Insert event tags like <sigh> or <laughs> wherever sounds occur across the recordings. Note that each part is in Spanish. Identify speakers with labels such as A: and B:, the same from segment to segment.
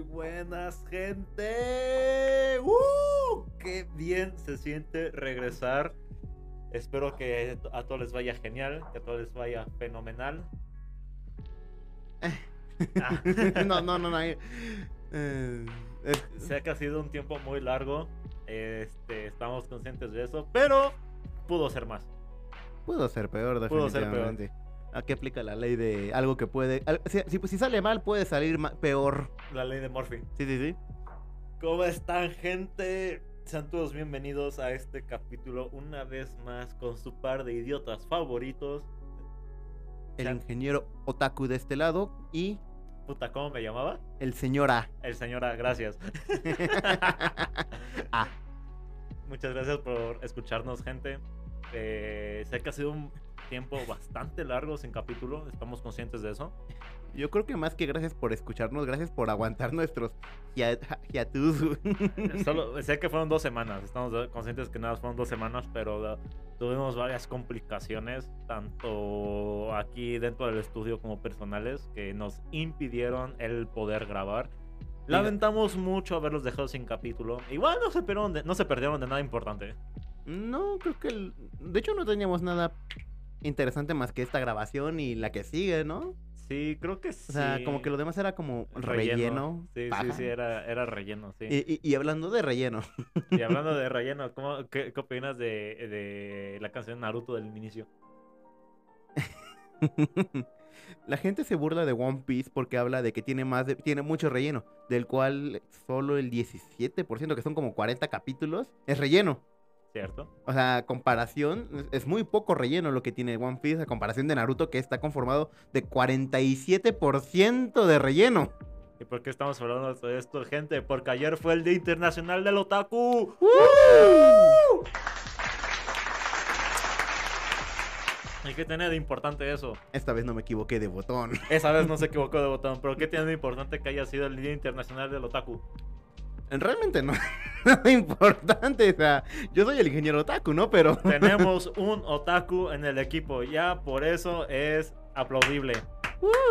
A: buenas, gente. ¡Uh! ¡Qué bien se siente regresar! Espero que a todos les vaya genial, que a todos les vaya fenomenal. Ah.
B: <laughs> no, no, no, no. hay- eh, es-
A: sé que ha sido un tiempo muy largo. Este, estamos conscientes de eso, pero pudo ser más.
B: pudo ser peor,
A: Pudo ser
B: definitivamente. Aquí aplica la ley de algo que puede. al- Si, si- si sale mal, puede salir ma- peor.
A: La ley de Murphy.
B: Sí, sí, sí.
A: ¿Cómo están, gente? Sean todos bienvenidos a este capítulo una vez más con su par de idiotas favoritos.
B: El
A: Ya.
B: ingeniero Otaku de este lado y
A: Puta, ¿cómo me llamaba?
B: el
A: <laughs>
B: señor A.
A: El señora, gracias.
B: Ah.
A: Muchas gracias por escucharnos, gente. Eh, sé que ha sido un tiempo bastante largo sin capítulo, estamos conscientes de
B: <laughs>
A: eso.
B: Yo creo que más que gracias por escucharnos, gracias por aguantar nuestros hia- hiatus.
A: Solo, sé que fueron dos semanas, estamos de- conscientes que nada, más fueron dos semanas, pero uh, tuvimos varias complicaciones, tanto aquí dentro del estudio como personales, que nos impidieron el poder grabar. Lamentamos mucho haberlos dejado sin capítulo. Igual no se perdieron de, no se perdieron de nada importante.
B: <laughs> No, creo que. el- De hecho, no teníamos nada interesante más que esta grabación y la que sigue, ¿no?
A: Sí, creo que sí.
B: O sea, como que lo demás era como relleno.
A: Sí, sí,
B: paja.
A: sí, era, era relleno, sí.
B: Y, y- y hablando de relleno, <laughs>
A: Y hablando de relleno, ¿cómo, qué, qué opinas de, de la canción Naruto del inicio?
B: la gente se burla de One Piece porque habla de que tiene más de- tiene mucho relleno, del cual solo el 17%, que son como 40 capítulos, es relleno.
A: ¿Cierto?
B: O sea, comparación, es- es muy poco relleno lo que tiene One Piece a comparación de Naruto, que está conformado de 47% de relleno.
A: ¿Y por qué estamos hablando de esto, gente? Porque ayer fue el Día Internacional del Otaku. ¿Y qué tiene de importante eso?
B: Esta vez no me equivoqué de botón.
A: Esa vez no se equivocó de botón, pero ¿qué tiene de importante que haya sido el Día Internacional del Otaku?
B: Realmente no. <laughs> Nada importante, o sea, yo soy el ingeniero otaku, ¿no? Pero <laughs>
A: Tenemos un otaku en el equipo, ya por eso es aplaudible.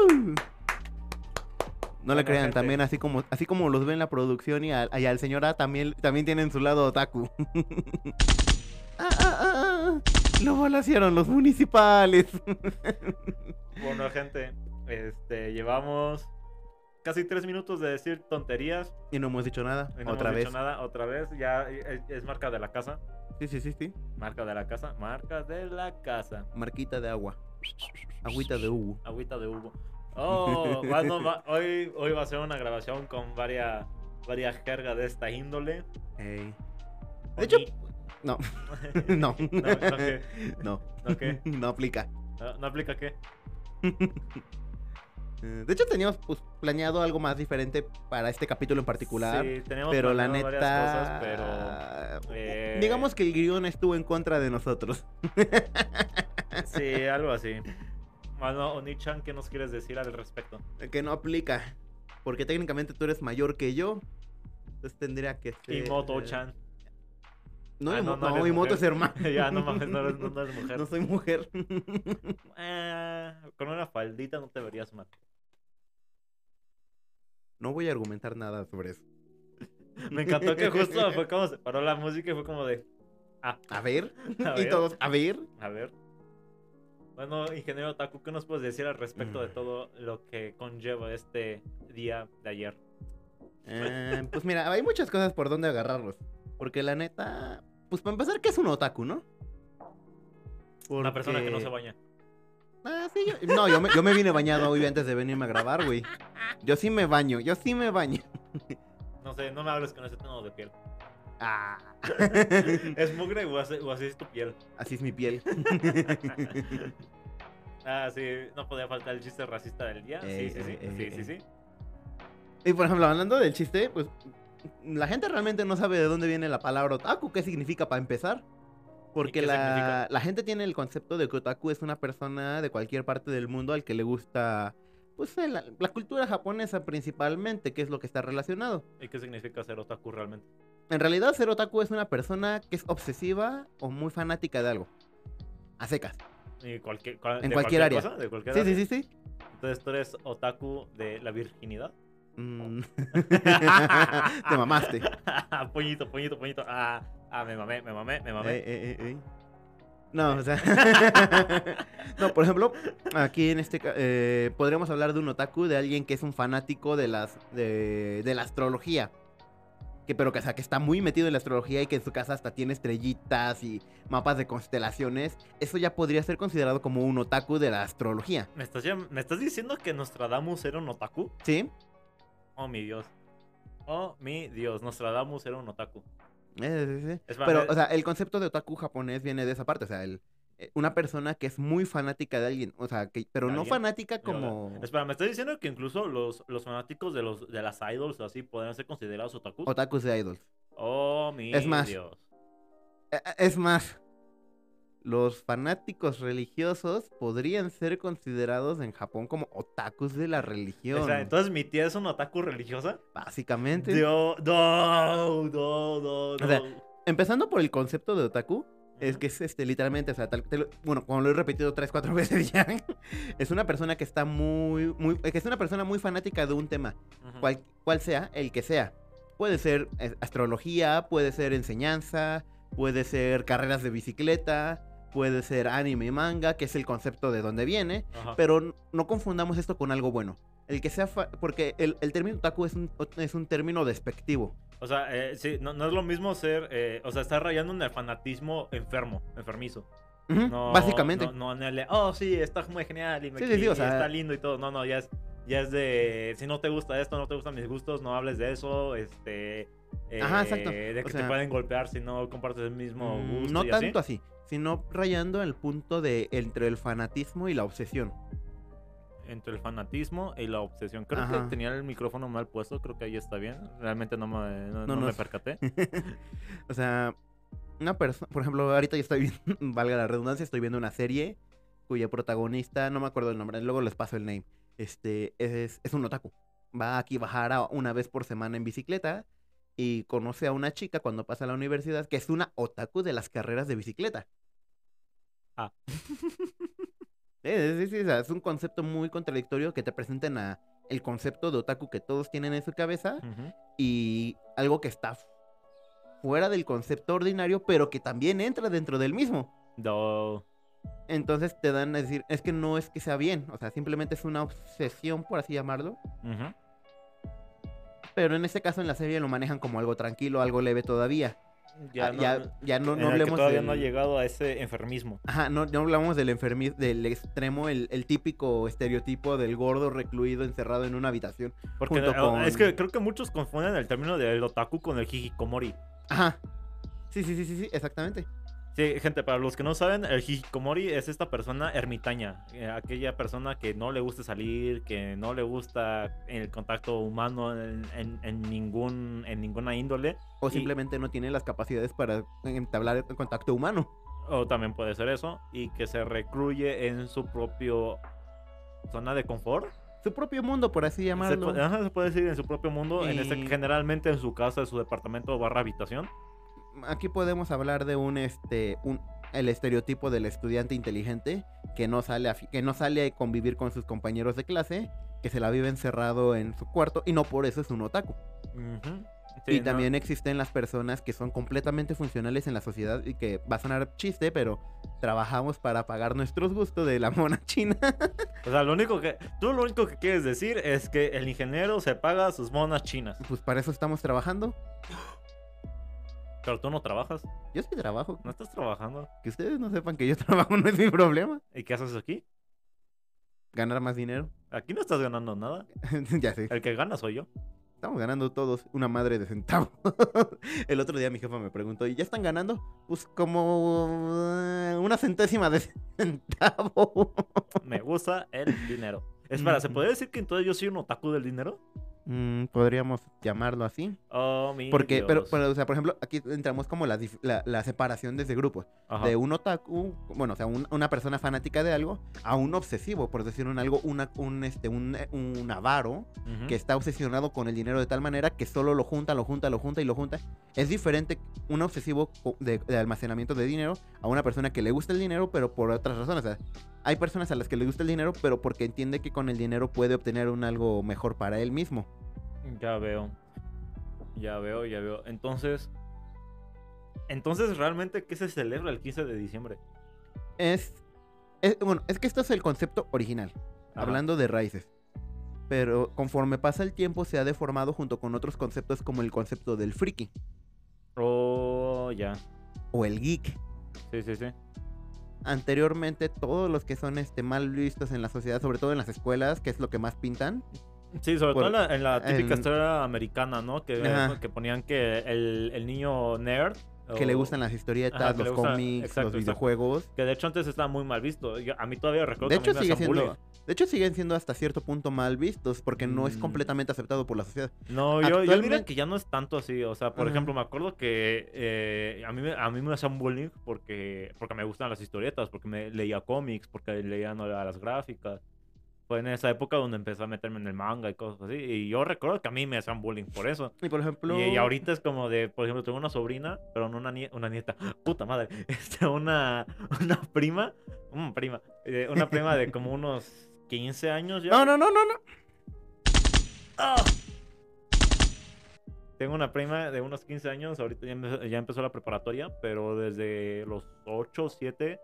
B: No le
A: Buena
B: crean,
A: gente.
B: también así como, así como los ven la producción y al, y al señor A también, también tienen su lado otaku. <laughs> Ah, ah, ah, ah. Lo balacearon los municipales. <laughs>
A: Bueno, gente, este, llevamos casi tres minutos de decir tonterías.
B: Y no hemos dicho nada.
A: y No
B: Otra
A: hemos
B: vez.
A: dicho nada, otra vez. Ya es, es marca de la casa.
B: Sí, sí, sí, sí.
A: Marca de la casa, marca de la casa.
B: Marquita de agua. Agüita de Hugo.
A: Agüita de Hugo. Oh,
B: <laughs>
A: bueno, va- hoy, hoy va a ser una grabación con varias varias jerga de esta índole.
B: Ey. De hecho, <laughs>
A: <laughs>
B: no. No.
A: no, no, ¿qué?
B: <laughs> No.
A: ¿No qué?
B: <laughs> No aplica.
A: No, no aplica qué.
B: Eh, De hecho, teníamos pues, planeado algo más diferente para este capítulo en particular.
A: Sí, tenemos
B: pero la
A: planeado
B: neta.
A: varias cosas, pero, eh,
B: Digamos que el guión estuvo en contra de nosotros. <laughs>
A: pero sí, algo así. Bueno, Onichan, ¿qué nos quieres decir al respecto?
B: Que no aplica. Porque técnicamente tú eres mayor que yo. Entonces tendría que ser.
A: y Moto-chan.
B: No,
A: Ah,
B: mi
A: no,
B: mo-
A: no
B: no,
A: eres
B: mi moto
A: mujer.
B: es hermano.
A: <laughs> ya, no mames, no
B: <laughs>
A: eres, no eres mujer.
B: No soy mujer.
A: Eh, con una faldita no te verías
B: <laughs>
A: mal.
B: No voy a argumentar nada sobre eso.
A: Me encantó que justo fue como se paró la música y fue como
B: <laughs>
A: de. Ah,
B: A ver.
A: A
B: Y
A: ver.
B: todos, a ver.
A: A ver. Bueno, ingeniero Taku, ¿qué nos puedes decir al respecto de
B: Mm.
A: todo lo que conlleva este día de ayer?
B: Eh, pues mira, hay muchas cosas por donde agarrarlos. Porque la neta. Pues para empezar, ¿qué es un otaku, no?
A: Una persona que no
B: Porque-
A: se baña.
B: Ah, sí, yo- No, yo me, yo me vine bañado hoy antes de venirme a grabar, güey. Yo sí me baño, yo sí me baño.
A: No sé, no me hables con ese tono de
B: <laughs>
A: piel.
B: Ah, <laughs>
A: ¿Es mugre o así, o así es tu piel?
B: así es mi piel. <laughs>
A: Ah, sí, no podía faltar el chiste racista del día. Sí,
B: Eh,
A: sí, sí.
B: eh,
A: Sí,
B: eh,
A: sí, sí.
B: Y por ejemplo, hablando del chiste, pues la gente realmente no sabe de dónde viene la palabra otaku, qué significa para empezar. Porque
A: qué
B: la,
A: significa?
B: la gente tiene el concepto de que otaku es una persona de cualquier parte del mundo al que le gusta, pues, el- la, cultura japonesa principalmente, que es lo que está relacionado.
A: ¿Y qué significa ser otaku realmente?
B: En realidad, ser otaku es una persona que es obsesiva o muy fanática de algo. A secas.
A: Y cualquier, cual-
B: En
A: de
B: cualquier área.
A: cosa, de cualquier
B: Sí,
A: área.
B: sí, sí, sí.
A: Entonces tú eres otaku de la virginidad.
B: Mm. <laughs>
A: <laughs>
B: Te mamaste.
A: puñito, puñito, puñito. Ah, ah, me mamé, me mamé, me mamé.
B: Ey, ey, Eh, ey, ey. No, o sea. <laughs> no, por ejemplo, aquí en este ca- eh, podríamos hablar de un otaku, de alguien que es un fanático de las de, de la astrología. Que, pero que, o sea, que está muy metido en la astrología y que en su casa hasta tiene estrellitas y mapas de constelaciones. Eso ya podría ser considerado como un otaku de la astrología.
A: ¿Me, estás, llam- ¿Me estás diciendo que Nostradamus era un otaku?
B: ¿Sí?
A: Oh, mi Dios. Oh, mi Dios. Nostradamus era un otaku.
B: Eh, sí, sí.
A: Es más,
B: Pero,
A: eh,
B: o sea, el concepto de otaku japonés viene de esa parte. O sea, el, eh, una persona que es muy fanática de alguien. O sea, que, pero
A: ¿De
B: no
A: alguien?
B: fanática
A: Pero,
B: como.
A: Espera, ¿me estás diciendo que incluso los, los fanáticos de, los, de las idols o así podrían ser considerados otakus?
B: Otakus de idols.
A: Oh, mi
B: Es más,
A: Dios.
B: E- e- Es más, los fanáticos religiosos podrían ser considerados en Japón como otakus de la religión.
A: O sea, entonces mi tía es una otaku religiosa.
B: Básicamente.
A: Dios, no, no, no, no.
B: sea, Empezando por el concepto de otaku, es
A: Ujú.
B: que es este, literalmente, o sea, tal- te lo- bueno, como lo he repetido tres, cuatro <laughs> veces ya, es una persona que está muy, muy, que es una persona muy fanática de un tema,
A: Ujú.
B: cual, cual sea el que sea. Puede ser eh, astrología, puede ser enseñanza, puede ser carreras de bicicleta, puede ser anime y manga, que es el concepto de donde viene,
A: Ajá.
B: pero n- no confundamos esto con algo bueno. El que sea, fa- porque el, el término otaku es un, es un término despectivo.
A: O sea, eh, sí, no, no es lo mismo ser, eh, o sea, está rayando en el fanatismo enfermo, enfermizo.
B: Ujú,
A: No,
B: básicamente.
A: No, no en el de, oh, sí, está muy genial y, me-
B: Sí, sí, sí,
A: y-
B: o
A: y
B: sea-
A: está lindo y todo. No, no, ya es, ya es de, si no te gusta esto, no te gustan mis gustos, no hables de eso, este... eh,
B: Ajá, exacto.
A: De que
B: O
A: te
B: sea-
A: pueden golpear si no compartes el mismo
B: Mm,
A: gusto.
B: No
A: y así.
B: tanto así, sino rayando el punto de entre el fanatismo y la obsesión.
A: Entre el fanatismo y la obsesión. Creo
B: Ajá.
A: que tenía el micrófono mal puesto, creo que ahí está bien. Realmente no me, no,
B: No,
A: no
B: no.
A: me percaté.
B: <laughs> O sea, una persona, por ejemplo, ahorita yo estoy viendo, <laughs> valga la redundancia, estoy viendo una serie cuya protagonista, no me acuerdo el nombre, luego les paso el name, este, es, es un otaku. Va aquí a bajar a- una vez por semana en bicicleta y conoce a una chica cuando pasa a la universidad que es una otaku de las carreras de bicicleta.
A: Ah.
B: <laughs> Sí, sí, sí, o sea, es un concepto muy contradictorio que te presenten a el concepto de otaku que todos tienen en su cabeza
A: Ujú.
B: y algo que está fuera del concepto ordinario, pero que también entra dentro del mismo.
A: No.
B: Entonces te dan a decir, es que no es que sea bien, o sea, simplemente es una obsesión, por así llamarlo.
A: Ujú.
B: Pero en este caso en la serie lo manejan como algo tranquilo, algo leve todavía. Ah, Ya,
A: no-
B: ya,
A: en
B: no, no
A: el que
B: hablemos
A: todavía
B: del...
A: no ha llegado a ese enfermismo.
B: Ajá, no, no hablamos del enfermi- del extremo, el, el típico estereotipo del gordo recluido encerrado en una habitación.
A: Porque
B: Junto
A: eh, es
B: con-
A: que creo que muchos confunden el término del otaku con el hikikomori.
B: Ajá. Sí, sí, sí, sí, sí, exactamente.
A: Sí, gente, para los que no saben, el hikikomori es esta persona ermitaña, eh, aquella persona que no le gusta salir, que no le gusta el contacto humano en, en- en ningún, en ninguna índole,
B: O
A: Y-
B: simplemente no tiene las capacidades para entablar contacto humano.
A: o también puede ser eso, y que se recluye en su propio zona de confort.
B: su propio mundo, por así
A: Se,
B: llamarlo.
A: puede- ajá, se puede decir en su propio mundo, en este-
B: Y-
A: generalmente en su casa, en su departamento o barra habitación.
B: Aquí podemos hablar de un este un el estereotipo del estudiante inteligente que no sale a, fi- que no sale a convivir con sus compañeros de clase, que se la vive encerrado en su cuarto y no por eso es un otaku.
A: Ujú.
B: y
A: Sí, no-
B: también existen las personas que son completamente funcionales en la sociedad y que va a sonar chiste, pero trabajamos para pagar nuestros gustos de la <laughs> mona china.
A: O sea, lo único que. Tú lo único que quieres decir es que el ingeniero se paga sus monas chinas.
B: Pues para eso estamos trabajando.
A: Pero tú no trabajas.
B: Yo sí trabajo.
A: No estás trabajando.
B: Que ustedes no sepan que yo <laughs> trabajo no es mi problema.
A: ¿Y qué haces aquí?
B: Ganar más dinero. <laughs>
A: Aquí no estás ganando nada.
B: ya sé.
A: El que gana soy yo.
B: Estamos ganando todos una madre de centavo. <laughs> El otro día mi jefa me preguntó, ¿y ya están ganando? Pues como eh, una centésima de centavo. <laughs>
A: Me gusta el dinero. Espera, ¿se
B: Ujú.
A: puede decir que entonces yo soy un otaku del dinero?
B: Mm, Podríamos llamarlo así.
A: Oh, mi
B: Porque, pero,
A: Dios.
B: pero, o sea, por ejemplo, aquí entramos como la, dif- la, la separación de ese grupo.
A: Ajá.
B: De un otaku, bueno, o sea, un- una persona fanática de algo, a un obsesivo, por decir un algo, una, un, este, un, un avaro,
A: Ujú.
B: que está obsesionado con el dinero de tal manera que solo lo junta, lo junta, lo junta y lo junta. Es diferente un obsesivo co- de, de almacenamiento de dinero a una persona que le gusta el dinero, pero por otras razones. O sea, hay personas a las que le gusta el dinero, pero porque entiende que con el dinero puede obtener un algo mejor para él mismo.
A: Ya veo. Ya veo, ya veo. Entonces. Entonces, ¿realmente qué se celebra el 15 de diciembre?
B: Es, es- bueno, es que este es el concepto original,
A: Ajá.
B: hablando de raíces. Pero conforme pasa el tiempo se ha deformado junto con otros conceptos como el concepto del friki
A: Oh, ya.
B: o el geek.
A: Sí, sí, sí.
B: Anteriormente todos los que son este mal vistos en la sociedad, sobre todo en las escuelas, que es lo que más pintan,
A: Sí, sobre
B: Por-
A: todo en la, en la típica
B: en-
A: historia americana, ¿no? Que, pues,
B: Ajá.
A: que ponían que el, el niño nerd.
B: que le
A: o-
B: gustan las historietas,
A: Oh. Ajá, que
B: los
A: le gusta-
B: cómics,
A: exacto,
B: los
A: exacto.
B: videojuegos.
A: Que de hecho antes estaba muy mal visto. Yo- a mí todavía recuerdo
B: De
A: que a mí
B: hecho,
A: me
B: sigue
A: hacían
B: siendo,
A: bullying.
B: de hecho siguen siendo hasta cierto punto mal vistos porque no es
A: Mm.
B: completamente aceptado por la sociedad.
A: No, yo, yo diría
B: Actualmente-
A: que ya no es tanto así. O sea, por
B: Ajá.
A: ejemplo, me acuerdo que eh, a, mí, me- a mí me hacían bullying porque, porque me gustan las historietas, porque me leía cómics, porque leía novelas gráficas. Fue en esa época donde empecé a meterme en el manga y cosas así. Y yo recuerdo que a mí me hacían bullying por eso.
B: Y por ejemplo,
A: Y, y ahorita es como de, por ejemplo, tengo una sobrina, pero no una, nie- una nieta, <laughs> puta madre, este, una, una prima, mm, prima, eh, una prima de
B: <laughs>
A: como unos 15 años ya.
B: No, no, no, no, no.
A: ¡Ah! Tengo una prima de unos 15 años, ahorita ya, empe- ya empezó la preparatoria, pero desde los 8, 7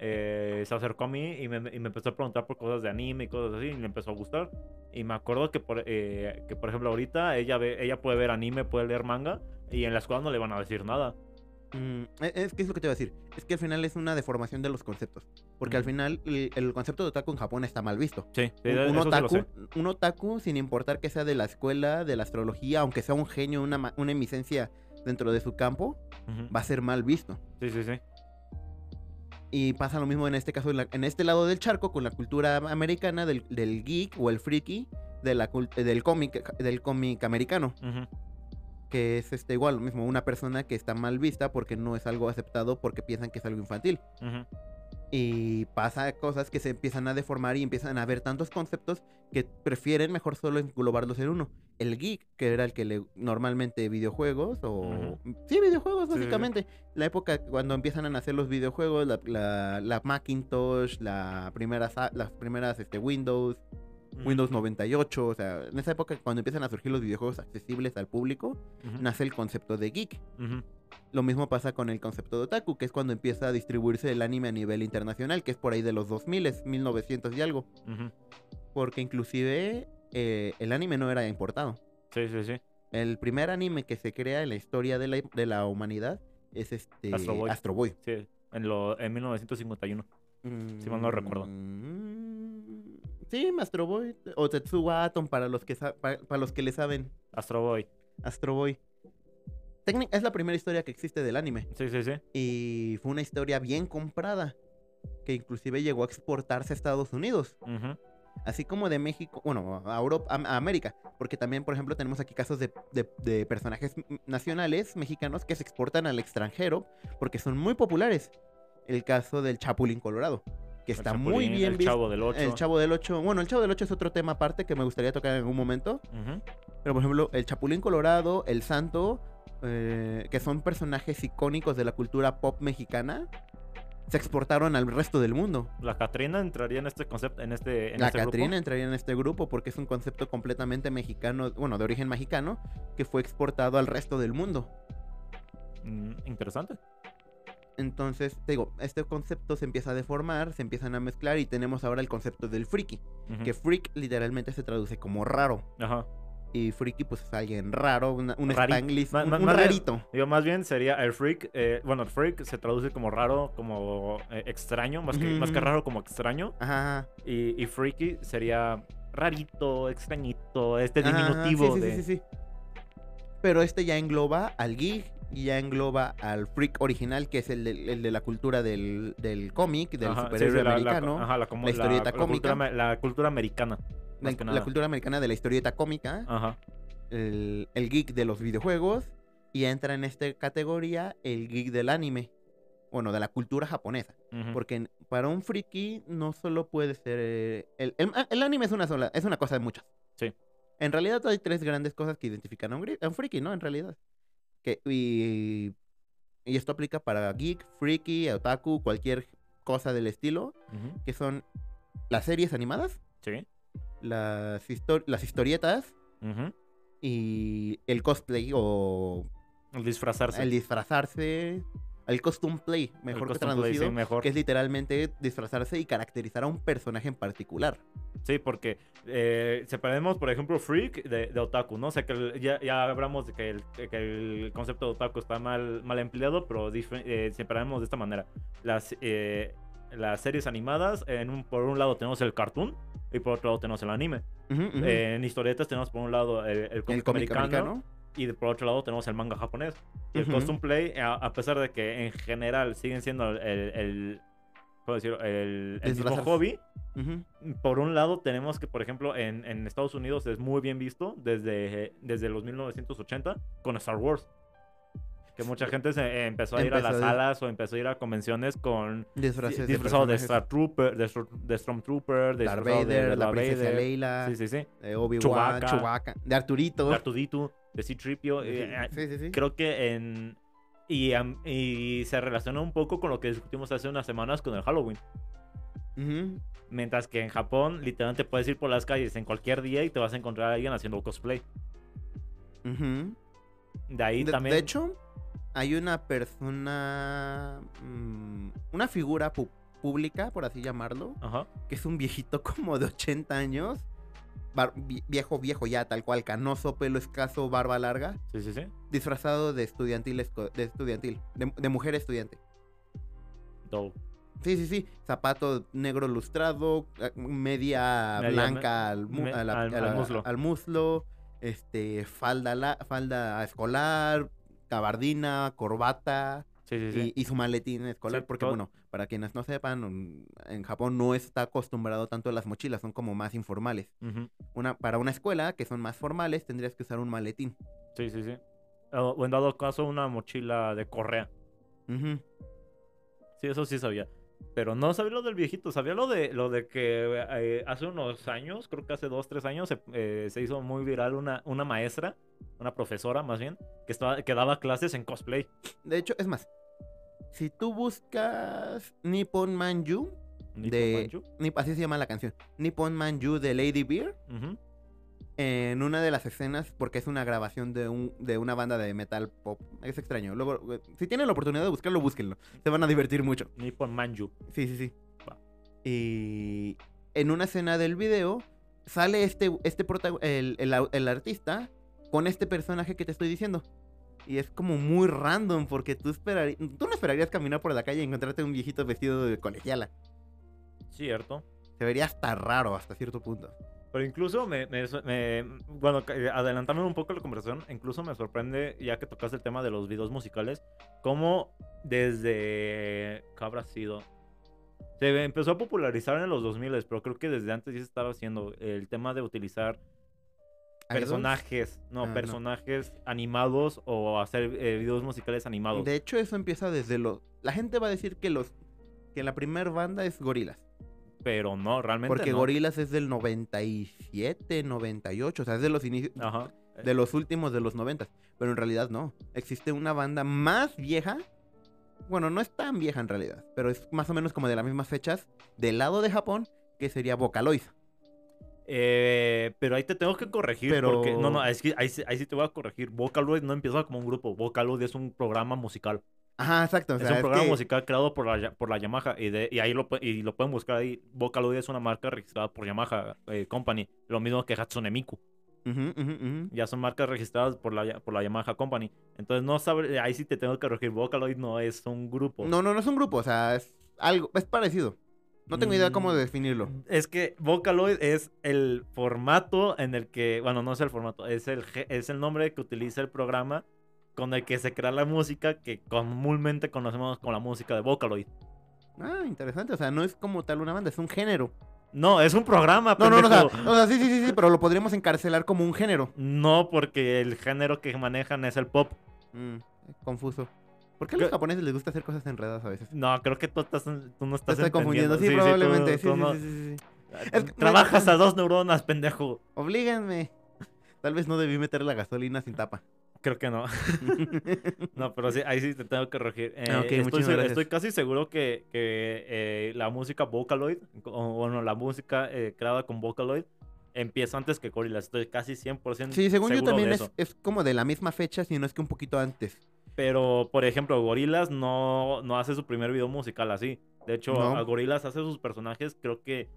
A: eh, se acercó a mí y me, y me empezó a preguntar por cosas de anime y cosas así, y le empezó a gustar. Y me acuerdo que por, eh, que por ejemplo ahorita ella, ve, ella puede ver anime, puede leer manga, y en la escuela no le van a decir nada.
B: Mm, e- es que es lo que te iba a decir. Es que al final es una deformación de los conceptos. Porque al
A: Ujú.
B: final el, el concepto de otaku en Japón está mal visto.
A: Sí,
B: Un, un
A: eso sí lo
B: otaku,
A: sé.
B: un otaku, sin importar que sea de la escuela, de la astrología, aunque sea un genio, una, ma- una emisencia dentro de su campo,
A: Ujú.
B: va a ser mal visto.
A: Sí, sí, sí.
B: Y pasa lo mismo en este caso, en, la- en este lado del charco, con la cultura americana del, del geek o el friki de la cult- eh, del cómic del cómic americano.
A: Ujú.
B: que es este igual, lo mismo, una persona que está mal vista porque no es algo aceptado porque piensan que es algo infantil.
A: Ujú.
B: Y pasa cosas que se empiezan a deformar y empiezan a haber tantos conceptos que prefieren mejor solo englobarlos en uno. El geek, que era el que le normalmente videojuegos o...
A: Ujú.
B: Sí, videojuegos
A: Sí, sí, sí.
B: básicamente. La época cuando empiezan a nacer los videojuegos, la, la- la Macintosh, la primera, sa- las primeras este, Windows, Windows 98, o sea, en esa época cuando empiezan a surgir los videojuegos accesibles al público,
A: Ujú.
B: nace el concepto de geek.
A: Ujú.
B: Lo mismo pasa con el concepto de otaku, que es cuando empieza a distribuirse el anime a nivel internacional, que es por ahí de los 2000, 1900 y algo.
A: Ujú.
B: Porque inclusive eh, el anime no era importado.
A: Sí, sí, sí.
B: El primer anime que se crea en la historia de la, de la humanidad es este
A: Astro Boy.
B: Boy.
A: Sí, en, lo, en 1951. Si mal no recuerdo.
B: Mm, Sí, Astro Boy. O Tetsuwa Atom para los que, sa- pa- para los que le saben.
A: Astro Boy.
B: Astro Boy. Técnic- es la primera historia que existe del anime.
A: Sí, sí, sí.
B: Y fue una historia bien comprada, que inclusive llegó a exportarse a Estados Unidos,
A: Ujú.
B: así como de México, bueno, a Europa, a, a América, porque también, por ejemplo, tenemos aquí casos de, de- de personajes m- nacionales mexicanos que se exportan al extranjero porque son muy populares. El caso del Chapulín Colorado, que
A: El
B: está
A: Chapulín,
B: muy bien
A: El
B: visto.
A: Chavo del 8.
B: El Chavo del 8, bueno, el Chavo del 8 es otro tema aparte que me gustaría tocar en algún momento. Pero por ejemplo, el Chapulín Colorado, el Santo, eh, que son personajes icónicos de la cultura pop mexicana, se exportaron al resto del mundo.
A: La Catrina entraría en este concepto, en este, en
B: la
A: este
B: Catrina entraría en este grupo porque es un concepto completamente mexicano, bueno, de origen mexicano, que fue exportado al resto del mundo.
A: grupo. Mm, interesante.
B: Entonces, te digo, este concepto se empieza a deformar, se empiezan a mezclar y tenemos ahora el concepto del friki,
A: Ujú.
B: que freak literalmente se traduce como raro.
A: Ajá.
B: Y friki pues es alguien raro, una- un
A: Rarito.
B: spanglish,
A: Ma-
B: un,
A: ma-
B: un
A: más bien-
B: rarito.
A: Digo, más bien sería el freak. eh, bueno, el freak se traduce como raro, como eh, extraño, más que, más que
B: Ujú.
A: raro, como extraño.
B: Ajá.
A: Y, y freaky sería rarito, extrañito, este
B: Ajá, ajá, sí,
A: diminutivo
B: sí,
A: de.
B: sí, sí, sí. Pero este ya engloba al geek y ya engloba al freak original, que es el de, el de la cultura del, del cómic, del
A: Ajá, sí,
B: superhéroe
A: de la- la-
B: americano. La,
A: ajá, la, como-
B: la historieta
A: cultura
B: cómica.
A: ame- la cultura americana. más que
B: la
A: nada. Ah.
B: cultura americana de la historieta cómica,
A: Ajá.
B: el, el geek de los videojuegos, y entra en esta categoría el geek del anime. Bueno, de la cultura japonesa.
A: ujú.
B: Porque en- para un friki no solo puede ser. eh, el, el- el anime es una sola, es una cosa de muchas.
A: Sí.
B: En realidad hay tres grandes cosas que identifican a un, gri- a un friki, ¿no? En realidad. Que, y, y esto aplica para geek, friki, otaku, cualquier cosa del estilo,
A: Ujú.
B: que son las series animadas,
A: Sí.
B: las, histo- las historietas
A: ujú.
B: y el cosplay o
A: El disfrazarse.
B: el disfrazarse, el costume play,
A: Pues El
B: mejor que
A: custom play,
B: traducido,
A: sí, mejor.
B: que es literalmente disfrazarse y caracterizar a un personaje en particular.
A: Sí, porque eh, separemos, por ejemplo, freak de, de otaku, ¿no? O sea, que el- ya, ya hablamos de que el, que el concepto de otaku está mal, mal empleado, pero dife- eh, separemos de esta manera. Las, eh, las series animadas, en un, por un lado tenemos el cartoon y por otro lado tenemos el anime.
B: Ujú, ujú.
A: Eh, en historietas tenemos por un lado el, el cómic
B: el cómic
A: americano,
B: americano.
A: y de- por otro lado tenemos el manga japonés. Y el
B: Ujú.
A: custom play, a, a pesar de que en general siguen siendo el, el, el- ¿cómo decirlo? El- el mismo
B: Disfrazarse.
A: hobby,
B: Ujú.
A: por un lado tenemos que, por ejemplo, en, en Estados Unidos es muy bien visto desde, desde los 1980 con Star Wars. Que mucha gente se, eh, empezó a ir a
B: Empezó
A: las
B: a-
A: salas o empezó a ir a convenciones con
B: Disfraces de
A: disfrazado de,
B: personajes.
A: Stormtrooper, de, Stro- de Stormtrooper, de
B: Darth
A: disfrazado de- de
B: Vader, la
A: Darth
B: princesa
A: Vader.
B: Leila,
A: Sí, sí, sí.
B: de Obi-Wan,
A: Chewbacca.
B: Chewbacca, de Arturito.
A: De Artudito, de C-Tripio. eh,
B: Sí, sí, sí.
A: creo que en. Y, am- y se relaciona un poco con lo que discutimos hace unas semanas con el Halloween.
B: Ujú.
A: Mientras que en Japón, literalmente puedes ir por las calles en cualquier día y te vas a encontrar a alguien haciendo cosplay.
B: Ujú.
A: De ahí
B: de,
A: también.
B: de hecho, hay una persona, mm, una figura pu- pública, por así llamarlo,
A: Ajá.
B: que es un viejito <laughs> como de 80 años, bar- vie- viejo, viejo ya, tal cual, canoso, pelo escaso, barba larga,
A: Sí, sí, sí.
B: disfrazado de estudiantil, esco- de estudiantil, de, de mujer estudiante.
A: Dope.
B: Sí, sí, sí, zapato negro lustrado, eh, media
A: Media
B: blanca al, mu-
A: me-
B: a la-
A: al-
B: a la-
A: al muslo.
B: al muslo, este, falda, la- falda escolar, cabardina, corbata,
A: Sí, sí, sí.
B: y, y su maletín escolar,
A: Sí,
B: porque
A: todo-
B: bueno, para quienes no sepan, un- en Japón no está acostumbrado tanto a las mochilas, son como más informales.
A: Ujú.
B: Una, para una escuela que son más formales, tendrías que usar un maletín.
A: Sí, sí, sí. O o en dado caso, una mochila de correa.
B: Ujú.
A: Sí, eso sí sabía. Pero no sabía lo del viejito, sabía lo de lo de que eh, hace unos años, creo que hace dos, tres años, se, eh, se hizo muy viral una, una maestra, una profesora más bien, que, estaba, que daba clases en cosplay.
B: De hecho, es más, si tú buscas Nippon Manju,
A: Nico
B: De-
A: Manchu.
B: Nip- así se llama la canción, Nippon Manju de Lady Beer,
A: Ujú.
B: en una de las escenas, porque es una grabación de, un, de una banda de metal pop, es extraño. Luego, eh, si tienen la oportunidad de buscarlo, búsquenlo. Se van a divertir mucho.
A: Nippon Manju.
B: Sí, sí, sí.
A: Va.
B: Y en una escena del video sale este, este protago- el, el au- el artista con este personaje que te estoy diciendo. Y es como muy random porque tú esperarías, tú no esperarías caminar por la calle y encontrarte un viejito vestido de colegiala.
A: Cierto.
B: Se vería hasta raro hasta cierto punto.
A: Pero incluso me, me- me- bueno, que- adelantándome un poco la conversación, incluso me sorprende, ya que tocaste el tema de los videos musicales, cómo desde, ¿qué habrá sido? Se empezó a popularizar en los 2000, pero creo que desde antes ya se estaba haciendo el tema de utilizar
B: ¿Idols?
A: personajes, no,
B: Ah, no.
A: personajes animados o hacer eh, videos musicales animados.
B: De hecho, eso empieza desde los. La gente va a decir que los que la primer banda es Gorilas.
A: Pero no, realmente
B: Porque
A: no.
B: Gorilas es del 97, 98, o sea, es de los inicios.
A: Ajá.
B: de los últimos de los noventas. Pero en realidad no. Existe una banda más vieja. Bueno, no es tan vieja en realidad, pero es más o menos como de las mismas fechas del lado de Japón, que sería Vocaloid.
A: Eh, pero ahí te tengo que corregir
B: Pero-
A: porque no, no, es que ahí, sí- ahí sí te voy a corregir. Vocaloid no empieza como un grupo, Vocaloid es un programa musical.
B: Ajá, exacto. o sea,
A: es un
B: es
A: programa
B: que-
A: musical creado por la, Ya- por la Yamaha y, de, y ahí lo, pu- y lo pueden buscar ahí. Vocaloid es una marca registrada por Yamaha eh, Company, lo mismo que Hatsune Miku.
B: Ujú, ujú, ujú.
A: Ya son marcas registradas por la, Ya- por la Yamaha Company. Entonces no sabe, ahí sí te tengo que corregir. Vocaloid no es un grupo.
B: No, no, no es un grupo, o sea, es algo, es parecido. No tengo idea cómo
A: Mm.
B: definirlo.
A: Es que Vocaloid es el formato en el que, bueno, no es el formato, es el, ge- es el nombre que utiliza el programa con el que se crea la música que comúnmente conocemos con la música de Vocaloid.
B: Ah, interesante, o sea, no es como tal una banda, es un género.
A: No, es un programa,
B: No, no, no, o sea,
A: Ah, pendejo.
B: o sea, sí, sí, sí, sí, pero lo podríamos encarcelar como un género.
A: No, porque el género que manejan es el pop.
B: Mm, confuso. ¿Por qué a los
A: ¿Qué?
B: japoneses les gusta hacer cosas enredadas a veces?
A: No, creo que tú, estás, tú no
B: Te
A: estás
B: estoy
A: entendiendo.
B: confundiendo, sí,
A: tú-
B: probablemente. Sí,
A: tú
B: sí,
A: no-
B: sí, sí, sí.
A: Eh,
B: que-
A: Trabajas a dos neuronas, pendejo.
B: Oblíganme. Tal vez no debí meter la gasolina sin
A: <laughs>
B: tapa.
A: Creo que no. No, pero sí, ahí sí te tengo que regir. Eh,
B: Ah, ok,
A: estoy,
B: muchísimas
A: se-
B: gracias.
A: estoy casi seguro que, que, eh, la música Vocaloid, o bueno, la música eh, creada con Vocaloid, empiezo antes que Gorillaz. Estoy casi 100%
B: Sí, según yo
A: seguro
B: también
A: de
B: es,
A: eso.
B: es como de la misma fecha, si no es que un poquito antes.
A: Pero, por ejemplo, Gorillaz no, no hace su primer video musical así. De hecho,
B: No.
A: a Gorillaz hace sus personajes creo que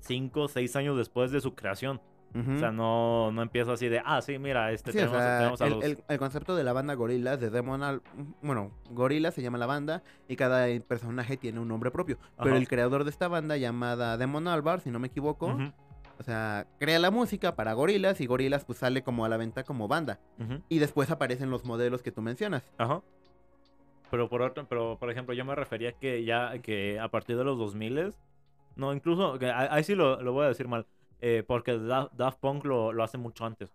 A: 5 o 6 años después de su creación.
B: Ujú.
A: O sea, no, no empieza así de, ah, sí, mira, este
B: Mm. Sí, o
A: tenemos,
B: sea,
A: tenemos a
B: el,
A: los...
B: el- el concepto de la banda Gorilas de Demon Al- Bueno, Gorilas se llama la banda y cada personaje tiene un nombre propio. Pero
A: Ajá.
B: el creador de esta banda llamada Demon Albar, si no me equivoco,
A: Ujú,
B: o sea, crea la música para Gorilas y Gorilas pues sale como a la venta como banda.
A: ujú,
B: Y después aparecen los modelos que tú mencionas.
A: ajá. Pero por, otro, pero por ejemplo, yo me refería que ya que a partir de los 2000 no, incluso, que a- ahí sí lo, lo voy a decir mal, eh, porque Da- Daft Punk lo, lo hace mucho antes.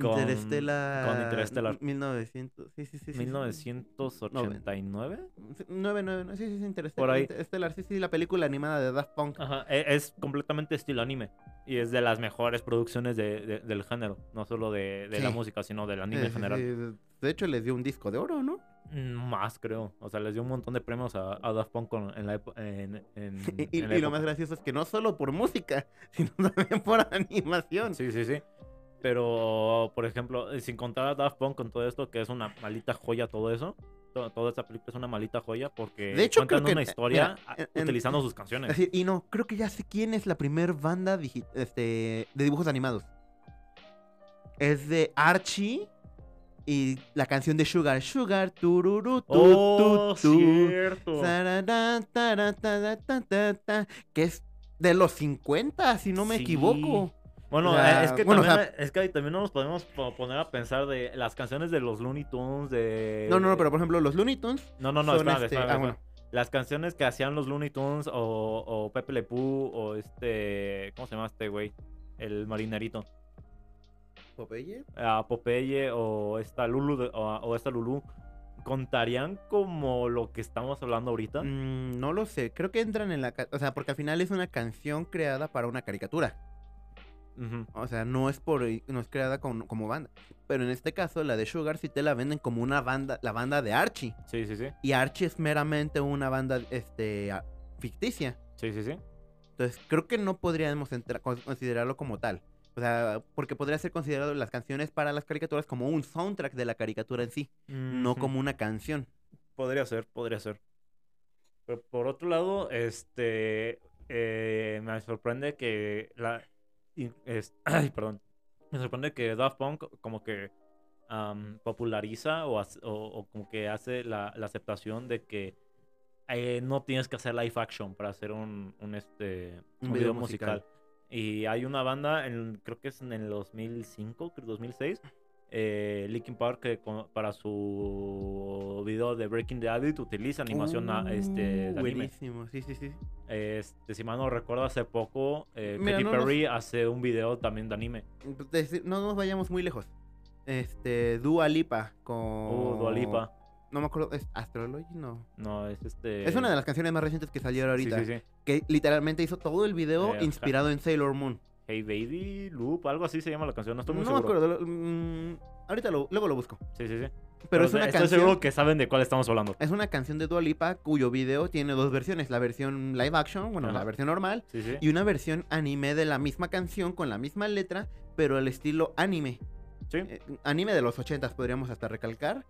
A: Con-
B: Interestelar.
A: con Interestelar.
B: 1900. Sí, sí, sí. sí, sí.
A: 1989.
B: Sí, 999, sí, sí, sí, Interestelar.
A: Por ahí.
B: Interestelar, sí, sí, la película animada de Daft Punk.
A: Ajá, e- es completamente estilo anime. Y es de las mejores producciones de- de- del género. No solo de, de la
B: Sí.
A: música, sino del
B: Eh, Sí,
A: anime en
B: sí,
A: general.
B: sí, De hecho, les dio un disco de oro, ¿no?
A: Mm, Más, creo. O sea, les dio un montón de premios a, a Daft Punk con- en la epo- en- en-
B: <laughs> Y,
A: en la
B: y lo
A: época.
B: más gracioso es que no solo por música, <laughs> sino también por animación.
A: Sí, sí, sí. Pero, por ejemplo, eh, sin contar a Daft Punk con todo esto, que es una maldita joya todo eso. to- Toda esta película es una maldita joya porque
B: De hecho,
A: cuentan
B: creo que-
A: una historia
B: mira, en-
A: a-
B: en-
A: utilizando sus canciones.
B: Así, y no, creo que ya sé quién es la primer banda digi- este, de dibujos animados. Es de Archie y la canción de Sugar. Sugar, tururú, tu,
A: ¡Oh,
B: tu, tu.
A: cierto!
B: Sarará, tará, tará, ta, ta, ta, que es de los 50, si no me
A: Sí.
B: equivoco.
A: Bueno,
B: O sea,
A: eh, es, que
B: bueno, o
A: también, es que ahí también no nos podemos po- poner a pensar de las canciones de los Looney Tunes, de...
B: No, no, no, pero por ejemplo, los Looney Tunes
A: eh, No, no, no,
B: son
A: espérame,
B: este-
A: espérame,
B: ah,
A: espérame. Las canciones que hacían los Looney Tunes o, o Pepe Le Pew o este... ¿Cómo se llama este güey? El marinerito. A Popeye o esta Lulu, de- o, o esta Lulu. ¿Contarían como lo que estamos hablando ahorita?
B: Mm, no lo sé, creo que entran en la... ca- O sea, porque al final es una canción creada para una caricatura.
A: Ujú.
B: O sea, no es por no es creada con- como banda. Pero en este caso, la de Sugar sí te la venden como una banda, la banda de Archie.
A: Sí, sí, sí.
B: Y Archie es meramente una banda este, a- ficticia.
A: Sí, sí, sí.
B: Entonces, creo que no podríamos entrar- con- considerarlo como tal. O sea, porque podría ser considerado las canciones para las caricaturas como un soundtrack de la caricatura en sí, no
A: Ujú.
B: como una canción.
A: Podría ser, podría ser. Pero por otro lado, este eh, me sorprende que la y- es- <clears throat> ay, perdón. Me sorprende que Daft Punk como que am, populariza o, hace- o- o como que hace la, la aceptación de que eh, no tienes que hacer live action para hacer un, un, este,
B: Un
A: un
B: video
A: video musical. Y hay una banda, en, creo que es en el 2005, creo 2006, eh, Linkin Park que con- para su video de Breaking the Habit utiliza animación a- este, de
B: Uh,
A: anime.
B: buenísimo, sí, sí, sí.
A: Este, si mal no recuerdo, hace poco eh,
B: Mira,
A: Katy
B: no nos-
A: Perry hace un video también de anime.
B: Pues, deci- No nos vayamos muy lejos. Este, Dua Lipa con.
A: Oh, Dua Lipa.
B: No me acuerdo, ¿es Astrology? No.
A: No, es este...
B: Es una de las canciones más recientes que salieron
A: Sí,
B: ahorita.
A: sí, sí.
B: Que literalmente hizo todo el video
A: Eh, ajá.
B: inspirado en Sailor Moon.
A: Hey Baby, Loop, algo así se llama la canción, no estoy muy
B: no me
A: seguro.
B: acuerdo. lo- mm, ahorita lo- luego lo busco.
A: Sí, sí, sí.
B: Pero, es una
A: estoy
B: canción.
A: seguro que saben de cuál estamos hablando.
B: Es una canción de Dua Lipa cuyo video tiene dos versiones. La versión live action, bueno, la
A: Ajá.
B: versión normal.
A: Sí, sí.
B: Y una versión anime de la misma canción con la misma letra, pero el estilo anime.
A: Sí.
B: eh, anime de los 80 podríamos hasta recalcar,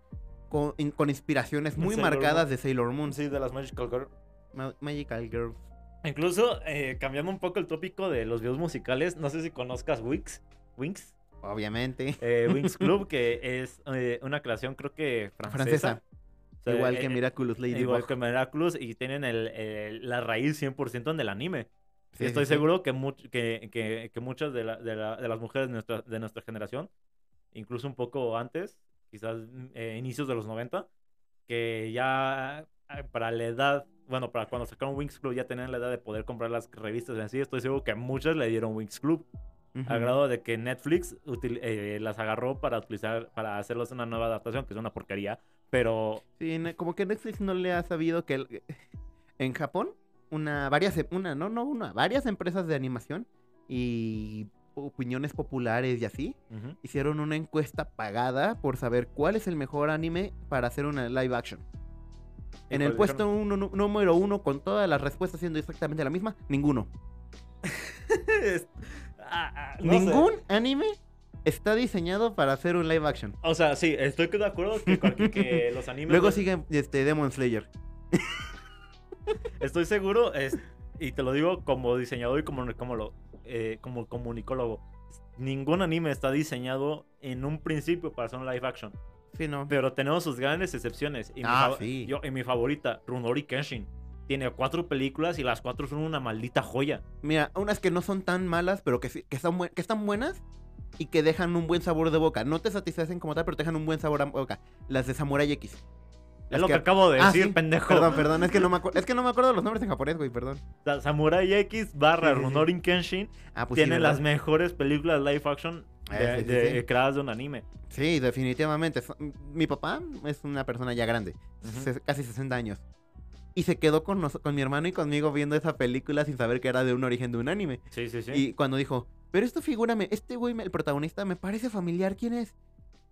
B: con, in- con inspiraciones
A: De
B: muy
A: Sailor
B: marcadas
A: Moon.
B: de Sailor Moon,
A: Sí, de las Magical Girl.
B: Ma- Magical Girls.
A: Incluso, eh, cambiando un poco el tópico de los videos musicales, no sé si conozcas Wix. Wings.
B: Obviamente. <laughs>
A: eh, Wings Club, que es eh, una creación creo que francesa.
B: Francesa.
A: O sea,
B: igual
A: eh,
B: que Miraculous
A: eh,
B: Lady.
A: Igual que Miraculous y tienen el, el- la raíz 100% en el anime.
B: Sí,
A: Y Estoy
B: sí, sí.
A: seguro que, much- que, que- que muchas de, la- de la- de las mujeres de nuestra, de nuestra generación, incluso un poco antes, quizás mm, eh, inicios de los 90, que ya eh, para la edad, bueno, para cuando sacaron Wings Club ya tenían la edad de poder comprar las revistas en sí. Estoy seguro que muchas le dieron Wings Club. Al grado de que Netflix util- eh, las agarró para utilizar, para hacerlos una nueva adaptación, que es una porquería. Pero
B: Sí, ne- como que Netflix no le ha sabido que el- <laughs> en Japón, una, varias, em- una, no, no, una, varias empresas de animación y opiniones populares y así,
A: ujú,
B: hicieron una encuesta pagada por saber cuál es el mejor anime para hacer una live action. En el
A: Híjole,
B: puesto uno, nu- número uno, con todas las respuestas siendo exactamente la misma, ninguno.
A: <laughs> es- a- a- no sé.
B: Ningún anime está diseñado para hacer un live action.
A: O sea, sí, estoy de acuerdo que, cualquier- que los animes.
B: Luego
A: de-
B: sigue este Demon Slayer.
A: Estoy seguro, es- y te lo digo como diseñador y como, como, lo, eh, como comunicólogo. Ningún anime está diseñado en un principio para hacer un live action.
B: Sí, no.
A: Pero tenemos sus grandes excepciones. Y mi
B: Ah,
A: fav-
B: sí.
A: yo- y mi favorita, Runori Kenshin. Tiene cuatro películas y las cuatro son una maldita joya.
B: Mira, unas que no son tan malas, pero que, sí- que, son buen- que están buenas y que dejan un buen sabor de boca. No te satisfacen como tal, pero te dejan un buen sabor a boca. Las de Samurai X.
A: Es
B: Las
A: lo que,
B: que-
A: acabo de
B: Ah,
A: decir,
B: sí.
A: pendejo.
B: Perdón, perdón, es que no me acuerdo, es que no me acuerdo los nombres en japonés, güey, perdón.
A: Sa- Samurai X barra
B: Sí, sí, sí.
A: Runori Kenshin
B: Ah, pues sí,
A: tiene
B: ¿verdad?
A: las mejores películas live action de,
B: Ah, sí, sí,
A: de-
B: sí.
A: creadas de un anime.
B: Sí, definitivamente. Son- Mi papá es una persona ya grande,
A: Ujú.
B: se- casi 60 años. Y se quedó con, nos- con mi hermano y conmigo viendo esa película sin saber que era de un origen de un anime.
A: Sí, sí, sí.
B: Y cuando dijo, pero esta figura, me, este güey, me- el protagonista, me parece familiar, ¿quién es?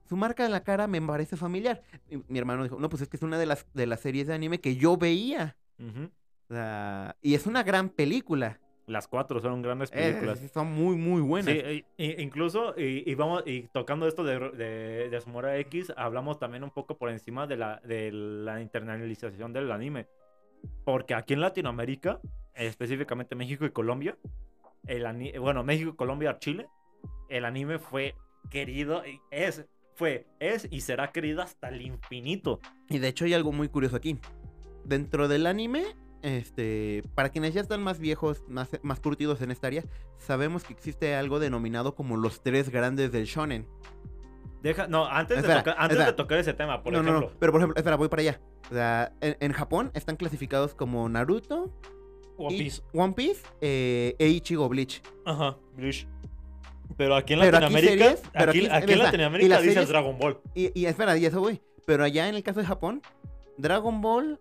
B: Su marca en la cara me parece familiar. Y mi hermano dijo, no, pues es que es una de las, de las series de anime que yo veía.
A: Ujú.
B: O sea, y es una gran película.
A: Las cuatro son grandes
B: Eh,
A: películas.
B: sí, son muy, muy buenas.
A: Sí, e- e- incluso, y, y vamos, y tocando esto de, de, de Samurai X, hablamos también un poco por encima de la, de la internalización del anime. Porque aquí en Latinoamérica, específicamente México y Colombia, el ani- bueno, México, Colombia, Chile, el anime fue querido, y es, fue, es y será querido hasta el infinito.
B: Y de hecho hay algo muy curioso aquí. Dentro del anime, este, para quienes ya están más viejos, más, más curtidos en esta área, sabemos que existe algo denominado como los tres grandes del shonen.
A: Deja, no, antes,
B: Espera,
A: de, tocar, antes
B: espera.
A: de tocar ese tema, por
B: no,
A: ejemplo.
B: no, no, pero por ejemplo, espera, voy para allá. O sea, en, en Japón están clasificados como Naruto,
A: One
B: y-
A: Piece.
B: One Piece eh, e Ichigo Bleach.
A: Ajá, Bleach. Pero aquí en
B: Pero aquí
A: Latinoamérica,
B: series, pero
A: aquí,
B: aquí-
A: aquí
B: ves
A: en
B: la- y
A: Latinoamérica
B: las
A: dices
B: series-
A: Dragon Ball.
B: Y, y espera, y eso voy. Pero allá en el caso de Japón, Dragon Ball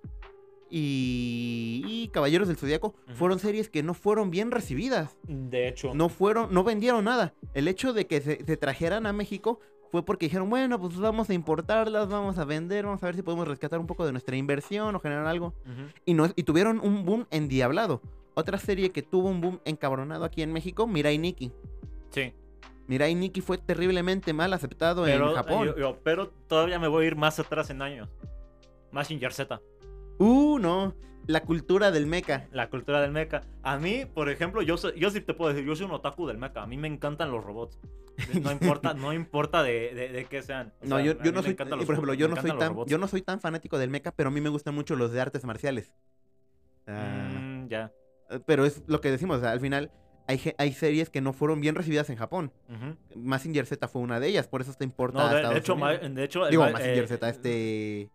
B: y, y Caballeros del Zodiaco
A: Ujú.
B: fueron series que no fueron bien recibidas.
A: De hecho,
B: no fueron, no vendieron nada. El hecho de que se, se trajeran a México fue porque dijeron, bueno, pues vamos a importarlas, vamos a vender, vamos a ver si podemos rescatar un poco de nuestra inversión o generar algo.
A: Ujú.
B: Y, no, y tuvieron un boom endiablado. Otra serie que tuvo un boom encabronado aquí en México, Mirai Nikki.
A: sí.
B: Mirai Nikki fue terriblemente mal aceptado
A: Pero, eh,
B: en Japón.
A: yo- yo- pero todavía me voy a ir más atrás en años. Más Z,
B: Uh, no. La cultura del mecha.
A: la cultura del mecha. A mí, por ejemplo, yo, soy- yo sí te puedo decir, yo soy un otaku del mecha. A mí me encantan los robots. No importa, no importa de, de, de qué sean. O
B: No,
A: sea,
B: yo,
A: a
B: yo
A: mí
B: no
A: me
B: soy,
A: encantan
B: y
A: los-
B: por ejemplo, yo
A: me
B: no
A: encantan
B: soy
A: los
B: tan,
A: robots.
B: yo no soy tan fanático del mecha, pero a mí me gustan mucho los de artes marciales. Ah.
A: Mm, ya.
B: Eh, Pero es lo que decimos, o sea, al final hay, ge- hay series que no fueron bien recibidas en Japón.
A: Ujú.
B: Mazinger Z fue una de ellas, por eso está
A: No,
B: importada a
A: de, de
B: Estados
A: hecho, ma-
B: Unidos.
A: de hecho, el
B: Digo,
A: ma-
B: Mazinger
A: eh,
B: Z, este...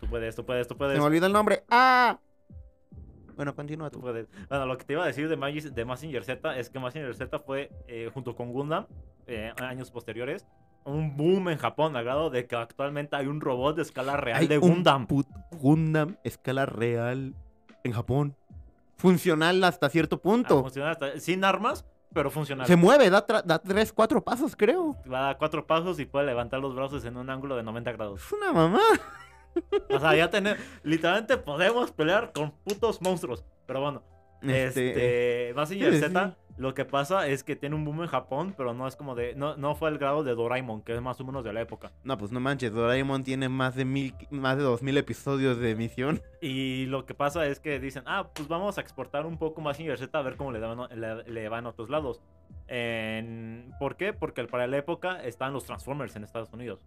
A: Tú puedes, tú puedes, tú puedes.
B: Se me olvidó el nombre. ¡Ah! Bueno, continúa
A: Tú
B: tú.
A: puedes. Bueno, lo que te iba a decir de, Magis, de Mazinger Z es que Mazinger Z fue, eh, junto con Gundam, eh, años posteriores, un boom en Japón, al grado de que actualmente hay un robot de escala real
B: Hay
A: de
B: un
A: Gundam.
B: put- Gundam, escala real, en Japón. Funcional hasta cierto
A: Ah,
B: punto.
A: funciona hasta- sin armas, pero funcional.
B: Se mueve, da, tra- da tres, cuatro pasos, creo.
A: Va a dar cuatro pasos y puede levantar los brazos en un ángulo de 90 grados.
B: Es una mamá.
A: O sea, ya tenemos. <laughs> literalmente podemos pelear con putos monstruos. Pero bueno,
B: Este...
A: Este, Mazinger
B: sí,
A: Z, lo que pasa es que tiene un boom en Japón, pero no es como de. No, no fue el grado de Doraemon, que es más o menos de la época.
B: No, pues no manches, Doraemon tiene más de mil, más de dos mil episodios de emisión.
A: Y lo que pasa es que dicen, ah, pues vamos a exportar un poco más Mazinger Z a ver cómo le, dan, le, le van a otros lados. En- ¿Por qué? Porque para la época estaban los Transformers en Estados Unidos.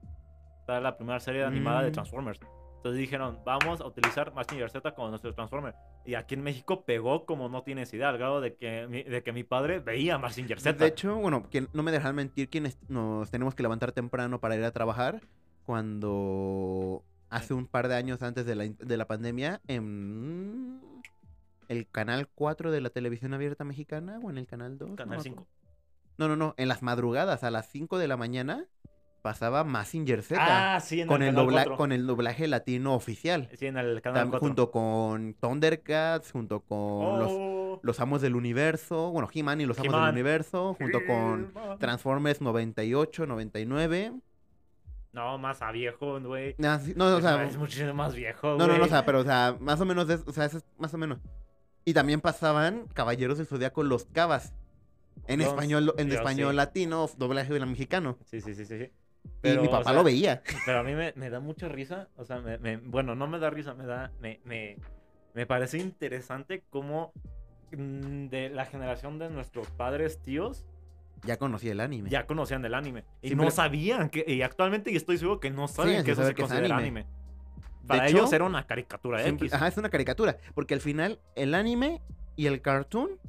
A: Está la primera serie animada de
B: Mm.
A: Transformers. Entonces dijeron, vamos a utilizar Mazinger Z como nuestro Transformer. Y aquí en México pegó como no tienes idea, al grado de que mi, de que mi padre veía Mazinger Z.
B: De hecho, bueno, quien, no me dejarán mentir quienes nos tenemos que levantar temprano para ir a trabajar. Cuando hace un par de años antes de la, in- de la pandemia, en el canal 4 de la televisión abierta mexicana o en el canal 2. no me
A: Canal
B: acuerdo.
A: 5.
B: No, no, no, en las madrugadas, a las 5 de la mañana, pasaba Massinger Z
A: Ah, sí, en
B: con,
A: el,
B: el
A: canal
B: dobla-
A: 4.
B: con el doblaje latino oficial.
A: Sí, en el canal
B: Tam-
A: 4.
B: junto con Thundercats, junto con los,
A: Oh,
B: los Amos del Universo, bueno, He-Man y los Amos
A: He-Man.
B: del Universo, junto con
A: He-Man.
B: Transformers 98, 99.
A: No, más a viejo, güey.
B: Nah, Ah, sí, No, no, o
A: Es
B: sea,
A: más- es muchísimo más viejo,
B: no, no, no, o
A: güey.
B: sea, pero, o sea, más o menos, de- o sea, eso es más o menos. Y también pasaban Caballeros del Zodiaco Los Cabas. En
A: Yo-
B: español, en
A: yo
B: español
A: sí.
B: latino, doblaje de mexicano.
A: Sí, sí, sí, sí. sí.
B: y mi
A: o
B: papá
A: sea,
B: lo veía.
A: Pero a mí me, me da mucha risa. O sea, me- me- bueno, no me da risa, me da. Me, me, me parece interesante cómo mm, de la generación de nuestros padres, tíos,
B: Ya conocí el anime.
A: ya conocían del anime. Y
B: Sí,
A: no
B: pero-
A: sabían que. Y actualmente estoy seguro que no saben
B: sin
A: que eso
B: saber
A: se
B: que es
A: considera
B: anime.
A: anime. Para
B: hecho,
A: ellos era una caricatura
B: Siempre-
A: X.
B: ajá, es una caricatura. Porque al final, el anime y el cartoon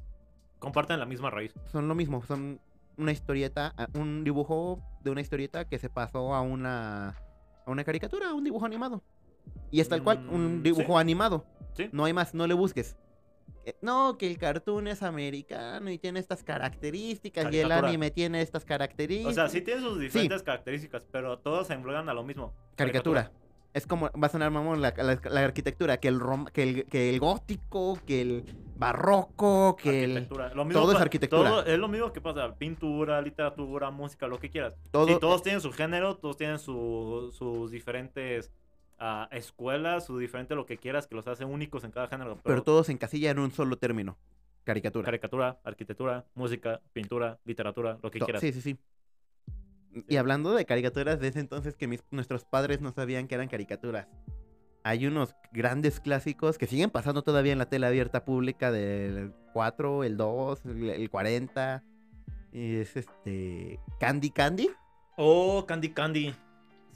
A: Comparten la misma raíz.
B: son lo mismo. Son una historieta, a- un dibujo de una historieta que se pasó a una, a una caricatura, a un dibujo animado. Y es tal cual, un
A: Mm,
B: dibujo
A: sí.
B: animado.
A: Sí.
B: No hay más, no le busques. Eh, No, que el cartoon es americano y tiene estas características y el
A: Caricatura.
B: anime tiene estas características.
A: O sea, sí tiene sus diferentes características, pero todas se engloban a lo mismo.
B: caricatura. Es como, va a sonar mamón la, la- la arquitectura, que el, rom- que el que el gótico, que el barroco, que el
A: Arquitectura. Lo mismo
B: todo es
A: pa-
B: arquitectura.
A: todo- es lo mismo que pasa. Pintura, literatura, música, lo que quieras.
B: todo,
A: Sí, todos tienen su género, todos tienen su- sus diferentes ah, escuelas, su diferente lo que quieras, que los hace únicos en cada género. Pero,
B: pero todo se encasilla en un solo término. Caricatura.
A: caricatura, arquitectura, música, pintura, literatura, lo que
B: To-
A: quieras. Mm, eh,
B: Sí, sí, sí. Y hablando de caricaturas, desde entonces que mis- nuestros padres no sabían que eran caricaturas. Hay unos grandes clásicos que siguen pasando todavía en la tela abierta pública del 4, el 2, el, el 40. Y es este. Candy Candy.
A: Oh, Candy Candy.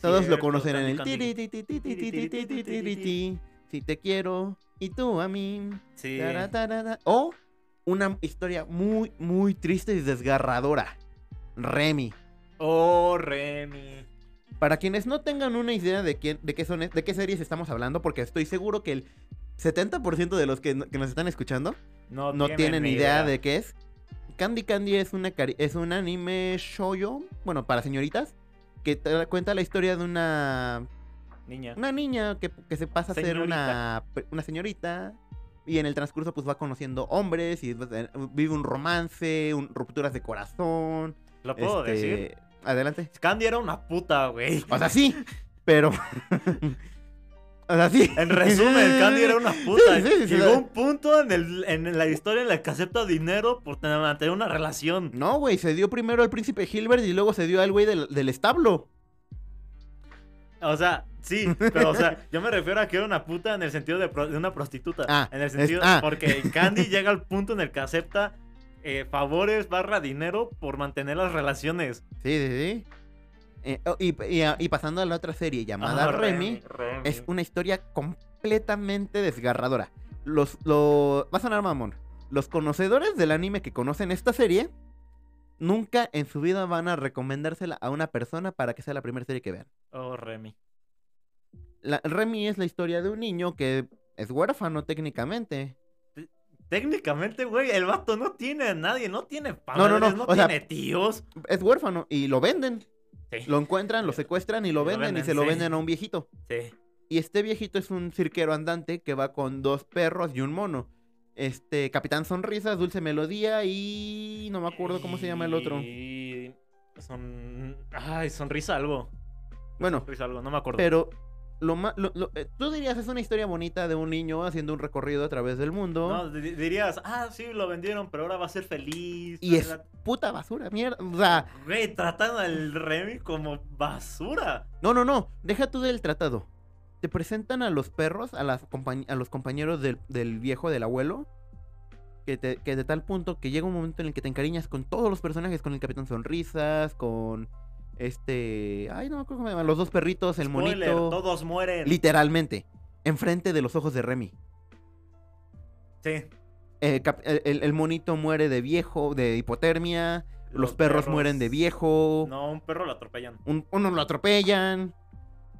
B: Todos lo
A: Cierto,
B: conocen en
A: Candy
B: el.
A: Candy.
B: tiri, ti, ti, ti, ti, ti, ti, ti, ti, ti, ti, ti, Si te quiero y tú a mí.
A: Sí.
B: Tara, tarara. O una historia muy, muy triste y desgarradora. Remy.
A: Oh, Remy.
B: Para quienes no tengan una idea de, quién, de, qué son, es- de qué series estamos hablando, porque estoy seguro que el 70% de los que, no- que nos están escuchando
A: No,
B: no tienen ni idea de qué es. Candy Candy es, una, cari- es un anime shoujo, bueno, para señoritas, que te cuenta la historia de una,
A: Niña.
B: una niña que, que se pasa a ser una, una señorita y en el transcurso pues va conociendo hombres y pues, eh, vive un romance, un- rupturas de corazón.
A: ¿Lo puedo
B: este,
A: decir?
B: Adelante.
A: Candy era una puta, güey.
B: O sea, sí, pero. <laughs> o sea, sí.
A: En resumen, Candy era una puta.
B: Sí, sí, sí, sí.
A: Llegó un punto en, el, en la historia en la que acepta dinero por tener- mantener una relación.
B: No, güey, se dio primero al príncipe Hilbert y luego se dio al güey del, del establo.
A: O sea, sí, pero o sea, yo me refiero a que era una puta en el sentido de, pro- de una prostituta.
B: Ah,
A: en el
B: es-
A: sentido,
B: ah.
A: porque Candy llega al punto en el que acepta eh, favores barra dinero por mantener las relaciones.
B: Sí, sí, sí. Eh, oh, y, y, ah, y pasando a la otra serie llamada
A: Ah,
B: Remy,
A: Remy.
B: es una historia completamente desgarradora. Los, lo... Va a sonar mamón. Los conocedores del anime que conocen esta serie nunca en su vida van a recomendársela a una persona para que sea la primera serie que vean.
A: Oh, Remy.
B: La, Remy es la historia de un niño que es huérfano técnicamente.
A: Técnicamente, güey, el vato no tiene a nadie, no tiene padres,
B: no,
A: no,
B: no, o sea,
A: tiene tíos.
B: Es huérfano y lo venden.
A: Sí,
B: Lo encuentran, lo secuestran y lo
A: Lo
B: venden, y
A: venden,
B: se lo
A: sí.
B: venden a un viejito.
A: sí.
B: Y este viejito es un cirquero andante que va con dos perros y un mono. Este, Capitán Sonrisas, Dulce Melodía y... No me acuerdo cómo se llama el otro.
A: Y- Son... Ay, sonrisa algo.
B: Bueno,
A: Sonrisa algo, no me acuerdo.
B: pero... Lo ma- lo- lo- eh, Tú dirías, es una historia bonita de un niño haciendo un recorrido a través del mundo.
A: No, di- dirías, ah, sí, lo vendieron, pero ahora va a ser feliz.
B: y es puta basura, mierda. O sea,
A: Güey, tratan al Remy como basura.
B: No, no, no. Deja tú del tratado. Te presentan a los perros, a, las compañ- a los compañeros del, del viejo, del abuelo. Que, te- que de tal punto que llega un momento en el que te encariñas con todos los personajes, con el Capitán Sonrisas, con este... Ay, no me acuerdo cómo se llama. Los dos perritos, el
A: Spoiler,
B: monito.
A: todos mueren.
B: Literalmente. Enfrente de los ojos de Remy.
A: sí.
B: El, cap- el- el- el monito muere de viejo, de hipotermia. Los, perros, mueren de viejo.
A: No, un perro lo atropellan.
B: un- uno lo atropellan.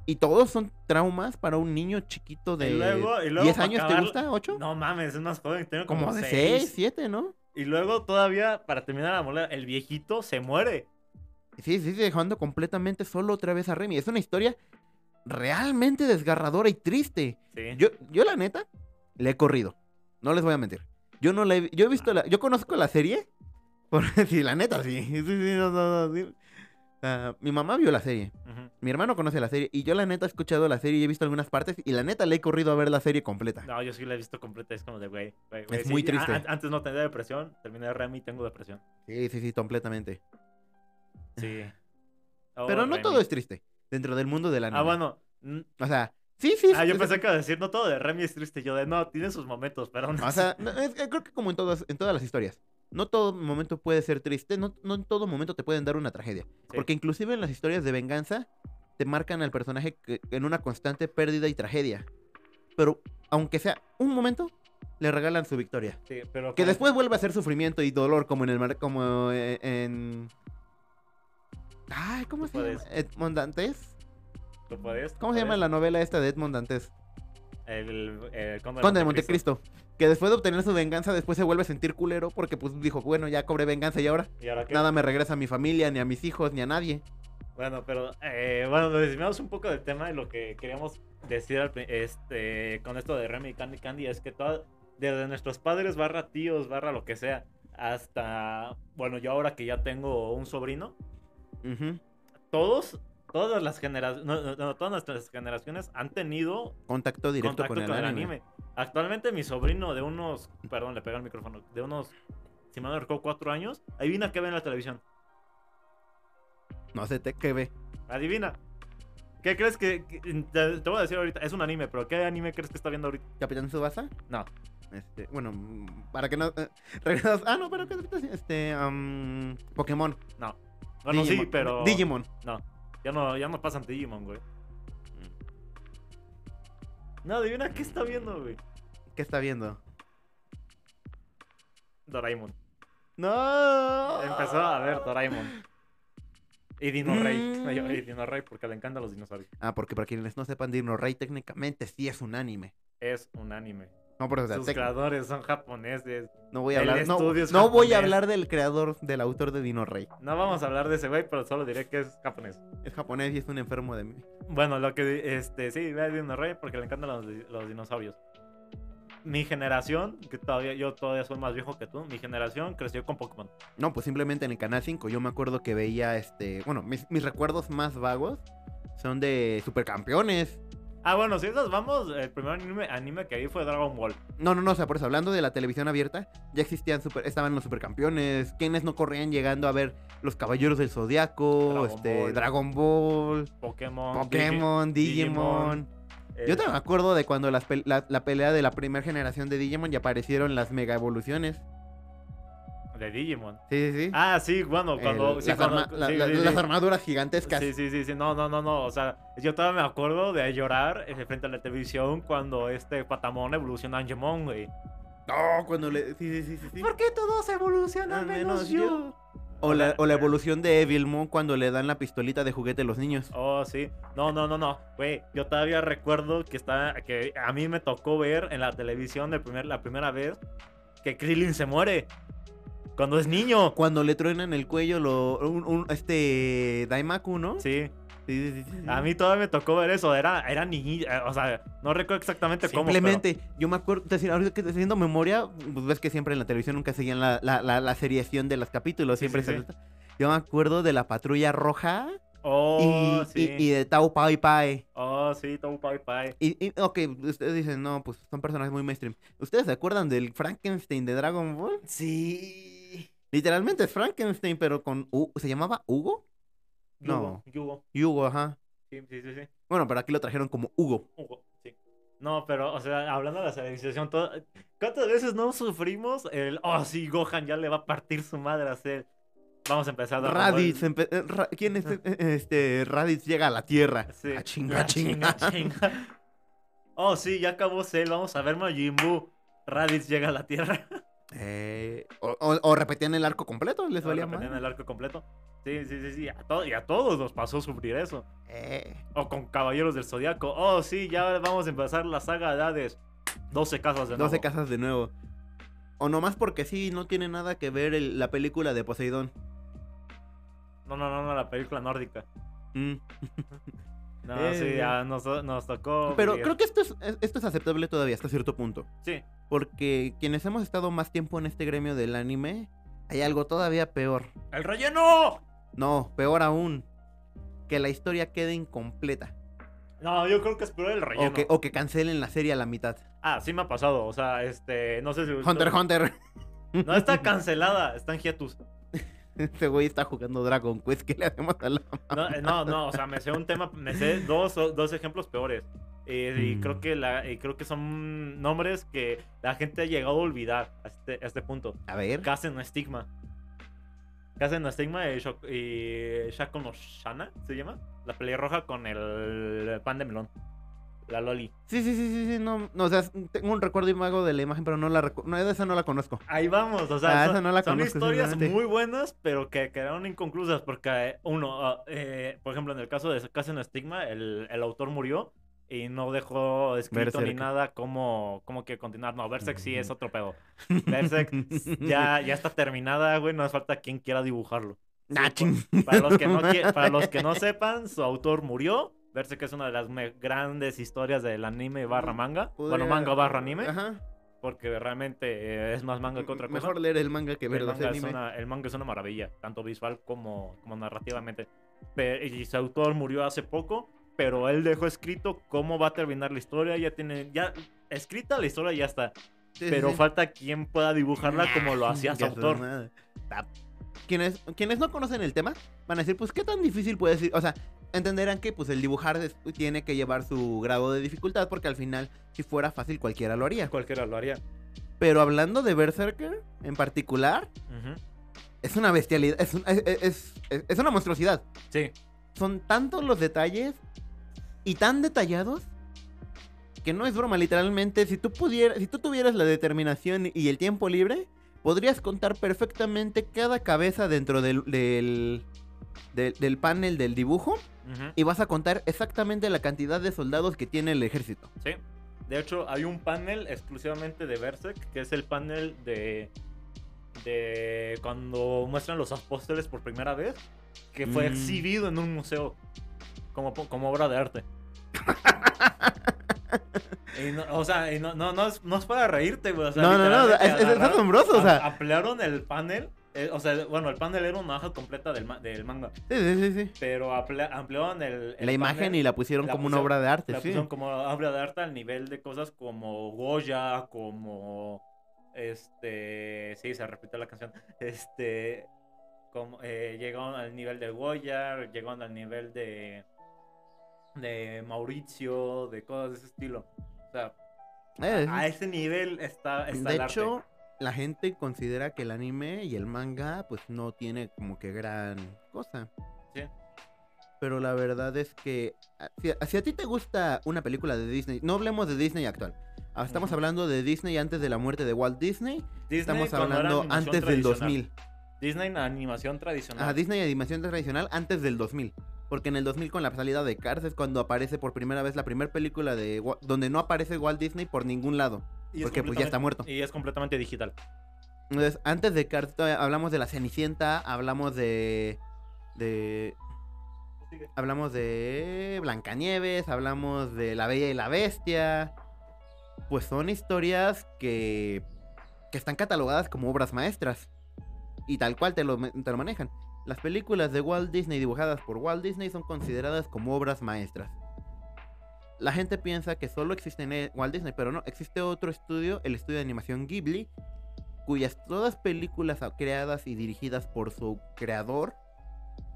B: Y todos son traumas para un niño chiquito de
A: Y luego- y luego
B: 10
A: para
B: años, ¿te
A: acabar-
B: gusta? ¿8?
A: No mames, es más joven, tiene
B: como,
A: como,
B: de 6,
A: seis.
B: 7, ¿no?
A: Y luego todavía, para terminar la mola, el viejito se muere.
B: Sí, sí, sí, dejando completamente solo otra vez a Remy. Es una historia realmente desgarradora y triste.
A: Sí.
B: Yo, yo la neta, le he corrido. No les voy a mentir. Yo no la he, yo he <laughs> visto la, yo conozco la serie. Por, sí, la neta, sí. Sí, sí, no, no, no, sí. ah, mi mamá vio la serie,
A: Ujú.
B: mi hermano conoce la serie, y yo la neta he escuchado la serie y he visto algunas partes, y la neta le he corrido a ver la serie completa.
A: No, yo sí la he visto completa, es como de, güey. güey, güey,
B: Es
A: sí,
B: muy
A: yo- a-
B: triste.
A: a- antes no tenía depresión, terminé Remy y tengo depresión.
B: Sí, sí, sí, completamente.
A: Sí.
B: <laughs>
A: Oh,
B: Pero no
A: Remy.
B: todo es triste dentro del mundo del anime.
A: Ah, bueno. mm,
B: O sea, sí, sí.
A: Ah, yo
B: es-
A: pensé que iba a decir, no todo de Remy es triste. Yo de, no, tiene sus momentos, pero no.
B: O sea, no, es- eh, creo que como en todas, en todas las historias. No todo momento puede ser triste, no, no en todo momento te pueden dar una tragedia. Porque inclusive en las historias de venganza te marcan al personaje que- en una constante pérdida y tragedia. Pero aunque sea un momento, le regalan su victoria.
A: <laughs> Sí, pero
B: Que
A: como-
B: después vuelve a ser sufrimiento y dolor como en el mar, como eh, en... Ay, ¿cómo
A: Tú
B: se llama?
A: puedes.
B: Edmond Dantes.
A: ¿Tú puedes?
B: ¿Cómo se llama la novela esta de Edmond Dantes?
A: El, el Conde,
B: Conde de Montecristo. Que después de obtener su venganza, después se vuelve a sentir culero porque pues dijo, bueno, ya cobré venganza y ahora
A: ¿Y ahora qué?
B: nada me regresa a mi familia, ni a mis hijos, ni a nadie.
A: Bueno, pero eh, bueno, nos desviamos un poco del tema de lo que queríamos decir al pri- este, con esto de Remy y Candy Candy. Es que todo, desde nuestros padres, barra tíos, barra lo que sea, hasta, bueno, yo ahora que ya tengo un sobrino,
B: Ujú.
A: todos, todas las generaciones, todas nuestras generaciones han tenido
B: Contacto directo
A: contacto
B: con, el, anime.
A: Actualmente mi sobrino de unos, perdón, le pega el micrófono, de unos, si mal no recuerdo, cuatro años, adivina qué ve en la televisión.
B: No sé te qué ve.
A: Adivina. ¿Qué crees que, que- te, te voy a decir ahorita? Es un anime, pero ¿qué anime crees que está viendo ahorita?
B: Capitán Subasa.
A: No.
B: Este, bueno, mm, para que no eh, <laughs> regresas. Ah, no, pero Capitán Tsubasa, este am, Pokémon.
A: Bueno,
B: Digimon.
A: sí, pero
B: Digimon.
A: no. Ya no ya no pasan Digimon, güey. No, adivina qué está viendo, güey.
B: ¿Qué está viendo?
A: Doraemon.
B: No.
A: Empezó a ver Doraemon. Y Dino Rey.
B: Mm.
A: Y Dino Rey porque le encantan los dinosaurios.
B: Ah, porque para quienes no sepan, Dino Rey técnicamente sí es un anime.
A: Es un anime.
B: No, pero o sea,
A: Sus
B: tec-
A: creadores son japoneses.
B: no voy a
A: el
B: hablar. No,
A: estudio es
B: no voy
A: japonés.
B: a hablar del creador, del autor de Dino Rey.
A: No vamos a hablar de ese güey, pero solo diré que es japonés.
B: Es japonés y es un enfermo de mí.
A: Bueno, lo que este sí, ve a Dino Rey porque le encantan los, di- los dinosaurios. Mi generación, que todavía yo todavía soy más viejo que tú, mi generación creció con Pokémon.
B: No, pues simplemente en el Canal 5 yo me acuerdo que veía este... Bueno, mis, mis recuerdos más vagos son de supercampeones.
A: Ah, bueno, si esas vamos, el primer anime, anime que vi fue Dragon Ball.
B: No, no, no, o sea, por eso, hablando de la televisión abierta, ya existían super... Estaban los supercampeones, quienes no corrían llegando a ver los Caballeros del Zodiaco,
A: Dragon
B: este,
A: Ball.
B: Dragon Ball,
A: Pokémon.
B: Pokémon, Digimon...
A: Digi- eh,
B: Yo también me acuerdo de cuando las pel- la, la pelea de la primera generación de Digimon y aparecieron las mega evoluciones.
A: De Digimon.
B: Sí, sí, sí.
A: Ah, sí, bueno, cuando.
B: El-
A: sí,
B: las,
A: cuando-
B: arma- la-
A: sí,
B: la-
A: sí, sí.
B: las armaduras gigantescas.
A: Sí, sí, sí, sí, no, no, no, no, o sea, yo todavía me acuerdo de llorar eh, frente a la televisión cuando este Patamón evoluciona a Angemon, güey.
B: No, cuando le. Sí, sí, sí, sí. sí.
A: qué todos
B: Al
A: evolucionan
B: menos yo. O la, o la evolución de Evilmon cuando le dan la pistolita de juguete a los niños.
A: Oh, sí. No, no, no, no. Güey, yo todavía recuerdo que estaba, que a mí me tocó ver en la televisión el primer, la primera vez que Krillin se muere. Cuando es niño.
B: Cuando le truenan el cuello lo, un, un- este Daimaku, ¿no? Ah,
A: Sí.
B: sí, sí, sí, sí.
A: A mí todavía me tocó ver eso. Era, era niñita. O sea, no recuerdo exactamente cómo. pero-
B: Simplemente, yo me acuerdo, es decir, ahorita que estoy haciendo memoria, pues ves que siempre en la televisión nunca seguían la, la, la, la seriación de los capítulos,
A: Sí,
B: siempre
A: sí,
B: se-
A: sí.
B: Yo me acuerdo de la patrulla roja
A: Oh,
B: y,
A: sí.
B: y- y de Tau Pai Pai.
A: Oh, sí, Tom Pai Pai.
B: Y, y, ok, ustedes dicen, no, pues son personajes muy mainstream. ¿Ustedes se acuerdan del Frankenstein de Dragon Ball?
A: Sí.
B: Literalmente es Frankenstein, pero con... Hu- ¿Se llamaba Hugo?
A: Yugo.
B: No.
A: Yugo.
B: Hugo, ajá.
A: Sí, sí, sí. sí.
B: Bueno, pero aquí lo trajeron como Hugo.
A: Hugo, sí. No, pero, o sea, hablando de la serialización, todo- ¿cuántas veces no sufrimos el, oh, sí, Gohan ya le va a partir su madre a Cell? Vamos a empezar Ah, Dragon Ball. Ah.
B: Raditz, empe- eh, Ra- ¿quién es? eh, eh, Este, Raditz llega a la Tierra.
A: Sí.
B: em,
A: Ah,
B: A chinga, chinga.
A: chinga. Oh, sí, ya acabó Cell, vamos a ver Majin Buu. Raditz llega a la Tierra.
B: Eh, o, o- o repetían el arco completo, <laughs> les valía
A: Repetían
B: más.
A: el arco completo. Sí, sí, sí, sí. A to- y a todos nos pasó sufrir eso.
B: Eh,
A: O con Caballeros del Zodiaco. Oh, sí, ya vamos a empezar la saga de Hades. 12 casas de nuevo.
B: 12 casas de nuevo. O nomás porque sí, no tiene nada que ver el- la película de Poseidón.
A: No, no, no, no, la película nórdica.
B: Mm.
A: No,
B: Eh,
A: sí,
B: eh.
A: ya nos, nos tocó.
B: Pero
A: vivir.
B: creo que esto es, es- esto es aceptable todavía hasta cierto punto.
A: Sí,
B: Porque quienes hemos estado más tiempo en este gremio del anime, hay algo todavía peor.
A: ¡El relleno!
B: No, peor aún. que la historia quede incompleta.
A: No, Ah, yo creo que es peor el relleno.
B: O que, o que cancelen la serie a la mitad.
A: Ah, sí me ha pasado. O sea, este. No sé si.
B: Hunter, Hunter. <laughs>
A: No está cancelada, está en hiatus.
B: Este güey está jugando Dragon Quest. ¿Qué le hacemos a la
A: No, eh, no, no, o sea, me sé un tema, me sé dos, dos ejemplos peores. Eh, Y,
B: Mm.
A: creo que la, y creo que son nombres que la gente ha llegado a olvidar a este, a este punto.
B: A ver.
A: Kasen no estigma. Kasen no estigma y, Shok- y Shako no Shana, ¿se llama? La pelirroja con el pan de melón. La loli.
B: Sí, sí, sí, sí, sí, no, no, o sea, tengo un recuerdo imago de la imagen, pero no la recu- no, esa no la conozco.
A: Ahí vamos, o
B: Ah,
A: sea,
B: esa
A: son,
B: no la
A: son
B: conozco,
A: historias
B: sinceramente.
A: muy buenas, pero que quedaron inconclusas porque eh, uno, ah, eh, por ejemplo, en el caso de Casa en Estigma, el, el autor murió y no dejó escrito ni
B: Berserk.
A: nada como, como que continuar. No, Berserk sí es
B: Ujú.
A: otro
B: <laughs>
A: pedo. Berserk ya, ya está terminada, güey, no hace falta quien quiera dibujarlo.
B: Nah, ching.
A: pues, Para los que no, qui- para los que no sepan, su autor murió. Berserk es una de las me- grandes historias del anime barra manga. Bueno,
B: <laughs> Podría-
A: manga barra anime,
B: Ajá.
A: porque realmente eh, es más manga que otra cosa.
B: Mejor leer el manga que ver
A: El
B: los
A: manga, es
B: anime.
A: una, el manga es una maravilla, tanto visual como, como narrativamente. Pe- y su autor murió hace poco, pero él dejó escrito cómo va a terminar la historia. Ya tiene, ya escrita la historia ya está,
B: Sí, sí,
A: pero
B: sí.
A: falta quien pueda dibujarla como lo hacía su
B: Ya su
A: autor.
B: madre. Ta- Quienes, quienes no conocen el tema van a decir, pues, ¿qué tan difícil puede ser? O sea, entenderán que pues el dibujar es- tiene que llevar su grado de dificultad porque al final, si fuera fácil, cualquiera lo haría.
A: Cualquiera lo haría.
B: Pero hablando de Berserker en particular,
A: Ujú.
B: es una bestialidad, es, un- es- es- es- es una monstruosidad.
A: Sí,
B: Son tantos los detalles y tan detallados que no es broma, literalmente, si tú pudieras, si tú tuvieras la determinación y el tiempo libre, podrías contar perfectamente cada cabeza dentro del, del, del- del panel del dibujo
A: ujú,
B: y vas a contar exactamente la cantidad de soldados que tiene el ejército.
A: sí. De hecho, hay un panel exclusivamente de Berserk, que es el panel de, de cuando muestran los apóstoles por primera vez, que fue
B: Mm.
A: exhibido en un museo como, po- como obra de
B: <laughs>
A: arte. Y no- o sea, y no, no, no, es, no es para reírte, güey. o sea,
B: no, no, no, es,
A: literalmente
B: es- es
A: agarraron-
B: asombroso, o sea.
A: a- ampliaron el panel. eh, o sea, bueno, el panel era una hoja completa del, ma- del manga,
B: Sí, sí, sí, sí.
A: pero apla- ampliaron el, el
B: La imagen
A: panel.
B: y la pusieron
A: la
B: como una
A: pusieron-
B: obra de arte,
A: La
B: sí.
A: pusieron pues, como obra de arte al nivel de cosas como Goya, como este, sí, se repite la canción, este, como eh, llegaron al nivel de Goya, llegaron al nivel de de Mauricio, de cosas de ese estilo. O sea,
B: Eh, sí.
A: a ese nivel está, está
B: de
A: el arte.
B: hecho, la gente considera que el anime y el manga pues no tiene como que gran cosa.
A: Sí.
B: Pero la verdad es que a- si, a- si a ti te gusta una película de Disney, no hablemos de Disney actual. Ah, Estamos
A: Ujú.
B: hablando de Disney antes de la muerte de Walt Disney.
A: Disney
B: Estamos
A: cuando era
B: hablando
A: animación
B: antes del Ah,
A: tradicional.
B: 2000.
A: Disney animación tradicional.
B: A Disney animación tradicional antes del 2000. Porque en el 2000 con la salida de Cars es cuando aparece por primera vez la primera película de Wa- donde no aparece Walt Disney por ningún lado.
A: Y es
B: Porque pues ya está
A: completamente-
B: muerto.
A: Y es completamente digital.
B: Entonces, antes de Cars, todavía hablamos de la Cenicienta, hablamos de. de. Hablamos de Blancanieves, hablamos de La Bella y la Bestia. Pues son historias que. que están catalogadas como obras maestras. Y tal cual te lo, ma- te lo manejan. Las películas de Walt Disney dibujadas por Walt Disney son consideradas como obras maestras. La gente piensa que solo existe en eh, Walt Disney, pero no, existe otro estudio, el estudio de animación Ghibli, cuyas todas películas a- creadas y dirigidas por su creador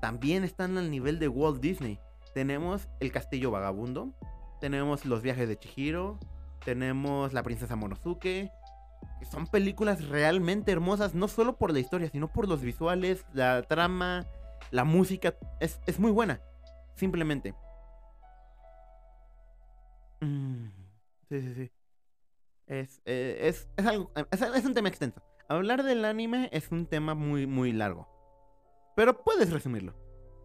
B: también están al nivel de Walt Disney. Tenemos El Castillo Vagabundo, tenemos Los Viajes de Chihiro, tenemos La Princesa Monosuke. que Son películas realmente hermosas, no solo por la historia, sino por los visuales, la trama, la música. Es, es muy buena, simplemente. Mm, sí, sí, sí. Es, eh, es, es algo, es, es un tema extenso. Hablar del anime es un tema muy, muy largo. Pero puedes resumirlo.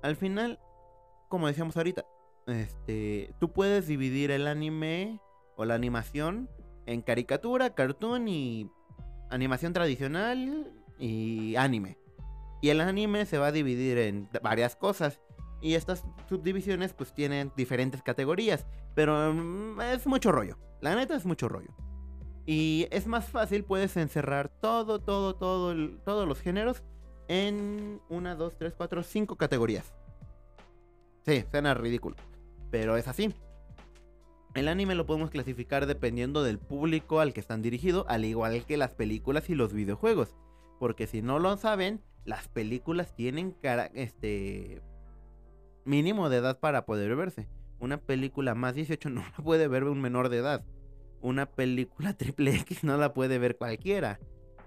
B: Al final, como decíamos ahorita, este, tú puedes dividir el anime o la animación en caricatura, cartoon y animación tradicional y anime. Y el anime se va a dividir en varias cosas. Y estas subdivisiones pues tienen diferentes categorías. Pero mm, es mucho rollo. La neta es mucho rollo. Y es más fácil, puedes encerrar todo, todo, todo, el- todos los géneros en una, dos, tres, cuatro, cinco categorías. Sí, suena ridículo. Pero es así. El anime lo podemos clasificar dependiendo del público al que están dirigidos, al igual que las películas y los videojuegos. Porque si no lo saben, las películas tienen cara este mínimo de edad para poder verse. Una película más 18 <laughs> no la puede ver un menor de edad. Una película <laughs> triple X no la puede ver cualquiera.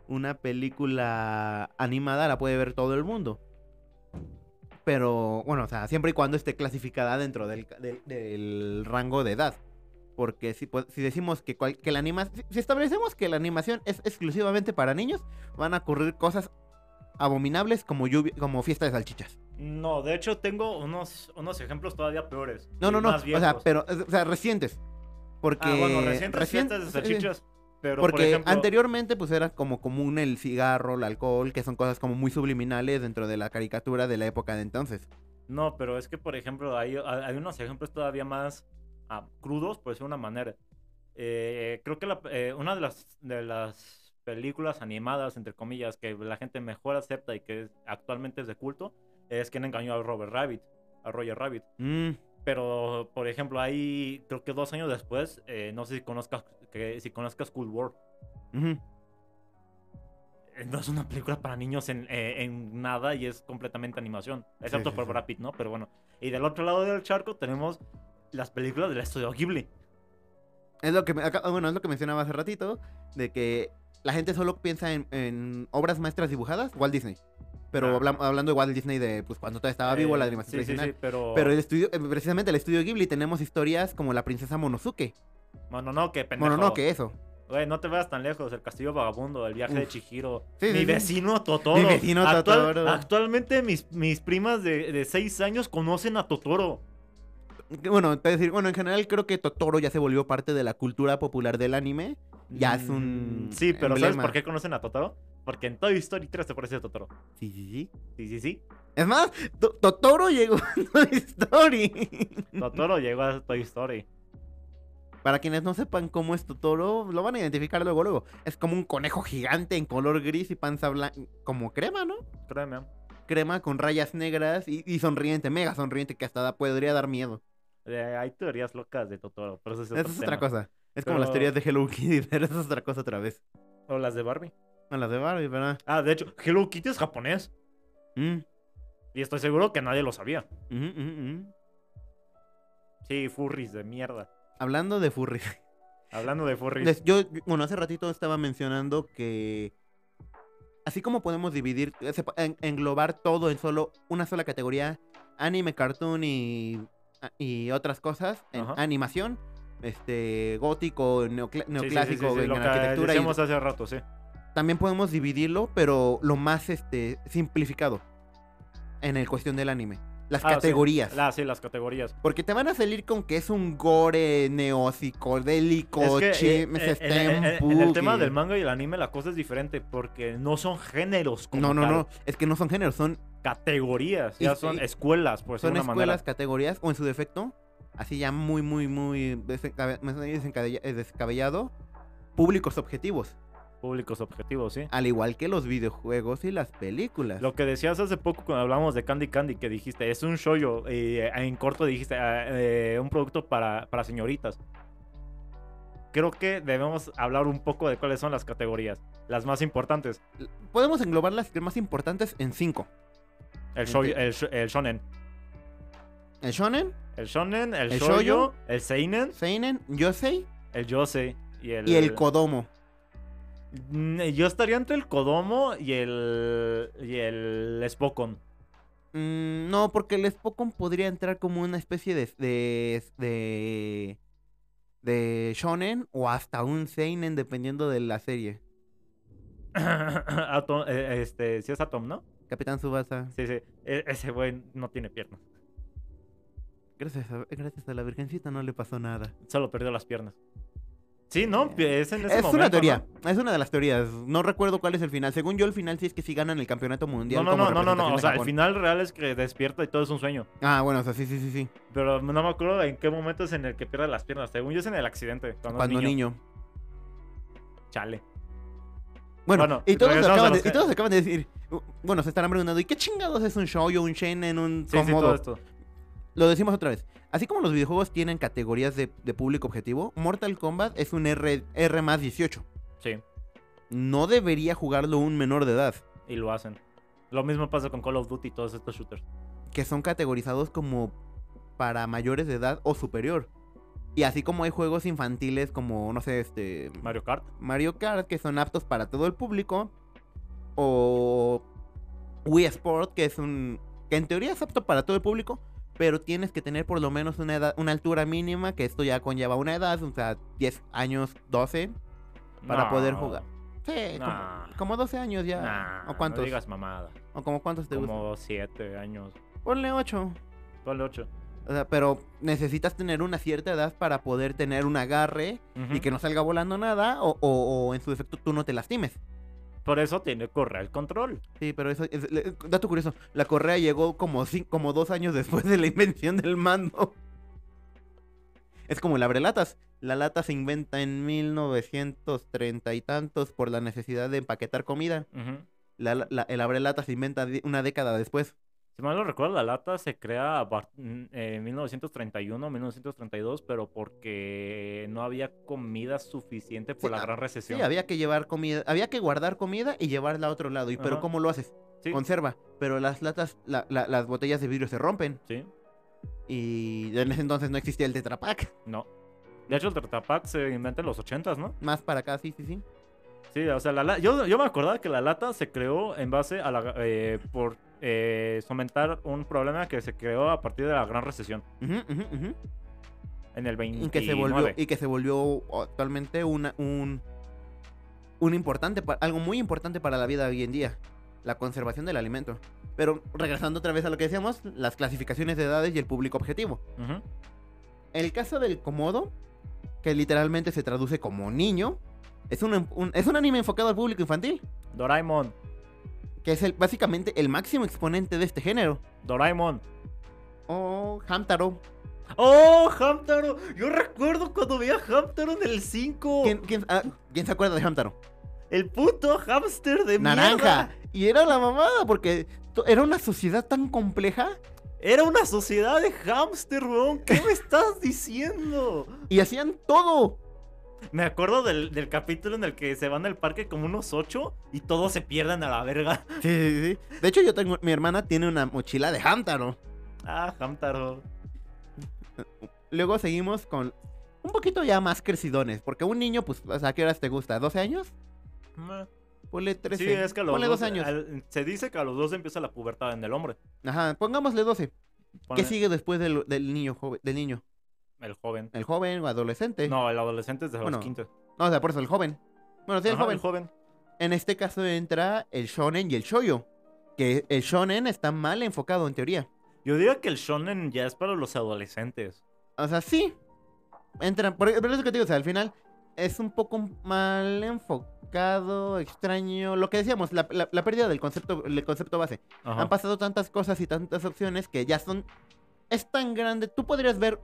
B: Una película animada la puede ver todo el mundo. Pero bueno, o sea, siempre y cuando esté clasificada dentro del, del- del rango de edad. Porque si, pues, si decimos que, cual- que la anima- si- si establecemos que la animación es exclusivamente para niños, van a ocurrir cosas abominables como lluvia, como fiesta de salchichas.
A: No, de hecho tengo unos, unos ejemplos todavía peores.
B: No,
A: y
B: no, no.
A: más
B: O sea,
A: viejos.
B: pero, o sea, recientes. Porque.
A: Ah, bueno, recientes
B: recien-
A: fiestas de
B: sí,
A: salchichas. Pero,
B: Porque
A: por ejemplo,
B: anteriormente, pues era como común el cigarro, el alcohol, que son cosas como muy subliminales dentro de la caricatura de la época de entonces.
A: No, pero es que, por ejemplo, hay, hay unos ejemplos todavía más ah, crudos, por decirlo de una manera. Eh, creo que la- eh, una de las, de las películas animadas, entre comillas, que la gente mejor acepta y que es- actualmente es de culto, es quien engañó a Robert Rabbit, a Roger Rabbit.
B: Mm,
A: Pero, por ejemplo, ahí, creo que dos años después, eh, no sé si conozcas, que, si conozcas Cool World.
B: ujú.
A: Eh, No es una película para niños en, eh, en nada y es completamente animación. Excepto
B: sí,
A: por
B: sí.
A: Brad Pitt, ¿no? Pero bueno. Y del otro lado del charco tenemos las películas del estudio Ghibli.
B: Es lo que me- acá- bueno, es lo que mencionaba hace ratito, de que la gente solo piensa en, en obras maestras dibujadas, Walt Disney. Pero
A: Ah.
B: hablam- hablando de Walt Disney de pues cuando todavía estaba vivo
A: Eh,
B: la animación
A: sí, sí,
B: tradicional.
A: sí, Oh. pero...
B: Pero el estudio, eh, precisamente el estudio Ghibli tenemos historias como la princesa Monosuke.
A: Bueno, no, que pendejo.
B: Bueno, no, que eso.
A: Güey, no te veas tan lejos. El castillo vagabundo, el viaje de
B: Uf.
A: Chihiro.
B: Sí, sí,
A: mi
B: sí.
A: vecino Totoro.
B: Mi vecino Totoro.
A: Actualmente mis, mis primas de, de seis años conocen a Totoro.
B: Que, Bueno, es decir, bueno, en general creo que Totoro ya se volvió parte de la cultura popular del anime. Ya es un
A: Mm, Sí, pero ¿sabes
B: emblema.
A: por qué conocen a Totoro? Porque en Toy Story 3 se parece a Totoro.
B: Sí, sí, sí.
A: Sí, sí, sí.
B: Es más, To- Totoro llegó <laughs> a Toy Story.
A: Totoro <laughs> llegó a Toy Story.
B: Para quienes no sepan cómo es Totoro, lo van a identificar luego, luego. Es como un conejo gigante en color gris y panza blanca, como crema, ¿no?
A: Créeme.
B: Crema con rayas negras y, y sonriente, mega sonriente, que hasta da- podría dar miedo.
A: Eh, hay teorías locas de Totoro, pero eso es,
B: Esa
A: otro
B: es otra
A: tema.
B: cosa. Es como las
A: Pero-
B: teorías de Hello Kitty, <laughs> pero esa es otra cosa otra vez.
A: O las de Barbie.
B: No, las de Barbie, ¿verdad?
A: Ah, de hecho, Hello Kitty es japonés.
B: Mm,
A: Y estoy seguro que nadie lo sabía.
B: ujú, ujú, ujú.
A: Sí, furries de mierda.
B: Hablando de furries.
A: Hablando de furries.
B: Les- yo, yo- bueno, hace ratito estaba mencionando que así como podemos dividir, eh, sepa- en- englobar todo en solo una sola categoría, anime, cartoon y, a- y otras cosas, en
A: Ajá.
B: animación, este gótico, neocla-
A: Sí, sí, sí,
B: neoclásico,
A: sí, sí,
B: en
A: lo que
B: arquitectura, y
A: decíamos hace rato, sí. Ah,
B: también podemos dividirlo, pero lo más este simplificado en el cuestión del anime, las
A: Ah, sí.
B: categorías.
A: Ah, sí, las categorías.
B: Porque te van a salir con que es un gore neopsicodélico,
A: Es que, eh,
B: chismes,
A: eh, en, en- en- en el
B: steampunk,
A: tema
B: y-
A: del manga y el anime la cosa es diferente porque no son géneros como
B: No, no,
A: tal,
B: no. Es que no son géneros, son,
A: categorías,
B: Y-
A: ya son
B: y-
A: escuelas, por
B: son
A: decirlo de
B: escuelas,
A: una manera.
B: categorías, o en su defecto, así ya muy, muy, muy desencabe- más desencadella- eh, descabellado, públicos objetivos.
A: Públicos objetivos, sí.
B: Al igual que los videojuegos y las películas.
A: Lo que decías hace poco cuando hablamos de Candy Candy, que dijiste, es un shoyo, y eh, en corto dijiste, ah, eh, un producto para, para señoritas. Creo que debemos hablar un poco de cuáles son las categorías, las más importantes.
B: Podemos englobar las más importantes en cinco.
A: El, shoujo-
B: Ok.
A: el, sh- el shonen.
B: El shonen,
A: El shonen, el,
B: El
A: shoujo,
B: shoujo.
A: el seinen,
B: seinen, yosei
A: el yosei y el...
B: y el kodomo.
A: Mm, Yo estaría entre el Kodomo y el. y el Spokon.
B: Mm, no, porque el Spokon podría entrar como una especie de, de, de, de shonen o hasta un seinen dependiendo de la serie.
A: <coughs> Atom- eh, este, sí es Atom, ¿no?
B: Capitán Subasa.
A: Sí, sí. E- ese güey no tiene piernas.
B: Gracias a, gracias a la Virgencita no le pasó nada.
A: Solo perdió las piernas. Sí, ¿no? Es en ese
B: es
A: momento,
B: una
A: ¿no?
B: teoría, es una de las teorías. No recuerdo cuál es el final. Según yo, el final sí es que sí ganan el campeonato
A: No,
B: mundial.
A: no,
B: como
A: no, no, no, no.
B: representación
A: O
B: de
A: sea, el
B: Japón.
A: final real es que despierta y todo es un sueño.
B: Ah, bueno, o sea, sí, sí, sí, sí.
A: Pero no me acuerdo en qué momento es en el que pierde las piernas. Según yo es en el accidente. Cuando, es
B: Cuando
A: niño.
B: niño.
A: Chale.
B: Bueno,
A: Bueno,
B: y, todos
A: regresamos a
B: acaban de, "Uh,
A: los
B: y todos acaban de decir. u- Bueno, se estarán preguntando, ¿y qué chingados es un show o un shonen, un
A: Sí, sí,
B: cómodo?
A: todo esto.
B: lo decimos otra vez. Así como los videojuegos tienen categorías de, de público objetivo, Mortal Kombat es un R, R más 18.
A: Sí,
B: No debería jugarlo un menor de edad,
A: y lo hacen. Lo mismo pasa con Call of Duty y todos estos shooters.
B: que son categorizados como para mayores de edad o superior. Y así como hay juegos infantiles como, no sé, este...
A: Mario Kart.
B: Mario Kart, que son aptos para todo el público. O Wii Sport, que es un. que en teoría es apto para todo el público. Pero tienes que tener por lo menos una edad, una altura mínima, que esto ya conlleva una edad, o sea, 10 años, 12. Para poder jugar. Sí, como-
A: Nah.
B: como, 12 años ya.
A: Nah,
B: ¿O cuántos?
A: No digas mamada.
B: ¿O como cuántos te gustan?
A: Como siete años.
B: Ponle 8.
A: Ponle ocho.
B: O sea, pero necesitas tener una cierta edad para poder tener un agarre y
A: Ujú.
B: que no salga volando nada, o, o- o en su defecto tú no te lastimes.
A: Por eso tiene correa el control.
B: Sí, pero eso es, le- dato curioso, la correa llegó como cin- como dos años después de la invención del mando. Es como el abrelatas. La lata se inventa en 1930 y tantos por la necesidad de empaquetar comida.
A: Ujú.
B: La, la- el abrelatas se inventa di- una década después.
A: Si mal no recuerdo, la lata se crea mm, en 1931, 1932, pero porque no había comida suficiente por
B: Sí,
A: la
B: ah,
A: gran
B: Sí,
A: recesión.
B: había que llevar comida, había que guardar comida y llevarla a otro lado. ¿Y pero
A: Ajá.
B: cómo lo haces?
A: Sí,
B: Conserva. Pero las latas, la- la- las botellas de vidrio se rompen
A: sí,
B: y en ese entonces no existía el tetrapack.
A: no. De hecho, el Tetrapack se inventa en los 80s, ¿no?
B: Más para acá, sí, sí, sí.
A: Sí, o sea, la, la- yo, yo me acordaba que la lata se creó en base a la... eh, por eh, fomentar un problema que se creó a partir de la gran recesión
B: Ujú, ujú, ujú.
A: en el 29.
B: y que se volvió y que se volvió actualmente una un un importante pa- algo muy importante para la vida hoy en día la conservación del alimento pero regresando otra vez a lo que decíamos las clasificaciones de edades y el público objetivo
A: Ujú.
B: el caso del comodo que literalmente se traduce como niño es un, un- es un anime enfocado al público infantil
A: Doraemon,
B: que es el, básicamente el máximo exponente de este género
A: Doraemon.
B: o Hamtaro
A: ¡Oh, Hamtaro! Yo recuerdo cuando veía a Hamtaro en el 5.
B: ¿Quién, quién- ah, ¿quién se acuerda de Hamtaro?
A: El puto hamster de
B: naranja.
A: mierda.
B: Y era la mamada, porque to- era una sociedad tan compleja.
A: Era una sociedad de hamster, weón. ¿Qué me estás diciendo?
B: Y hacían todo.
A: Me acuerdo del, del capítulo en el que se van al parque como unos ocho y todos se pierden a la verga. <laughs>
B: Sí, sí, sí. De hecho, yo tengo. Mi hermana tiene una mochila de Hamtaro.
A: Ah, Hamtaro.
B: Luego seguimos con. Un poquito ya más crecidones. Porque un niño, pues, ¿a qué horas te gusta? ¿12 años? Ponle 13.
A: Sí, es que a los
B: Ah, Ponle
A: dos,
B: 12 años.
A: al- se dice que a los dos empieza la pubertad en el hombre.
B: Ajá, pongámosle 12.
A: Ponle
B: ¿Qué sigue después del, del niño joven, del niño?
A: El joven.
B: ¿El joven o adolescente?
A: No, el adolescente es de los
B: Bueno,
A: 15.
B: No, o sea, por eso el joven. Bueno, sí, el
A: Ajá,
B: joven. En este caso entra el shonen y el shoyo. Que el shonen está mal enfocado en teoría.
A: Yo diría que el shonen ya es para los adolescentes.
B: O sea, sí. Entran. Por, pero es lo que te digo, o sea, al final es un poco mal enfocado, extraño. Lo que decíamos, la, la- la pérdida del concepto, el concepto base.
A: Ajá.
B: Han pasado tantas cosas y tantas opciones que ya son. Es tan grande. Tú podrías ver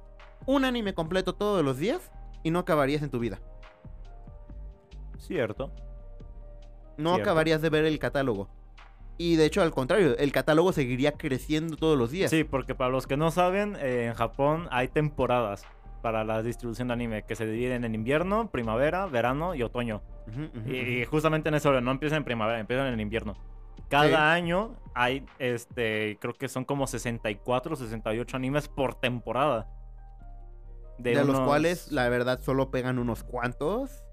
B: un anime completo todos los días y no acabarías en tu vida.
A: Cierto.
B: No
A: Cierto.
B: acabarías de ver el catálogo. Y de hecho, al contrario, el catálogo seguiría creciendo todos los días.
A: Sí, porque para los que no saben, eh, en Japón hay temporadas para la distribución de anime que se dividen en invierno, primavera, verano y otoño.
B: Ujú, ujú,
A: Y,
B: ujú.
A: y justamente en eso no empieza en primavera, empiezan en invierno. Cada
B: Sí.
A: año hay, este, creo que son como 64, 68 animes por temporada.
B: de los
A: unos-
B: cuales la verdad solo pegan unos cuantos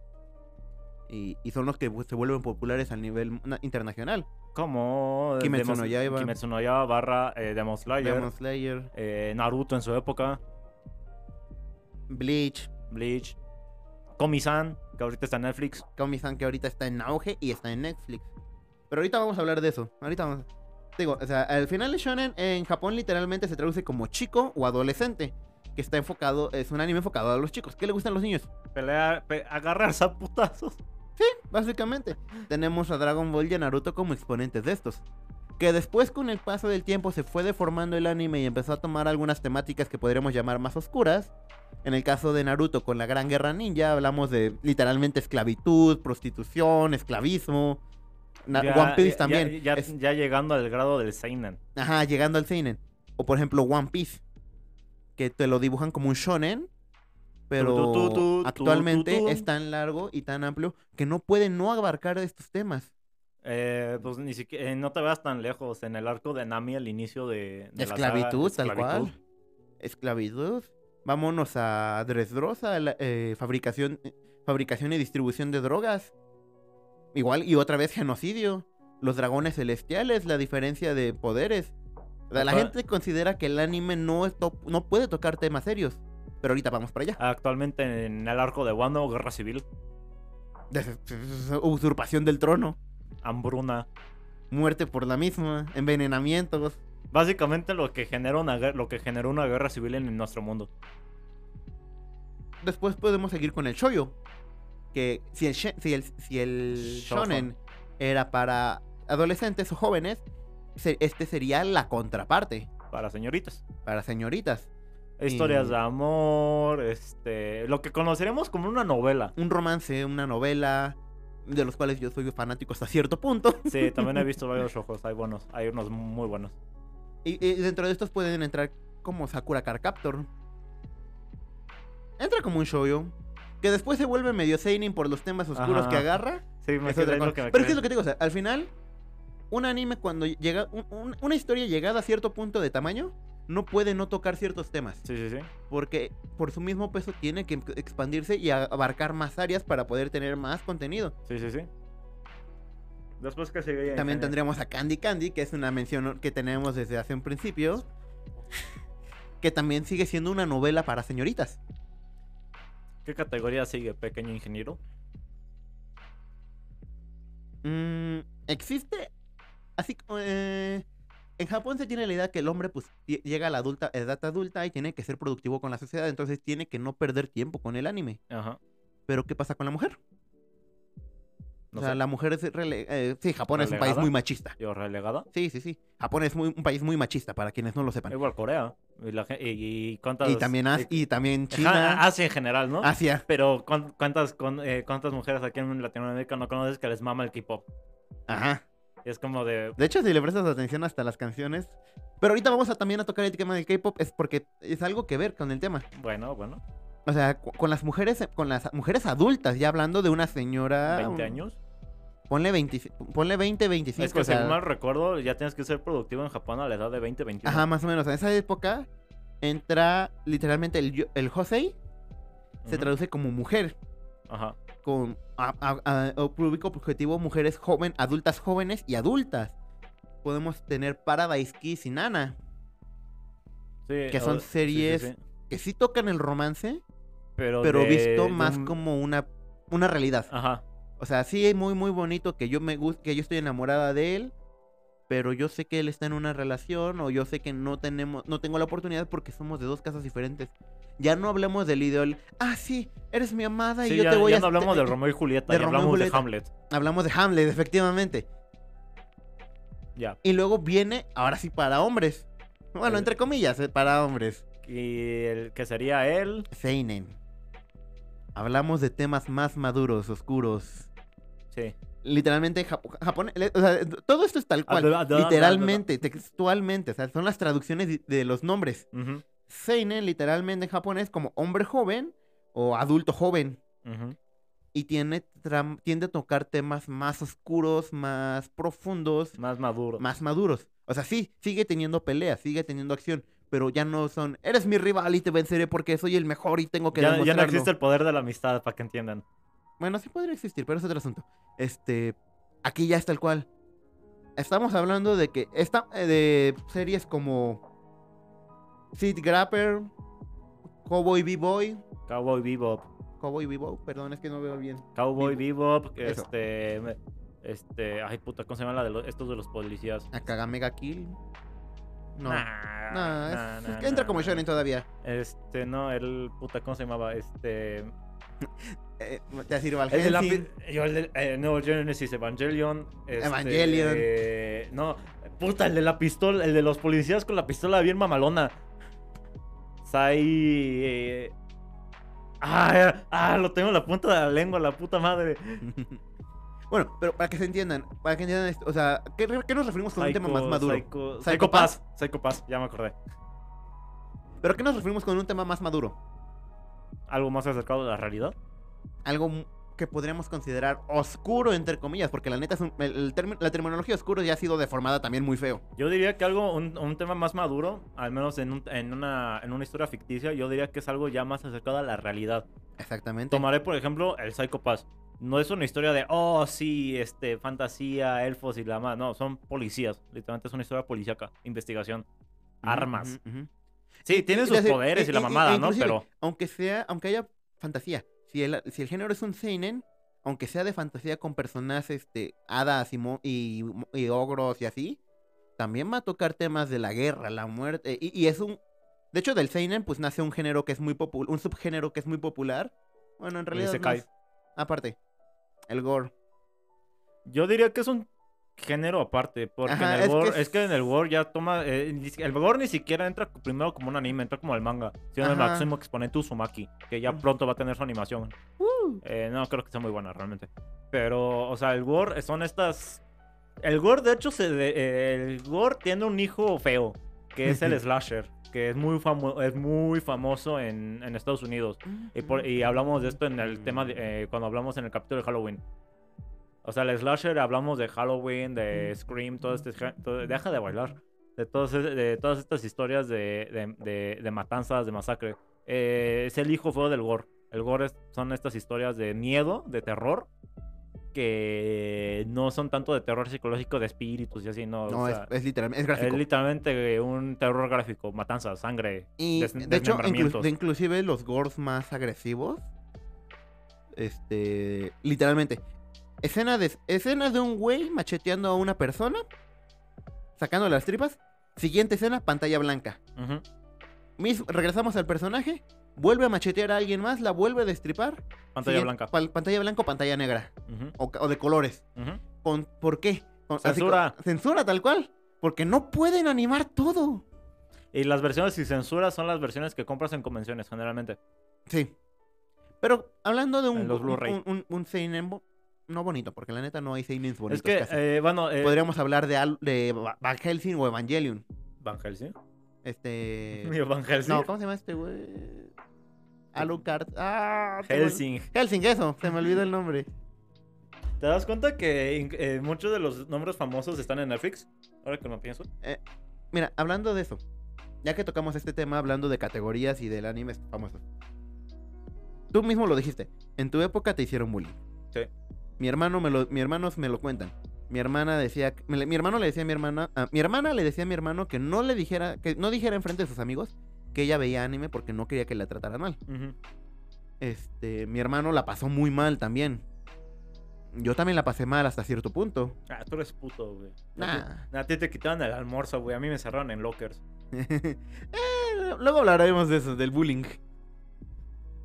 B: y, y son los que pues, se vuelven populares a nivel na- internacional.
A: Como... eh,
B: Kimetsu
A: Demon-
B: no Yaiba.
A: Kimetsu no Yaiba barra eh, Demon Slayer,
B: Demon Slayer,
A: eh, Naruto en su época,
B: Bleach,
A: Bleach, Komi-san, que ahorita está en Netflix.
B: Komi-san que ahorita está en auge y está en Netflix. Pero ahorita vamos a hablar de eso. Ahorita vamos. Digo, o sea, al final de shonen en Japón literalmente se traduce como chico o adolescente, que está enfocado es un anime enfocado a los chicos. ¿Qué le gustan a los niños?
A: Pelear, pe- agarrarse a putazos.
B: Básicamente, tenemos a Dragon Ball y a Naruto como exponentes de estos. Que después con el paso del tiempo se fue deformando el anime y empezó a tomar algunas temáticas que podríamos llamar más oscuras. En el caso de Naruto con la Gran Guerra Ninja hablamos de literalmente esclavitud, prostitución, esclavismo. Na-
A: Ya-
B: One Piece
A: ya-
B: también.
A: Ya, ya-
B: es-
A: ya llegando al grado del Seinen.
B: ajá, llegando al Seinen. O por ejemplo One Piece. que te lo dibujan como un shonen,
A: Tu, tu,
B: pero
A: tu, tu, tu,
B: actualmente
A: tu, tu.
B: es tan largo y tan amplio que no puede no abarcar estos temas.
A: Eh, pues ni siquiera, eh, no te vas tan lejos. En el arco de Nami al inicio de, de la saga,
B: esclavitud, tal cual. Esclavitud. Vámonos a Dresdrosa, la- eh, fabricación, fabricación y distribución de drogas. Igual, y otra vez genocidio. Los dragones celestiales, la diferencia de poderes. O sea, la
A: Ajá.
B: gente considera que el anime no, es top- no puede tocar temas serios. Pero ahorita vamos para allá.
A: Actualmente en el arco de Wano, guerra civil,
B: Des- Usurpación del trono.
A: hambruna.
B: Muerte por la misma. Envenenamientos.
A: Básicamente lo que generó una, guer- lo que generó una guerra civil en nuestro mundo.
B: después podemos seguir con el shoyo. Que si el, she- si el, si el
A: Shoujo.
B: shonen era para adolescentes o jóvenes, se- este sería la contraparte
A: Para señoritas.
B: para señoritas.
A: Historias
B: Y-
A: de amor, este, lo que conoceremos como una novela.
B: Un romance, una novela, de los cuales yo soy fanático hasta cierto punto.
A: Sí, también he visto
B: <laughs>
A: varios ojos, hay buenos, hay unos muy buenos.
B: Y, y dentro de estos pueden entrar como Sakura Card Captor. Entra como un shoyo. Que después se vuelve medio seinen por los temas oscuros
A: Ajá.
B: que agarra.
A: Sí, me
B: Es otra
A: quedé en lo
B: cosa.
A: que me
B: Pero es que
A: quedé.
B: es lo que te digo, o sea, al final, un anime cuando llega, un- un- una historia llegada a cierto punto de tamaño, no puede no tocar ciertos temas,
A: Sí, sí, sí.
B: porque por su mismo peso tiene que expandirse y a- abarcar más áreas para poder tener más contenido.
A: Sí, sí, sí. Después que seguía.
B: También tendríamos a Candy Candy, que es una mención que tenemos desde hace un principio, que también sigue siendo una novela para señoritas.
A: ¿Qué categoría sigue pequeño ingeniero?
B: Mm, existe. Así como. eh, en Japón se tiene la idea que el hombre pues, lle- llega a la adulta, edad adulta y tiene que ser productivo con la sociedad, entonces tiene que no perder tiempo con el anime.
A: Ajá.
B: Pero ¿qué pasa con la mujer?
A: No
B: o sea,
A: sé.
B: la mujer es... rele- eh, sí, Japón es un país
A: ¿Relegada?
B: muy machista.
A: Yo relegada.
B: Sí, sí, sí. Japón es muy, un país muy machista, para quienes no lo sepan.
A: Igual Corea. Y, la gen- y- y cuántas.
B: Y también, As- y también
A: Ajá,
B: China,
A: Asia en general, ¿no?
B: Asia.
A: Pero ¿cuán- ¿cuántas, con- eh, cuántas mujeres aquí en Latinoamérica no conoces que les mama el K-pop?
B: Ajá.
A: Es como de.
B: De hecho, si le prestas atención hasta las canciones... Pero ahorita vamos a también a tocar el tema del K-pop, es porque es algo que ver con el tema.
A: Bueno, bueno.
B: O sea, cu- con las mujeres, con las mujeres adultas, ya hablando de una señora.
A: 20
B: Ah, un-
A: años.
B: Ponle 20, ponle 20, 25.
A: Es que
B: o sea,
A: según mal recuerdo, ya tienes que ser productivo en Japón a la edad de 20, 21.
B: Ajá, más o menos. En esa época entra literalmente el, yo- el Josei, se
A: Ujú.
B: traduce como mujer.
A: Ajá.
B: Con a- a- a- o público objetivo mujeres joven, adultas jóvenes y adultas. Podemos tener Paradise Kiss y Nana,
A: Sí,
B: Que son
A: o- sí, sí,
B: series
A: sí.
B: que sí tocan el romance,
A: Pero,
B: pero
A: de-
B: visto
A: de
B: más
A: un-
B: como una, una realidad.
A: Ajá.
B: O sea, sí es muy, muy bonito que yo me gus- que yo estoy enamorada de él, pero yo sé que él está en una relación o yo sé que no tenemos, no tengo la oportunidad porque somos de dos casas diferentes. Ya no hablemos del ideal. Ah, sí, eres mi amada y
A: Sí,
B: yo
A: ya,
B: te voy
A: ya
B: a.
A: no hablamos
B: te- <laughs>
A: de Romeo y Julieta,
B: de
A: ya
B: Romeo y
A: hablamos
B: Julieta.
A: de Hamlet.
B: Hablamos de Hamlet, efectivamente.
A: Ya.
B: Y luego viene, ahora sí, para hombres. Bueno, entre comillas, eh, para hombres.
A: Y el que sería él.
B: Seinen. Hablamos de temas más maduros, oscuros.
A: Sí.
B: Literalmente, Jap- Japón. le- o sea, todo esto es tal cual.
A: Adela- adela-
B: Literalmente, textualmente, o sea, son las traducciones di- de los nombres.
A: Ujú,
B: Seinen literalmente en japonés como hombre joven o adulto joven
A: ujú.
B: y tiene tram- tiende a tocar temas más oscuros, más profundos,
A: Más maduro.
B: más maduros. O sea, sí, sigue teniendo peleas, sigue teniendo acción, pero ya no son eres mi rival y te venceré porque soy el mejor y tengo que
A: Ya, ya no
B: demostrarlo".
A: existe el poder de la amistad, para que entiendan.
B: Bueno, sí podría existir, pero es otro asunto. Este, aquí ya está el cual. Estamos hablando de que esta eh, de series como Sid Grapper, Cowboy B-Boy,
A: Cowboy Bebop.
B: Cowboy B-Boy, perdón, es que no veo bien.
A: Cowboy Bebop. que
B: Eso.
A: Este. me- Este. Ay, puta, ¿cómo se llama la de los, estos de los policías?
B: Akagame Mega Kill. No.
A: Nah,
B: no, es-
A: nah,
B: es
A: nah,
B: que entra
A: nah,
B: como
A: nah.
B: shonen todavía.
A: Este, no, el puta, ¿cómo se llamaba? Este.
B: Eh, te sirve al
A: El de la
B: Hellsing.
A: pi- yo, el de- eh, no, Genesis Evangelion. este,
B: Evangelion.
A: eh, no, puta, el de la pistola, el de los policías con la pistola bien mamalona. Sai. eh, ah, ah, lo tengo en la punta de la lengua, la puta madre.
B: <laughs> Bueno, pero para que se entiendan, para que entiendan esto, o sea, ¿qué, qué nos referimos con un tema más
A: Psycho-
B: maduro?
A: Psycho,
B: Psycho
A: Psycho Pass, Psycho Pass, ya me acordé.
B: ¿Pero a qué nos referimos con un tema más maduro?
A: ¿Algo más acercado a la realidad?
B: Algo m- que podríamos considerar oscuro, entre comillas, porque la neta, es un- el- el termi- la terminología oscuro ya ha sido deformada también muy feo.
A: Yo diría que algo, un, un tema más maduro, al menos en, un- en, una, en una historia ficticia, yo diría que es algo ya más acercado a la realidad.
B: Exactamente.
A: Tomaré, por ejemplo, el Psycho Pass. No es una historia de, oh, sí, este, fantasía, elfos y la más. No, son policías. Literalmente es una historia policíaca, investigación.
B: Ujú,
A: armas.
B: ujú, ujú.
A: Sí, tienen
B: Y- y
A: sus
B: las-
A: poderes y la
B: e- e-
A: mamada,
B: e
A: ¿no?
B: inclusive,
A: Pero
B: Aunque sea, aunque haya fantasía. Si el, si el género es un seinen, aunque sea de fantasía con personas, este, hadas y, mo- y, y ogros y así, también va a tocar temas de la guerra, la muerte. Y, y es un... De hecho, del seinen, pues nace un género que es muy popular, un subgénero que es muy popular. Bueno, en realidad... no
A: isekai.
B: es- Aparte, el gore.
A: yo diría que es un género aparte. Porque en
B: Ajá,
A: el
B: es que
A: gore,
B: es-
A: es que en el gore ya toma. eh, ni si- el gore ni siquiera entra primero como un anime, entra como el manga. Sino el
B: Ajá.
A: máximo exponente Uzumaki, que ya
B: Ujú.
A: pronto va a tener su animación. Eh, no, creo que está muy buena realmente. Pero, o sea, el gore son estas. El gore, de hecho, se de- el gore tiene un hijo feo, que es el slasher, que es muy, famo- es muy famoso en, en Estados Unidos. Y, por- y hablamos de esto en el tema, de- eh, cuando hablamos en el capítulo de Halloween. O sea, el slasher, hablamos de Halloween, de Scream, todo este. gen- todo- deja de bailar. De, todos, es- de todas estas historias de, de- de- de matanzas, de masacre. Eh, es el hijo feo del gore. El gore es- son estas historias de miedo, de terror, que no son tanto de terror psicológico, de espíritus y así, no. o
B: No,
A: sea,
B: es, es literalmente... Es
A: es
B: gráfico.
A: literalmente un terror gráfico, matanzas, sangre.
B: Y
A: des-
B: de hecho, inclu-
A: desmembramientos.
B: de inclusive los gores más agresivos. Este. Literalmente. Escena de, escenas de un güey macheteando a una persona. Sacando las tripas. Siguiente escena, pantalla blanca.
A: Ujú.
B: Mis- regresamos al personaje. Vuelve a machetear a alguien más. La vuelve a destripar.
A: Pantalla
B: siguiente-
A: blanca.
B: pal- pantalla blanca o pantalla negra.
A: Ujú,
B: O, ca- o de colores.
A: ujú.
B: Con, ¿Por qué? Con- así co-
A: Censura.
B: censura, tal cual. Porque no pueden animar todo.
A: Y las versiones sin censura son las versiones que compras en convenciones, generalmente.
B: Sí. Pero hablando de un,
A: En los
B: un-
A: Blu-ray.
B: un, un- un seinen bo- no bonito, porque la neta no hay seinens bonitos.
A: es que,
B: casi.
A: eh, bueno, eh,
B: Podríamos hablar de, al- de Va- Van Helsing o Evangelion.
A: Van Helsing.
B: Este...
A: <laughs> Yo, Van Helsing.
B: No, ¿cómo se llama este güey? Alucard. Ah, se me ol-
A: Helsing.
B: Helsing, eso. Se me olvidó el nombre.
A: ¿Te das cuenta que in- eh, muchos de los nombres famosos están en Netflix? Ahora que lo pienso.
B: Mira, hablando de eso. Ya que tocamos este tema, hablando de categorías y del anime famoso. Tú mismo lo dijiste. En tu época te hicieron bullying.
A: Sí.
B: Mi hermano me lo, mi hermanos me lo cuentan. Mi hermana decía, me le- mi hermano le decía a mi hermana, a- mi hermana le decía a mi hermano que no le dijera, que no dijera enfrente de sus amigos que ella veía anime porque no quería que la trataran mal.
A: Ujú.
B: Este, mi hermano la pasó muy mal también. Yo también la pasé mal hasta cierto punto.
A: Ah, tú eres puto, güey. A
B: Nah.
A: ti- A ti te quitaron el almuerzo, güey. A mí me cerraron en lockers.
B: Eh, luego hablaremos de eso, del bullying.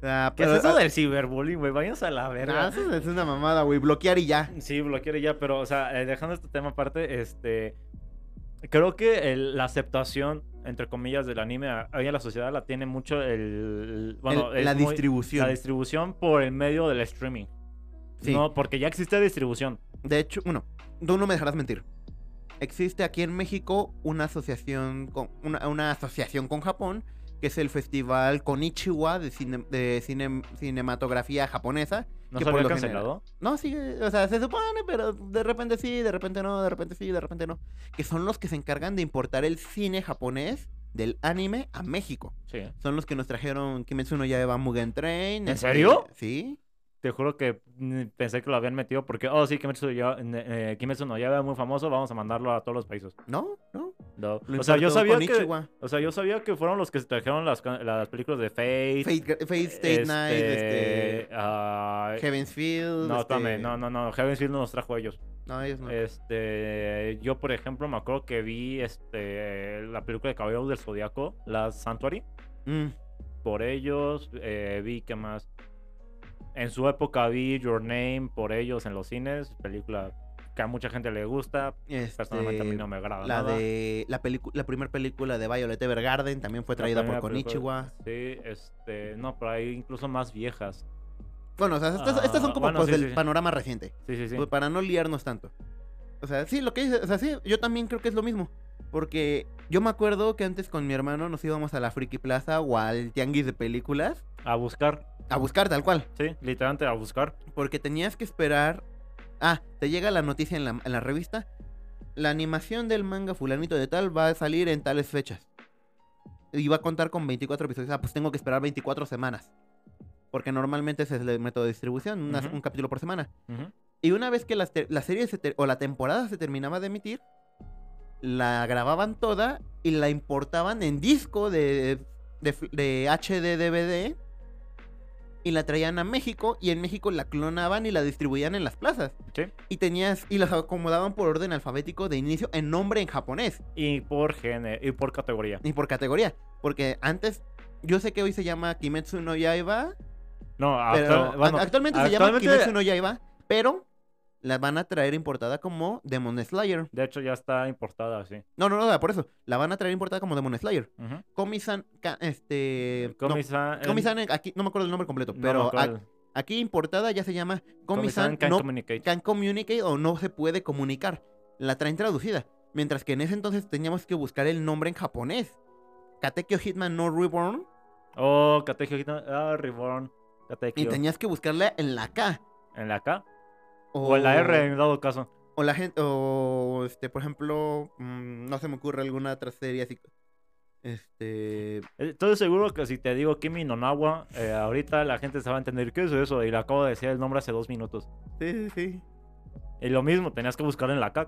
B: Ah,
A: ¿Qué
B: pero-
A: es eso
B: ah,
A: del ciberbullying, güey? Váyanse a la
B: nah,
A: verga.
B: eso es una mamada, güey. Bloquear y ya.
A: Sí, bloquear y ya, pero, o sea, eh, dejando este tema aparte, este. Creo que el- la aceptación, entre comillas, del anime a- hoy en la sociedad la tiene mucho el. Bueno,
B: El-
A: es
B: la
A: muy-
B: distribución.
A: La distribución por el medio del streaming.
B: Sí.
A: No, porque ya existe distribución.
B: De hecho, bueno, tú no me dejarás mentir. Existe aquí en México una asociación con, una, una asociación con Japón, que es el Festival Konichiwa de, cine- de cine- cinematografía japonesa.
A: ¿No
B: Que
A: se
B: por
A: había
B: lo
A: cancelado?
B: No, sí, o sea, se supone, pero de repente sí, de repente no, de repente sí, de repente no. Que son los que se encargan de importar el cine japonés del anime a México.
A: Sí.
B: Son los que nos trajeron Kimetsu no Yaiba Mugen Train.
A: ¿En
B: este,
A: serio?
B: Sí.
A: Te juro que mm, pensé que lo habían metido porque, oh, sí, Kimetsu, ya, eh, Kimetsu no ya es muy famoso, vamos a mandarlo a todos los países.
B: No, no.
A: No.
B: Lo
A: O, sea, yo
B: importó
A: sabía que,
B: Konichiwa.
A: o sea, yo sabía que fueron los que se trajeron las, can- las películas de Fate.
B: Fate, Fate State
A: este,
B: Night, este,
A: ah,
B: Heaven's Field.
A: no,
B: este,
A: espérame, no, eh, no, no, Heaven's Field no los trajo a ellos.
B: No, ellos no.
A: Este, yo, por ejemplo, me acuerdo que vi este, la película de Caballero del Zodiaco, la Sanctuary.
B: Mm,
A: por ellos. eh, vi que más. En su época vi Your Name por ellos en los cines. Película que a mucha gente le gusta. Personalmente a mí
B: este,
A: no me agrada.
B: La
A: nada.
B: de la, pelicu- la primera película de Violet Evergarden también fue
A: La
B: traída por
A: primera película-
B: Konichiwa.
A: Sí, este. No, pero hay incluso más viejas.
B: Bueno, o sea, estas, estas son
A: Ah,
B: como
A: bueno,
B: pues,
A: sí,
B: del
A: sí.
B: panorama reciente.
A: Sí, sí, sí.
B: pues, para no liarnos tanto. O sea, sí, lo que dices, o sea, sí, yo también creo que es lo mismo. Porque yo me acuerdo que antes con mi hermano nos íbamos a la Friki Plaza o al Tianguis de Películas
A: A buscar,
B: a buscar tal cual.
A: sí, literalmente a buscar.
B: Porque tenías que esperar. Ah, te llega la noticia en la, en la revista. La animación del manga fulanito de tal va a salir en tales fechas. Y va a contar con 24 episodios. Ah, pues tengo que esperar 24 semanas. Porque normalmente ese es el método de distribución, unas-
A: Ujú.
B: un capítulo por semana.
A: Ujú.
B: Y una vez que la, te- la serie se ter- o la temporada se terminaba de emitir, la grababan toda y la importaban en disco de, de, f- de HD DVD y la traían a México y en México la clonaban y la distribuían en las plazas.
A: Sí.
B: Y tenías y las acomodaban por orden alfabético de inicio en nombre en japonés
A: Y por género, y por categoría.
B: y por categoría, porque antes yo sé que hoy se llama Kimetsu no Yaiba,
A: No,
B: pero
A: actual- bueno,
B: a- actualmente, se
A: actualmente-
B: llama Kimetsu no Yaiba, pero la van a traer importada como Demon Slayer.
A: De hecho, ya está importada, sí.
B: No, no, no, por eso. La van a traer importada como Demon Slayer.
A: Ujú.
B: Komi-san, ca- este... no,
A: Komi-san-
B: Komi-san, eh, aquí no me acuerdo el nombre completo,
A: no me
B: pero a-
A: acuerdo.
B: aquí importada ya se llama Komi-san
A: can
B: no
A: communicate.
B: can communicate o no se puede comunicar. La traen traducida. Mientras que en ese entonces teníamos que buscar el nombre en japonés. Katekyo Hitman no Reborn
A: Oh, Katekyo Hito- Ah, Reborn. Katekyo.
B: y tenías que buscarla en la K.
A: ¿En la K? O en la
B: Oh.
A: R, en dado caso.
B: O la gente, o este, por ejemplo, mm, no se me ocurre alguna otra serie así. Este,
A: Eh, Estoy seguro que si te digo Kimi Nonawa, eh, ahorita la gente se va a entender qué es eso. Y le acabo de decir el nombre hace dos minutos.
B: sí, sí, sí,
A: Y lo mismo, tenías que buscar en la K.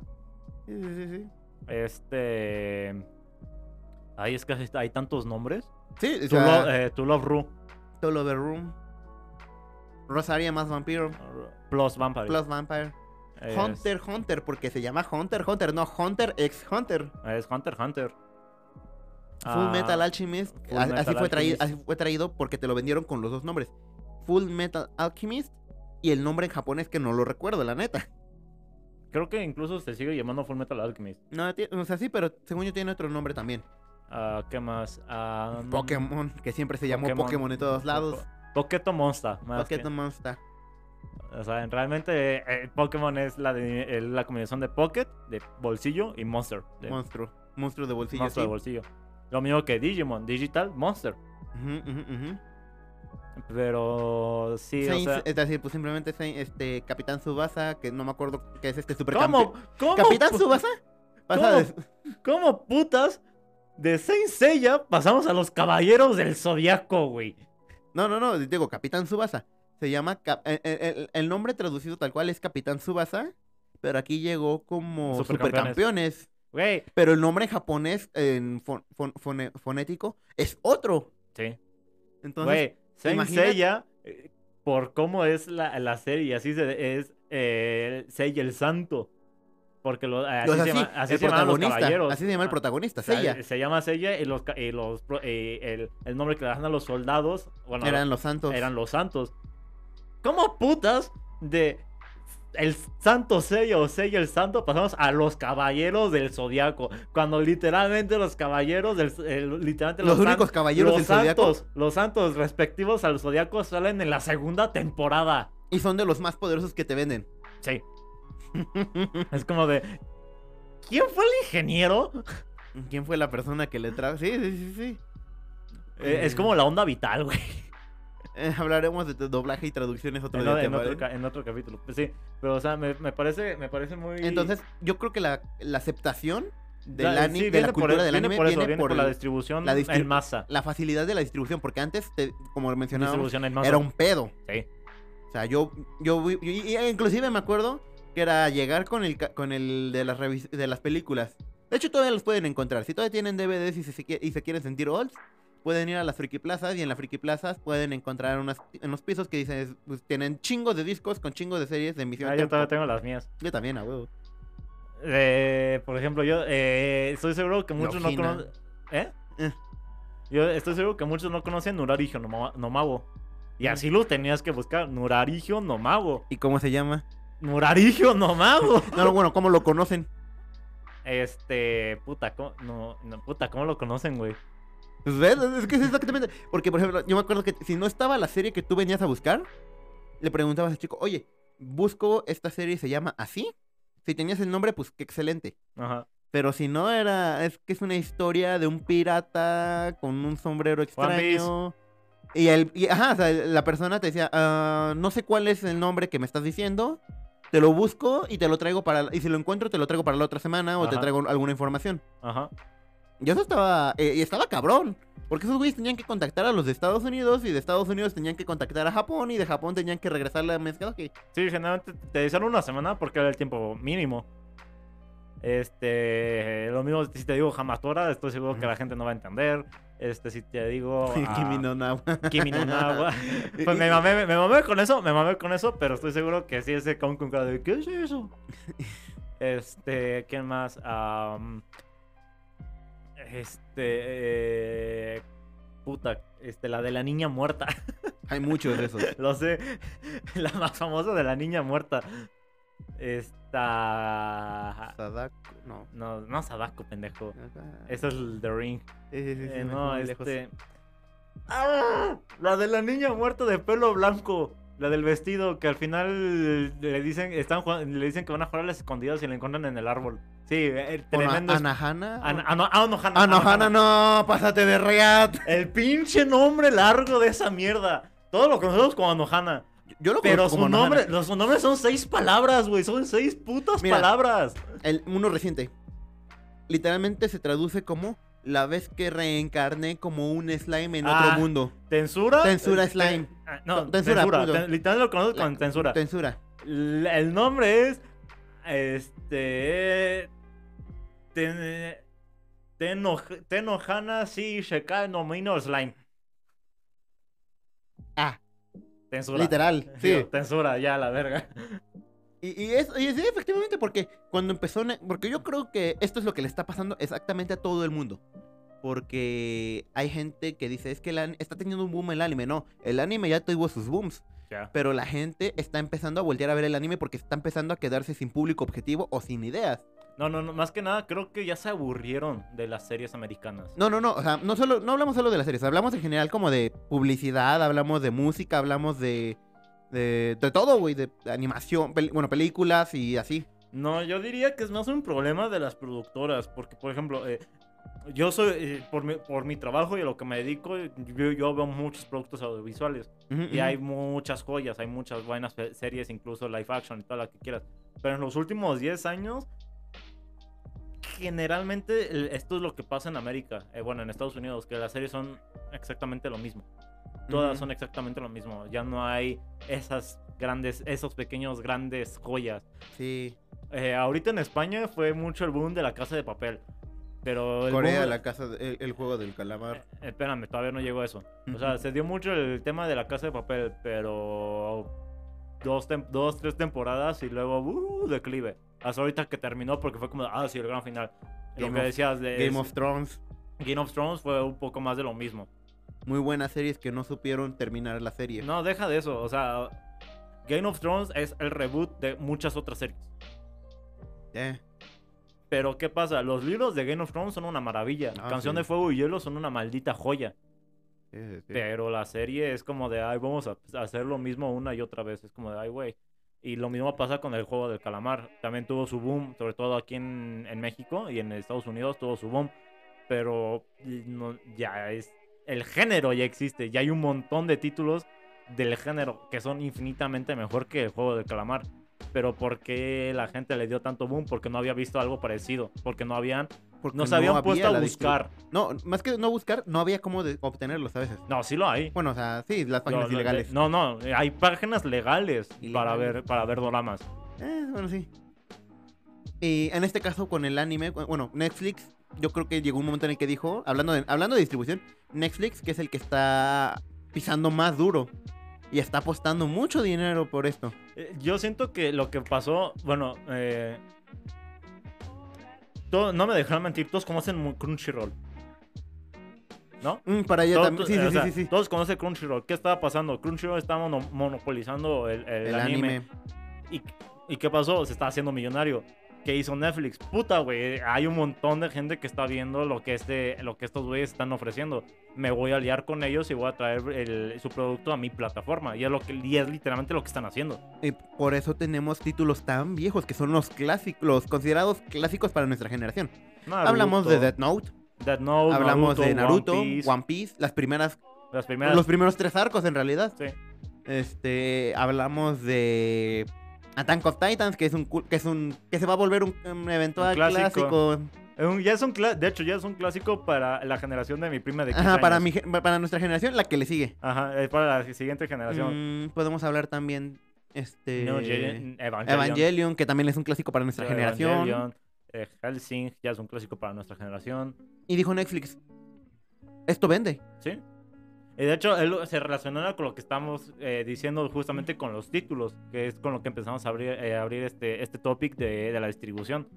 B: sí, sí, sí, sí.
A: Este. Ahí es que hay- hay tantos nombres.
B: Sí, o
A: To,
B: sea,
A: Lo- eh, To Love Ru.
B: Todo lo de Room. Rosaria más Vampiro.
A: Plus Vampire.
B: Plus Vampire.
A: Es-
B: Hunter Hunter, porque se llama Hunter Hunter, no Hunter ex Hunter.
A: Es Hunter Hunter.
B: Full
A: Ah,
B: Metal Alchemist.
A: Full
B: a-
A: Metal
B: así, fue traído,
A: Alchemist.
B: así fue traído porque te lo vendieron con los dos nombres. Full Metal Alchemist y el nombre en japonés que no lo recuerdo, la neta.
A: Creo que incluso se sigue llamando Full Metal Alchemist.
B: No, ti- o sea, sí, pero según yo tiene otro nombre también.
A: Ah, ¿Qué más? Ah, mm,
B: Pokémon, que siempre se llamó
A: Pokémon.
B: Pokémon, en todos lados.
A: Po- Poketo Monster. más que-
B: Pokémon Monster.
A: o sea, en- realmente eh, eh, Pokémon es la, de- eh, la combinación de Pocket, de bolsillo y Monster. De
B: Monstruo. Monstruo de bolsillo.
A: monstruo de
B: sí.
A: bolsillo. Lo mismo que Digimon, Digital Monster.
B: Ujú, ujú, ujú.
A: Pero sí,
B: Saints,
A: o sea.
B: es decir, pues simplemente Saint- este Capitán Subasa, que no me acuerdo que es este super
A: ¿Cómo? ¿Cómo?
B: Capitán
A: pu-
B: Subasa. Pasa
A: ¿Cómo?
B: de-
A: ¿Cómo putas? De Saint Seiya pasamos a los Caballeros del Zodiaco, güey.
B: No, no, no, digo Capitán Subasa. Se llama Cap- eh, eh, el, el nombre traducido tal cual es Capitán Subasa, pero aquí llegó como
A: Supercampeones.
B: supercampeones.
A: Güey,
B: pero el nombre en japonés en fon- fon- fone- fonético es otro.
A: sí.
B: Entonces,
A: Güey, Saint
B: imagina-
A: Seiya, eh, por cómo es la, la serie, así se, es eh, Seiya el Santo. Porque lo- eh, así,
B: o sea,
A: se,
B: sí,
A: llama, así
B: el
A: se llaman los
B: protagonista,
A: caballeros.
B: así se llama el
A: Ah,
B: protagonista,
A: o sea,
B: Seiya.
A: Se llama Seiya y, los, ca- y los pro- eh, el, el nombre que le dan a los soldados bueno,
B: Eran los santos.
A: eran los santos. ¿Cómo putas de el santo sello o sello el santo pasamos a los caballeros del zodiaco? Cuando literalmente los caballeros del el- literalmente
B: Los
A: san-
B: únicos caballeros
A: los
B: del zodiaco
A: santos, los santos respectivos al zodiaco salen en la segunda temporada.
B: y son de los más poderosos que te venden.
A: Sí. es como de ¿Quién fue el
B: <laughs>
A: ingeniero?
B: <laughs> ¿Quién fue la persona que le trajo? Sí, sí, sí, sí.
A: Eh, Es como la onda vital, güey.
B: Eh, hablaremos de t- doblaje y traducciones otro
A: En,
B: día.
A: o-
B: ¿te
A: en otro,
B: parece?
A: ca- en otro capítulo. Pues sí, pero o sea, me, me parece me parece muy
B: Entonces, yo creo que la, la aceptación, del
A: Ya,
B: ani- de
A: viene por
B: la cultura
A: e-
B: del
A: viene
B: anime,
A: por eso,
B: viene
A: viene
B: por
A: por la
B: el-
A: distribución
B: la distribu-
A: en masa.
B: la facilidad de la distribución, porque antes, te- como mencionábamos,
A: Distribución en masa.
B: era un pedo.
A: Sí.
B: O sea, yo, yo, vi- y- y- e inclusive me acuerdo que era llegar con el, ca- con el de las, revis- de las películas. De hecho, todavía los pueden encontrar. Si todavía tienen DVDs y se, se qui- y se quieren sentir olds, pueden ir a las friki plazas y en las friki plazas pueden encontrar unas, unos pisos que dicen, pues, tienen chingos de discos con chingos de series de emisión.
A: Ah, yo
B: tempo.
A: todavía tengo las mías.
B: Yo también, a huevo.
A: Eh, por ejemplo, yo eh, estoy seguro que muchos no
B: Logina.
A: conocen. ¿Eh?
B: Eh.
A: Yo estoy seguro que muchos no conocen Nurarigio Noma- Nomago. Y
B: Mm.
A: así lo tenías que buscar. Nurarigio Nomago.
B: ¿Y cómo se llama?
A: Nurarigio
B: <laughs>
A: Nomago.
B: No, no, bueno, ¿cómo lo conocen?
A: este. Puta, ¿cómo, no, no, puta, ¿cómo lo conocen, güey?
B: Pues ves, es que es exactamente. Porque, por ejemplo, yo me acuerdo que si no estaba la serie que tú venías a buscar, le preguntabas al chico, oye, busco esta serie y se llama así. Si tenías el nombre, pues qué excelente.
A: Ajá.
B: Pero si no, era. Es que es una historia de un pirata con un sombrero extraño. Y el. y- ajá, o sea, la persona te decía, "Ah, no sé cuál es el nombre que me estás diciendo. Te lo busco y te lo traigo para. Y si lo encuentro, te lo traigo para la otra semana o te
A: Ajá.
B: traigo alguna información.
A: Ajá.
B: Y eso estaba. eh, y estaba cabrón. Porque esos güeyes tenían que contactar a los de Estados Unidos y de Estados Unidos tenían que contactar a Japón y de Japón tenían que regresarle
A: <laughs>
B: a Mezcalque.
A: Sí, generalmente te dicen una semana porque era el tiempo mínimo. Este, lo mismo si te digo Hamatora, estoy seguro que la gente no va a entender. Este, si te digo ah,
B: <laughs> Kimi no na-
A: Kimi no na wa. Pues me mamé, me, mamé con eso, me mamé con eso, pero estoy seguro que sí ese con con cara de ¿qué es eso? Este, ¿quién más? Am, este, eh, puta, este, la de la niña muerta. <laughs>
B: Hay muchos de <laughs> esos.
A: Lo sé. La más famosa de la niña muerta. Está.
B: Sadako, no.
A: No, no Sadako, pendejo.
B: Ajá.
A: Eso es el The Ring.
B: Sí, sí, sí,
A: Eh,
B: se me fue
A: no,
B: muy lejos.
A: este. ¡Ah! La de la niña muerta de pelo blanco. La del vestido que al final le dicen, están jugando- le dicen que van a jugar a las escondidas y la encuentran en el árbol. Sí, eh,
B: Bueno,
A: tremendo. es-
B: Anahana.
A: Ana- Ano- Anohana, Anohana.
B: Anohana, no, pásate de Reat.
A: El pinche nombre largo de esa mierda. Todos lo conocemos como Anohana.
B: Yo lo
A: Pero
B: conozco como
A: su
B: Anohana.
A: nombre, los, sus nombres son seis palabras, güey. Son seis putas
B: Mira.
A: palabras.
B: El, uno reciente. Literalmente se traduce como la vez que reencarné como un slime en
A: Ah.
B: otro mundo.
A: Tensura.
B: Tensura
A: eh, te-
B: slime.
A: ah, no,
B: Tensura,
A: tensura.
B: punto.
A: ten- literal lo conozco
B: La-
A: con tensura.
B: Tensura.
A: L- el nombre es. Este. Ten, tenoj- tenojana si Shekai no Mino Slime.
B: Ah,
A: Tensura. <laughs>
B: literal.
A: Sí,
B: Sí.
A: Tensura, ya, la verga. <laughs>
B: Y, y es, y sí, efectivamente, porque cuando empezó. ne- Porque yo creo que esto es lo que le está pasando exactamente a todo el mundo. Porque hay gente que dice, es que el an- está teniendo un boom el anime. No, el anime ya tuvo sus booms.
A: Ya.
B: pero la gente está empezando a voltear a ver el anime porque está empezando a quedarse sin público objetivo o sin ideas.
A: No, no, no, más que nada, creo que ya se aburrieron de las series americanas.
B: No, no, no, o sea, no, solo, no hablamos solo de las series, hablamos en general como de publicidad, hablamos de música, hablamos de... De, de todo, güey, de animación, pel- bueno, películas y así.
A: No, yo diría que es más un problema de las productoras, porque por ejemplo, eh, yo soy, eh, por, mi, por mi trabajo y a lo que me dedico, eh, yo, yo veo muchos productos audiovisuales
B: Ujú,
A: y
B: ujú.
A: hay muchas joyas, hay muchas buenas fe- series, incluso live action y toda la que quieras. Pero en los últimos 10 años, generalmente el- esto es lo que pasa en América, eh, bueno, en Estados Unidos, que las series son exactamente lo mismo. Todas
B: Ujú.
A: son exactamente lo mismo. Ya no hay esas grandes, esos pequeños grandes joyas.
B: Sí,
A: Eh, ahorita en España fue mucho el boom de la casa de papel. Pero el
B: Corea,
A: boom-
B: la casa, de- el, el juego del
A: Eh,
B: calamar.
A: espérame, todavía no llegó a eso. Eh, O sea, se dio mucho el tema de la casa de papel, pero dos, tem- dos tres temporadas y luego uh, declive. Hasta ahorita que terminó porque fue como, ah, sí, el gran final. Lo
B: Game
A: que
B: of-
A: decías de
B: Game of Thrones,
A: Game of Thrones fue un poco más de lo mismo.
B: muy buenas series que no supieron terminar la serie.
A: No, deja de eso. O sea, Game of Thrones es el reboot de muchas otras series.
B: Eh,
A: Pero ¿qué pasa? Los libros de Game of Thrones son una maravilla.
B: Ah,
A: Canción
B: sí.
A: de Fuego y Hielo son una maldita joya.
B: sí, sí, sí.
A: Pero la serie es como de, ay, vamos a hacer lo mismo una y otra vez. Es como de, ay, güey. Y lo mismo pasa con el juego del calamar. También tuvo su boom, sobre todo aquí en, en México y en Estados Unidos tuvo su boom. Pero no- ya es. El género ya existe. Ya hay un montón de títulos del género que son infinitamente mejor que el juego del calamar. Pero ¿por qué la gente le dio tanto boom? Porque no había visto algo parecido. Porque no habían.
B: Porque
A: Nos
B: no
A: habían
B: había
A: puesto a
B: la distribu-
A: buscar.
B: No, más que no buscar, no había cómo de- obtenerlos a veces.
A: No, sí lo hay.
B: Bueno, o sea, sí, las
A: Lo-
B: páginas
A: lo-
B: ilegales.
A: No, no, eh, hay páginas legales para
B: Ilegales.
A: ver para ver doramas.
B: Eh, bueno, sí. Y en este caso con el anime, cu- bueno, Netflix, yo creo que llegó un momento en el que dijo, hablando de, hablando de distribución, Netflix, que es el que está pisando más duro y está apostando mucho dinero por esto.
A: Eh, Yo siento que lo que pasó, bueno, eh, todo- no me dejarán mentir, todos conocen mu- Crunchyroll. ¿No?
B: Mm, para allá
A: Todo-
B: también. Sí,
A: eh, o
B: sí,
A: sea,
B: sí, sí, sí.
A: Todos conocen Crunchyroll. ¿Qué estaba pasando? Crunchyroll estaba mono- monopolizando el, el
B: El
A: anime.
B: anime.
A: ¿Y, ¿Y qué pasó? Se está haciendo millonario. que hizo Netflix. Puta, güey, hay un montón de gente que está viendo lo que, este, lo que estos güeyes están ofreciendo. Me voy a aliar con ellos y voy a traer el- su producto a mi plataforma. Y es, lo que, y es literalmente lo que están haciendo.
B: Y por eso tenemos títulos tan viejos que son los clásicos, los considerados clásicos para nuestra generación.
A: Naruto,
B: Hablamos de Death Note,
A: Death Note,
B: hablamos de Naruto,
A: One Piece,
B: las primeras,
A: las primeras.
B: los primeros tres arcos en realidad.
A: sí.
B: Este, hablamos de Attack of Titans, que es un cul- que es un que se va a volver un, un eventual
A: Un
B: clásico.
A: clásico. Es un- ya es un cla- de hecho, ya es un clásico para la generación de mi prima de 15
B: Ajá, para
A: años.
B: mi gen- para nuestra generación, la que le sigue.
A: Ajá, es para la siguiente generación.
B: Mm, podemos hablar también este
A: No, Ye- Evangelion.
B: Evangelion, que también es un clásico para nuestra generación.
A: Evangelion, eh, Hellsing, ya es un clásico para nuestra generación.
B: Y dijo Netflix, esto vende.
A: Sí. Y de hecho, él se relaciona con lo que estamos eh, diciendo justamente con los títulos, que es con lo que empezamos a abrir, eh, abrir este, este topic de, de la distribución.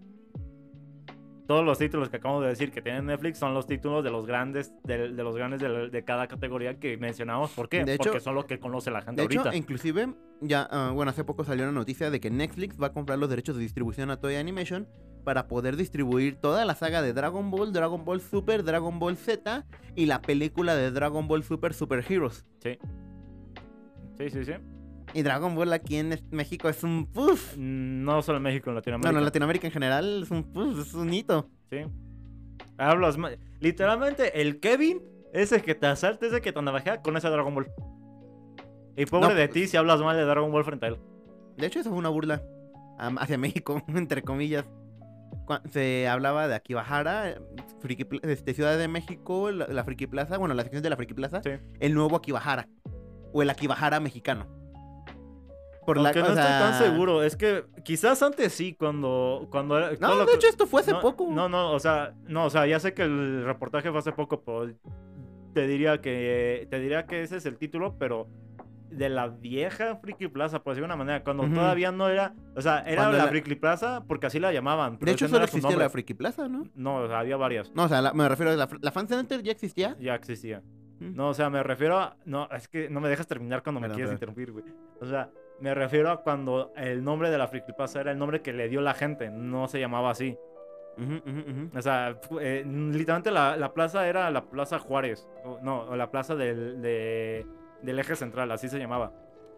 A: Todos los títulos que acabamos de decir que tiene Netflix son los títulos de los grandes de, de los grandes de, la- de cada categoría que mencionamos. ¿Por qué?
B: De hecho-
A: Porque son los que conoce la gente
B: De hecho,
A: ahorita.
B: inclusive, ya, ah, bueno, hace poco salió la noticia de que Netflix va a comprar los derechos de distribución a Toei Animation para poder distribuir toda la saga de Dragon Ball, Dragon Ball Super, Dragon Ball Z y la película de Dragon Ball Super Super Heroes.
A: Sí, sí, sí.
B: Y Dragon Ball aquí en es- México es un puff.
A: No solo en México, en Latinoamérica.
B: Bueno, en Latinoamérica en general es un puff, es un hito.
A: Sí. Hablas ma- Literalmente, el Kevin es el que te asalta, es el que te navajea con ese Dragon Ball. Y pobre
B: No,
A: de
B: pues-
A: ti si hablas mal de Dragon Ball frente a él.
B: De hecho, eso fue una burla am- hacia <laughs> México, entre comillas. Cua- Se hablaba de Akihabara, eh, Friki Pla- este, Ciudad de México, la, la Friki Plaza, bueno, la sección de la Friki Plaza,
A: Sí.
B: el nuevo Akihabara, o el Akihabara mexicano. Por
A: Aunque
B: o
A: no estoy tan
B: sea,
A: seguro. Es que quizás antes sí, cuando. cuando era- todo
B: No,
A: lo
B: de
A: que-
B: hecho, esto fue hace
A: no,
B: poco.
A: No, no, o sea, no, o sea, ya sé que el reportaje fue hace poco, pero te diría que te diría que ese es el título, pero de la vieja Friki Plaza, por decirlo de una manera, cuando
B: Ujú.
A: todavía no era, o sea, era
B: Cuando
A: la
B: la-
A: Friki Plaza porque así la llamaban. pero
B: de hecho,
A: ese no
B: solo
A: era su
B: existía
A: nombre.
B: la Friki Plaza, ¿no?
A: No, o sea, había varias.
B: No, o sea, la- me refiero a la, fr- la Fan Center ya existía.
A: Ya existía.
B: Mm.
A: No, o sea, me refiero a. No, es que no me dejas terminar cuando me
B: Perdón,
A: quieres interrumpir, güey. O sea, me refiero a cuando el nombre de la Pasa era el nombre que le dio la gente, no se llamaba así.
B: Ujú, ujú, ujú.
A: O sea, fu- eh, literalmente la, la plaza era la Plaza Juárez. o- no, o la plaza del, de- del eje central, así se llamaba.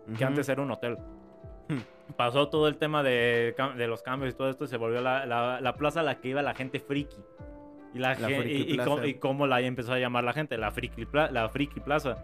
A: Que
B: Ujú.
A: antes era un hotel.
B: Hmm.
A: Pasó todo el tema de, cam- de los cambios y todo esto y se volvió la, la- la plaza a la que iba la gente friki. Y, la,
B: La
A: gen-
B: friki
A: y- y
B: plaza.
A: cómo- y cómo la empezó a llamar la gente, la friki, pla- la friki plaza.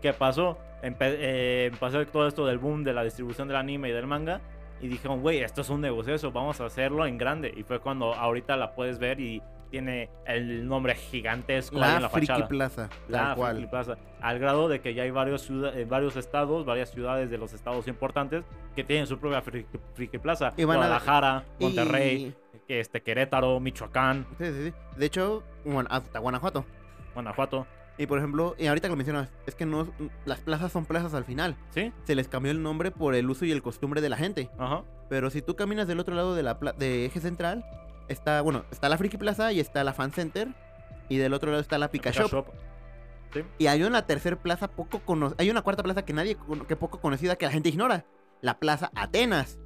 A: ¿Qué pasó? Empe- eh, pasó todo esto del boom de la distribución del anime y del manga. Y dijeron, güey, esto es un negocio, vamos a hacerlo en grande. Y fue cuando ahorita la puedes ver y tiene el nombre gigantesco ahí
B: La,
A: en la
B: Friki
A: fachada.
B: Plaza, tal
A: La
B: cual.
A: Friki Plaza. Al grado de que ya hay varios, ciuda- eh, varios estados, varias ciudades de los estados importantes que tienen su propia Friki, Friki Plaza.
B: Y van a-
A: Guadalajara, Monterrey,
B: Y-
A: este, Querétaro, Michoacán,
B: sí, sí, sí. De hecho, bueno, hasta Guanajuato.
A: Guanajuato.
B: Y por ejemplo, y ahorita que lo mencionas, es que no las plazas son plazas al final.
A: ¿Sí?
B: Se les cambió el nombre por el uso y el costumbre de la gente.
A: Ajá.
B: Pero si tú caminas del otro lado de la pla- de eje central, está, bueno, está la Friki Plaza y está la Fan Center. Y del otro lado está la Pika Shop.
A: Shop.
B: Y hay una tercera plaza poco conocida. Hay una cuarta plaza que nadie cono- que poco conocida que la gente ignora. La Plaza Atenas.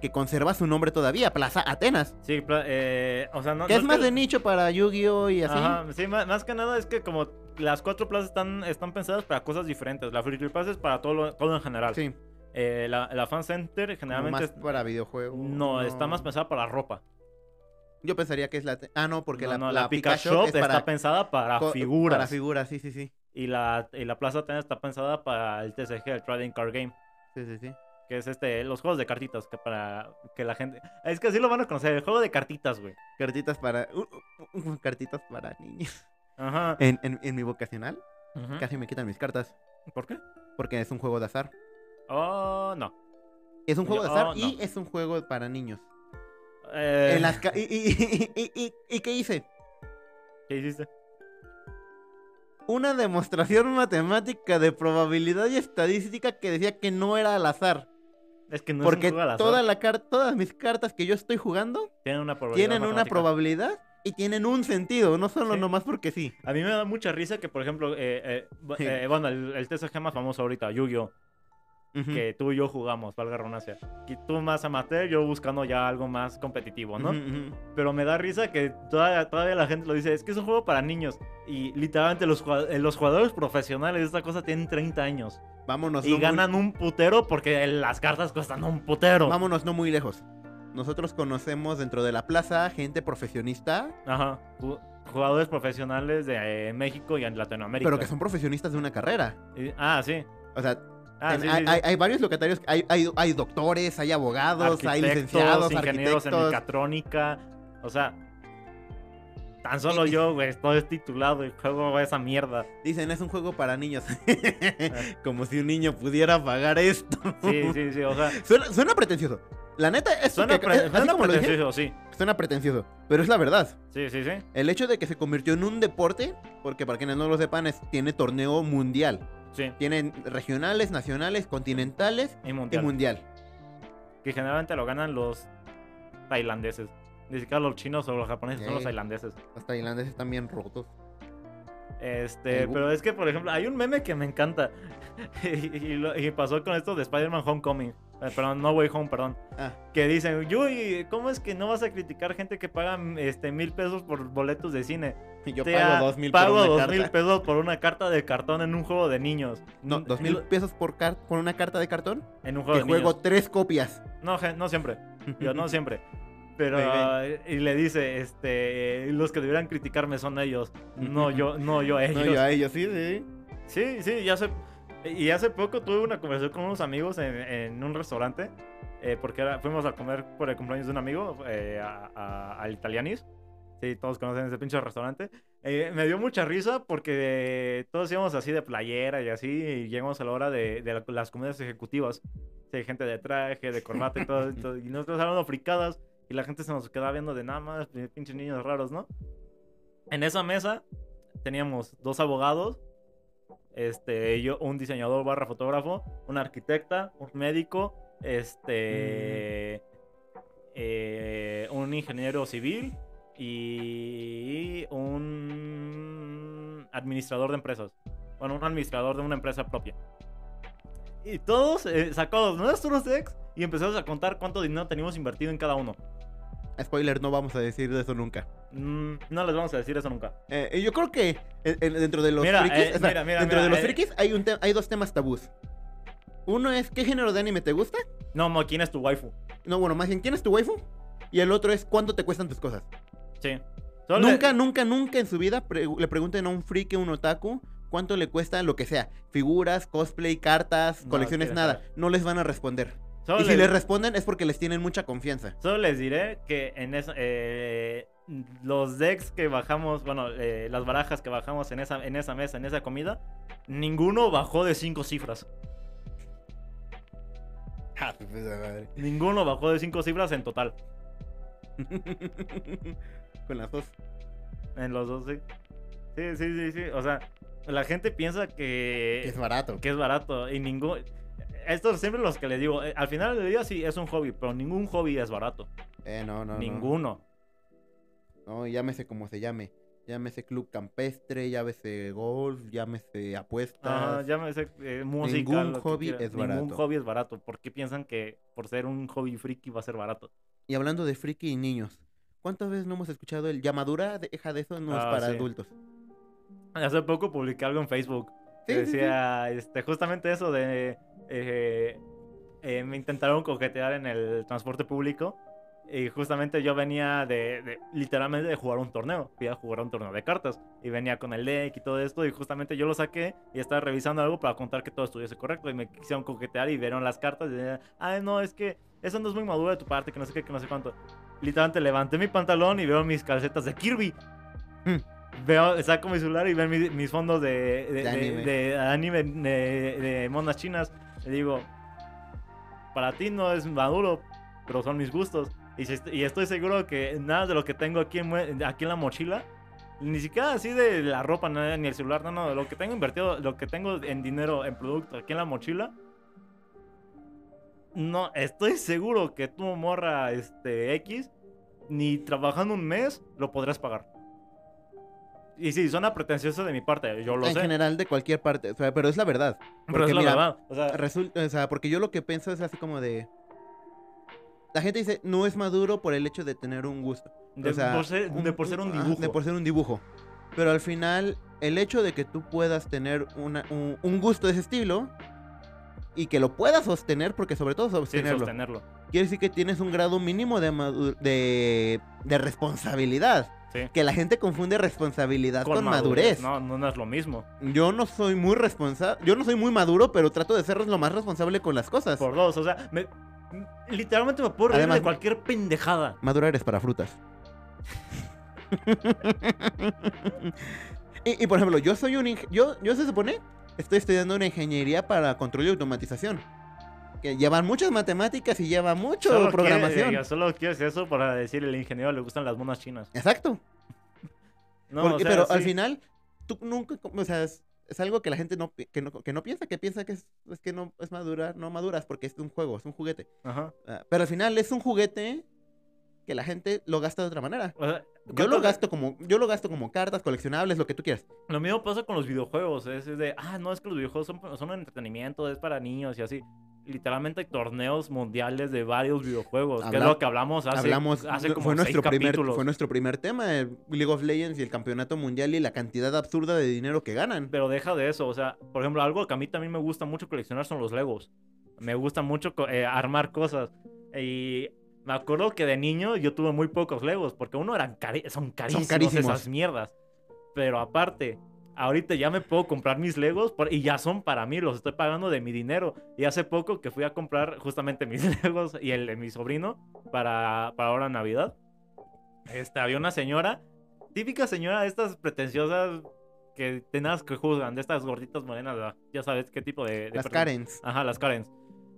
B: Que conserva su nombre todavía, Plaza Atenas.
A: Sí, pla- eh, o sea, no,
B: Que
A: no
B: es más
A: que-
B: de nicho para Yu-Gi-Oh! y así.
A: Ajá, sí, ma- más, que nada es que como las cuatro plazas están, están pensadas para cosas diferentes. La Free Plaza es para todo, lo- todo en general.
B: Sí,
A: Eh, la, la Fan Center
B: como
A: generalmente...
B: más
A: es-
B: para videojuegos.
A: no, está más pensada para ropa.
B: Yo pensaría que es la. te- Ah, no, porque
A: No,
B: la,
A: no,
B: la,
A: Pika
B: Pikachu
A: Shop
B: es
A: está
B: para,
A: pensada para
B: co-
A: figuras.
B: Para figuras, sí, sí, sí.
A: y, la, y la Plaza Atenas está pensada para el TCG, el Trading Card Game.
B: Sí, sí, sí.
A: Que es este, los juegos de cartitas, que para que la gente... Es que así lo van a conocer, el juego de cartitas, güey.
B: Cartitas para. uh, uh, uh, cartitas para niños. <laughs>
A: Ajá.
B: En, en- en mi vocacional
A: Ujú.
B: casi me quitan mis cartas.
A: ¿Mm? ¿Por qué?
B: Porque es un juego de azar.
A: Oh, no.
B: Es un juego de
A: Yo-
B: azar
A: oh,
B: y
A: no.
B: es un juego para niños.
A: Eh,
B: En las ca- y, y- y- y- y- ¿y qué hice?
A: ¿Qué hiciste?
B: Una demostración matemática de probabilidad y estadística que decía que no era al azar.
A: Es que no
B: porque
A: es un juego al azar,
B: toda la car- todas mis cartas que yo estoy jugando
A: tienen una probabilidad
B: tienen una
A: matemática.
B: probabilidad y tienen un sentido. No solo
A: Sí.
B: nomás porque sí.
A: A mí me da mucha risa que, por ejemplo, eh, eh, bu-
B: Sí.
A: eh, bueno, el, el TCG más famoso ahorita, Yu-Gi-Oh!
B: Ujú.
A: que tú y yo jugamos, valga redundancia. Y tú más amateur, yo buscando ya algo más competitivo, ¿no?
B: Ujú, ujú.
A: Pero me da risa que todavía, todavía la gente lo dice, es que es un juego para niños. Y literalmente los, jua- eh, los jugadores profesionales de esta cosa tienen 30 años.
B: Vámonos. no
A: y
B: muy-
A: ganan un putero porque las cartas cuestan un putero.
B: Vámonos no muy lejos. Nosotros conocemos dentro de la plaza gente profesionista,
A: Ajá. ju- Jugadores profesionales de eh, México y en Latinoamérica.
B: pero que son profesionistas de una carrera.
A: Y- Ah, sí.
B: O sea,
A: Ah,
B: en-
A: sí, sí,
B: hay,
A: sí.
B: hay- hay varios locatarios, hay, hay- hay doctores, hay abogados,
A: Arquitectos,
B: hay licenciados,
A: ingenieros en
B: arquitectos.
A: mecatrónica. O sea, tan solo
B: Y-
A: yo, güey, estoy titulado y juego esa mierda.
B: <laughs> Dicen, es un juego para
A: <laughs>
B: niños. <laughs> Como si un niño pudiera pagar esto.
A: Sí, sí, sí. O sea,
B: Suena, suena pretencioso. La neta, esto
A: suena,
B: que-
A: pre-
B: es- así
A: suena
B: como lo dije,
A: pretencioso, sí.
B: suena pretencioso. Pero es la verdad.
A: Sí, sí, sí.
B: El hecho de que se convirtió en un deporte, porque para quienes no lo sepan, es, tiene torneo mundial.
A: Sí,
B: Tienen regionales, nacionales, continentales
A: y
B: y
A: mundial.
B: mundial.
A: que generalmente lo ganan los tailandeses. Ni siquiera los chinos o los japoneses, son los
B: Ok.
A: tailandeses.
B: Los tailandeses están bien rotos. <laughs>
A: Este,
B: El bu-
A: pero es que, por ejemplo, hay un meme que me encanta. <laughs> y, y lo- y pasó con esto de Spider-Man Homecoming. Eh, perdón, No Way Home, perdón.
B: Ah.
A: Que dicen, Yui, ¿cómo es que no vas a criticar gente que paga este, mil pesos por boletos de cine?
B: Y Yo
A: Te ha-
B: pago dos mil
A: ah, pago
B: por una
A: dos
B: carta.
A: mil pesos por una carta de cartón en un juego de niños.
B: No,
A: En-
B: dos mil pesos por, car- por una carta de cartón.
A: En un juego
B: Que
A: de
B: juego
A: niños.
B: tres copias.
A: No, gen- no siempre. <laughs> Yo no siempre. Pero
B: Muy
A: eh, y le dice, este, los que deberían criticarme son ellos, no yo, no yo a ellos.
B: <laughs> No, yo a ellos, sí, sí.
A: Sí, sí, ya hace y hace poco tuve una conversación con unos amigos en, en un restaurante eh, porque era- fuimos a comer por el cumpleaños de un amigo eh, a- a- al Italianis. Sí, todos conocen ese pinche restaurante. Eh, me dio mucha risa porque todos íbamos así de playera y así, y llegamos a la hora de, de la- las comidas ejecutivas. Sí, gente de traje, de corbata y todo, esto, y nosotros hablando fricadas, y la gente se nos quedaba viendo de nada más, pin- pinches niños raros, ¿no? En esa mesa teníamos dos abogados, este, yo, un diseñador barra fotógrafo, una arquitecta, un médico, este, eh, un ingeniero civil y un administrador de empresas. Bueno, un administrador de una empresa propia. Y todos eh, sacados nuestros ex y empezamos a contar cuánto dinero teníamos invertido en cada uno.
B: Spoiler, no vamos a decir de eso nunca.
A: Mm, no les vamos a decir eso nunca.
B: Eh, y yo creo que eh, en- en- dentro de los
A: Mira,
B: frikis,
A: eh,
B: o sea,
A: mira, mira,
B: dentro
A: mira,
B: de los
A: eh.
B: frikis hay, un te- hay dos temas tabús. Uno es, ¿qué género de anime te gusta?
A: No, mo, ¿quién es tu waifu?
B: No, bueno, más bien, ¿quién es tu waifu? Y el otro es, ¿cuánto te cuestan tus cosas?
A: Sí. Solo le-
B: Nunca, nunca, nunca en su vida pre- le pregunten a un friki, un otaku, cuánto le cuesta lo que sea. Figuras, cosplay, cartas,
A: No,
B: colecciones,
A: quién
B: nada.
A: sabe.
B: No les van a responder.
A: solo
B: y si
A: le-
B: les responden es porque les tienen mucha
A: <laughs>
B: confianza.
A: Solo les diré que en esa, eh, los decks que bajamos, bueno, eh, las barajas que bajamos en esa, en esa mesa, en esa comida, ninguno bajó de cinco cifras. Ah, pues, Ninguno bajó de cinco cifras en total.
B: <laughs> Con las dos.
A: En los dos, sí. Sí, sí, sí, sí. O sea, la gente piensa que,
B: Es barato.
A: que es barato y ningún... Estos siempre los que les digo, eh, al final del día sí es un hobby, pero ningún hobby es barato.
B: Eh, no, no, no.
A: Ninguno.
B: No, llámese como se llame. Llámese club campestre, llámese golf, llámese
A: Ajá,
B: apuestas.
A: llámese eh, música.
B: Ah, Ningún
A: lo que
B: hobby
A: quiera.
B: es
A: Ningún
B: barato.
A: hobby es barato. ¿Por qué piensan que por ser un hobby friki va a ser barato?
B: Y hablando de friki y niños, ¿cuántas veces no hemos escuchado el llamadura? Deja de eso, no es
A: Ah,
B: para
A: sí.
B: adultos.
A: Hace poco publiqué algo en Facebook.
B: Sí,
A: que
B: sí, sí.
A: decía este, justamente eso de... eh, eh, me intentaron coquetear en el transporte público. Y justamente yo venía de, de- literalmente de jugar un torneo. Fui a jugar un torneo de cartas. Y venía con el deck y todo esto. Y justamente yo lo saqué y estaba revisando algo para contar que todo estuviese correcto. Y me quisieron coquetear y vieron las cartas. Y decían, ay, no, es que eso no es muy maduro de tu parte, que no sé qué, que no sé cuánto. Literalmente levanté mi pantalón y veo mis calcetas de Kirby. Veo, saco mi celular y veo mis, mis fondos de, de,
B: De anime.
A: de- de anime, de- de monas chinas. Le digo, para ti no es maduro, pero son mis gustos. Y, si est- y estoy seguro que nada de lo que tengo aquí en, mue- aquí en la mochila, ni siquiera así de la ropa, nada, ni el celular, no, no, lo que tengo invertido, lo que tengo en dinero, en producto, aquí en la mochila, no, estoy seguro que tu morra este, X, ni trabajando un mes, lo podrás pagar. Y sí, suena pretencioso de mi parte, yo lo
B: en
A: sé.
B: general de cualquier parte, o sea, pero es la verdad.
A: pero es la
B: mira,
A: verdad. O sea,
B: Resulta, o sea, porque yo lo que pienso es así como de... La gente dice, no es maduro por el hecho de tener un gusto.
A: de,
B: o sea,
A: por ser, de por ser un
B: ajá,
A: dibujo.
B: De por ser un dibujo. Pero al final, el hecho de que tú puedas tener una- un, un gusto de ese estilo y que lo puedas sostener, porque sobre todo
A: sí,
B: sostenerlo,
A: sostenerlo.
B: quiere decir que tienes un grado mínimo de, madu- de, de responsabilidad.
A: Sí.
B: Que la gente confunde responsabilidad con, madurez.
A: No, no, no es lo mismo.
B: Yo no soy muy responsable, yo no soy muy maduro, pero trato de ser lo más responsable con las cosas.
A: Por dos, o sea, me- literalmente me puedo reír
B: Además-
A: de cualquier pendejada.
B: Madura eres para frutas. <laughs> y, y, por ejemplo, yo soy un ing- yo, yo se supone estoy estudiando una ingeniería para control y automatización. Que llevan muchas matemáticas y lleva mucho
A: Solo quiere-
B: programación.
A: eh, solo quiero decir eso para decir el ingeniero le gustan las monas chinas.
B: Exacto.
A: No,
B: Porque-
A: o sea,
B: pero al
A: sí.
B: final, tú nunca, o sea, es, es algo que la gente no, pi- que no, que no piensa, que piensa que es, es que no es madurar, no maduras porque es un juego, es un juguete.
A: Ajá.
B: Ah, Pero al final es un juguete que la gente lo gasta de otra manera.
A: O sea,
B: Yo lo
A: ¿cuántas-
B: gasto como, yo lo gasto como cartas, coleccionables, lo que tú quieras.
A: Lo mismo pasa con los videojuegos, es de, ah, no, es que los videojuegos son, son un entretenimiento, es para niños y así. Literalmente hay torneos mundiales de varios videojuegos, que es
B: Habla-
A: lo que hablamos hace,
B: Hablamos,
A: hace
B: fue
A: como seis
B: nuestro primer,
A: capítulos.
B: fue nuestro primer tema, el League of Legends y el campeonato mundial y la cantidad absurda de dinero que ganan.
A: Pero deja de eso, o sea, por ejemplo, algo que a mí también me gusta mucho coleccionar son los Legos. Me gusta mucho co- eh, armar cosas. Y me acuerdo que de niño yo tuve muy pocos Legos, porque uno eran cari- son carísimos,
B: carísimos.
A: esas mierdas. Pero aparte, ahorita ya me puedo comprar mis Legos por- y ya son para mí, los estoy pagando de mi dinero. Y hace poco que fui a comprar justamente mis <laughs> Legos y el de mi sobrino para, para ahora Navidad. Este, había una señora, típica señora de estas pretenciosas que tenaz que juzgan, de estas gorditas morenas, ¿verdad? ya sabes qué tipo de... de
B: Las
A: personas.
B: Karens.
A: Ajá, las Karens.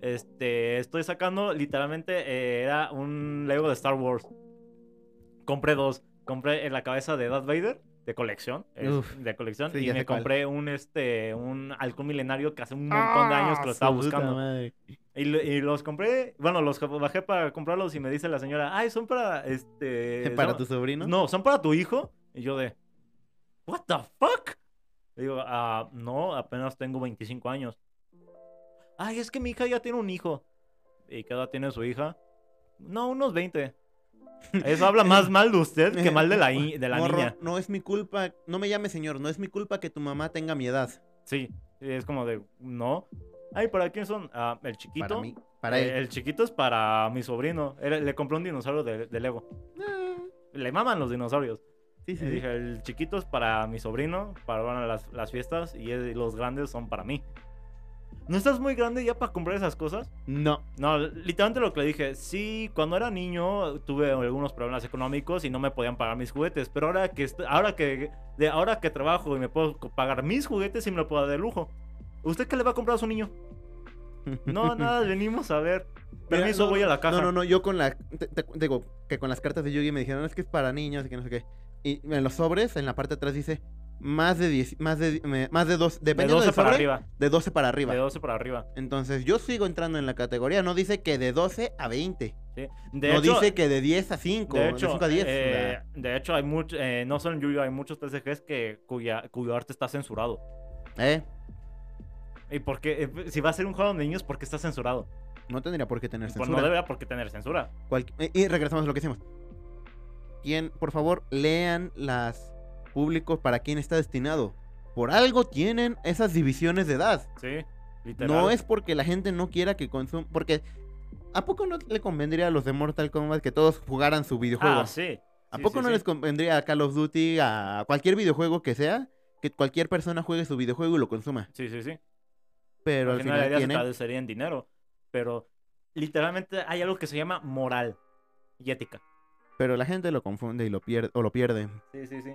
A: Este, estoy sacando, literalmente, eh, era un Lego de Star Wars. Compré dos. Compré en la cabeza de Darth Vader, de colección. es
B: Uf,
A: de colección.
B: sí,
A: y
B: ya
A: me
B: sé cuál.
A: compré un, este, un halcón milenario que hace
B: Ah,
A: un montón de años que lo estaba buscando. Y, lo- y los compré, bueno, los bajé para comprarlos y me dice la señora, ay, son para, este...
B: <laughs> <laughs> Para
A: son-
B: tu sobrino.
A: no, son para tu hijo. Y yo de, what the fuck? Le digo, ah, no, apenas tengo 25 años. Ay, es que mi hija ya tiene un hijo. ¿Y qué edad tiene su hija? No, unos 20. Eso habla
B: <laughs>
A: más mal de <laughs> usted que mal de la, i- de la
B: Morro,
A: niña.
B: No es mi culpa, no me llame señor, no es mi culpa que tu mamá tenga mi edad.
A: Sí, es como de, no. Ay, ¿para quién son? Ah, el chiquito.
B: Para mí, para
A: Eh,
B: él.
A: El chiquito es para mi sobrino. Era- le compré un dinosaurio de, de Lego.
B: Ah,
A: Le maman los dinosaurios.
B: sí, sí,
A: Y
B: sí.
A: dije, el chiquito es para mi sobrino, para bueno, las, las fiestas, y el- los grandes son para mí. ¿No estás muy grande ya para comprar esas cosas?
B: No.
A: No, literalmente lo que le dije, sí, cuando era niño tuve algunos problemas económicos y no me podían pagar mis juguetes, pero ahora que, est- ahora que, de ahora que trabajo y me puedo co- pagar mis juguetes y me lo puedo dar de lujo, ¿usted qué le va a comprar a su niño?
B: <laughs>
A: No, nada, venimos a ver.
B: Mira,
A: Permiso,
B: no,
A: voy a la caja.
B: No, no, no, yo con la. te- te- digo, que con las cartas de Yugi me dijeron, es que es para niños y que no sé qué. Y en los sobres, en la parte de atrás dice, más de 10, más de, me- más de 2,
A: De
B: dependiendo
A: 12
B: del
A: para
B: sobre,
A: arriba.
B: de 12 para arriba.
A: De 12 para arriba.
B: Entonces, yo sigo entrando en la categoría, no dice que de 12 a 20.
A: ¿sí. De
B: no
A: hecho,
B: dice que de 10 a 5,
A: De
B: de,
A: hecho,
B: 5 a 10.
A: eh, de hecho hay mucho, eh, no solo en Yu-Gi-Oh! hay muchos TCGs que, cuya, cuyo arte está censurado.
B: Eh,
A: ¿Y por qué? Eh, si va a ser un juego de niños, ¿por qué está censurado?
B: no tendría por qué tener
A: Pues
B: censura.
A: no debería por qué tener censura.
B: Cualqui- eh, Y regresamos a lo que hicimos. ¿Quién, por favor, lean las públicos para quién está destinado? Por algo tienen esas divisiones de edad.
A: Sí, literal.
B: No es porque la gente no quiera que consuma. Porque, ¿a poco no le convendría a los de Mortal Kombat que todos jugaran su videojuego?
A: Ah, sí.
B: ¿A
A: sí,
B: poco
A: sí,
B: no
A: sí.
B: les convendría a Call of Duty, a cualquier videojuego que sea, que cualquier persona juegue su videojuego y lo consuma?
A: Sí, sí, sí.
B: Pero al final,
A: la idea se
B: tienen.
A: traduciría en dinero. Pero literalmente hay algo que se llama moral y ética.
B: Pero la gente lo confunde y lo pierde, o lo pierde.
A: Sí, sí, sí.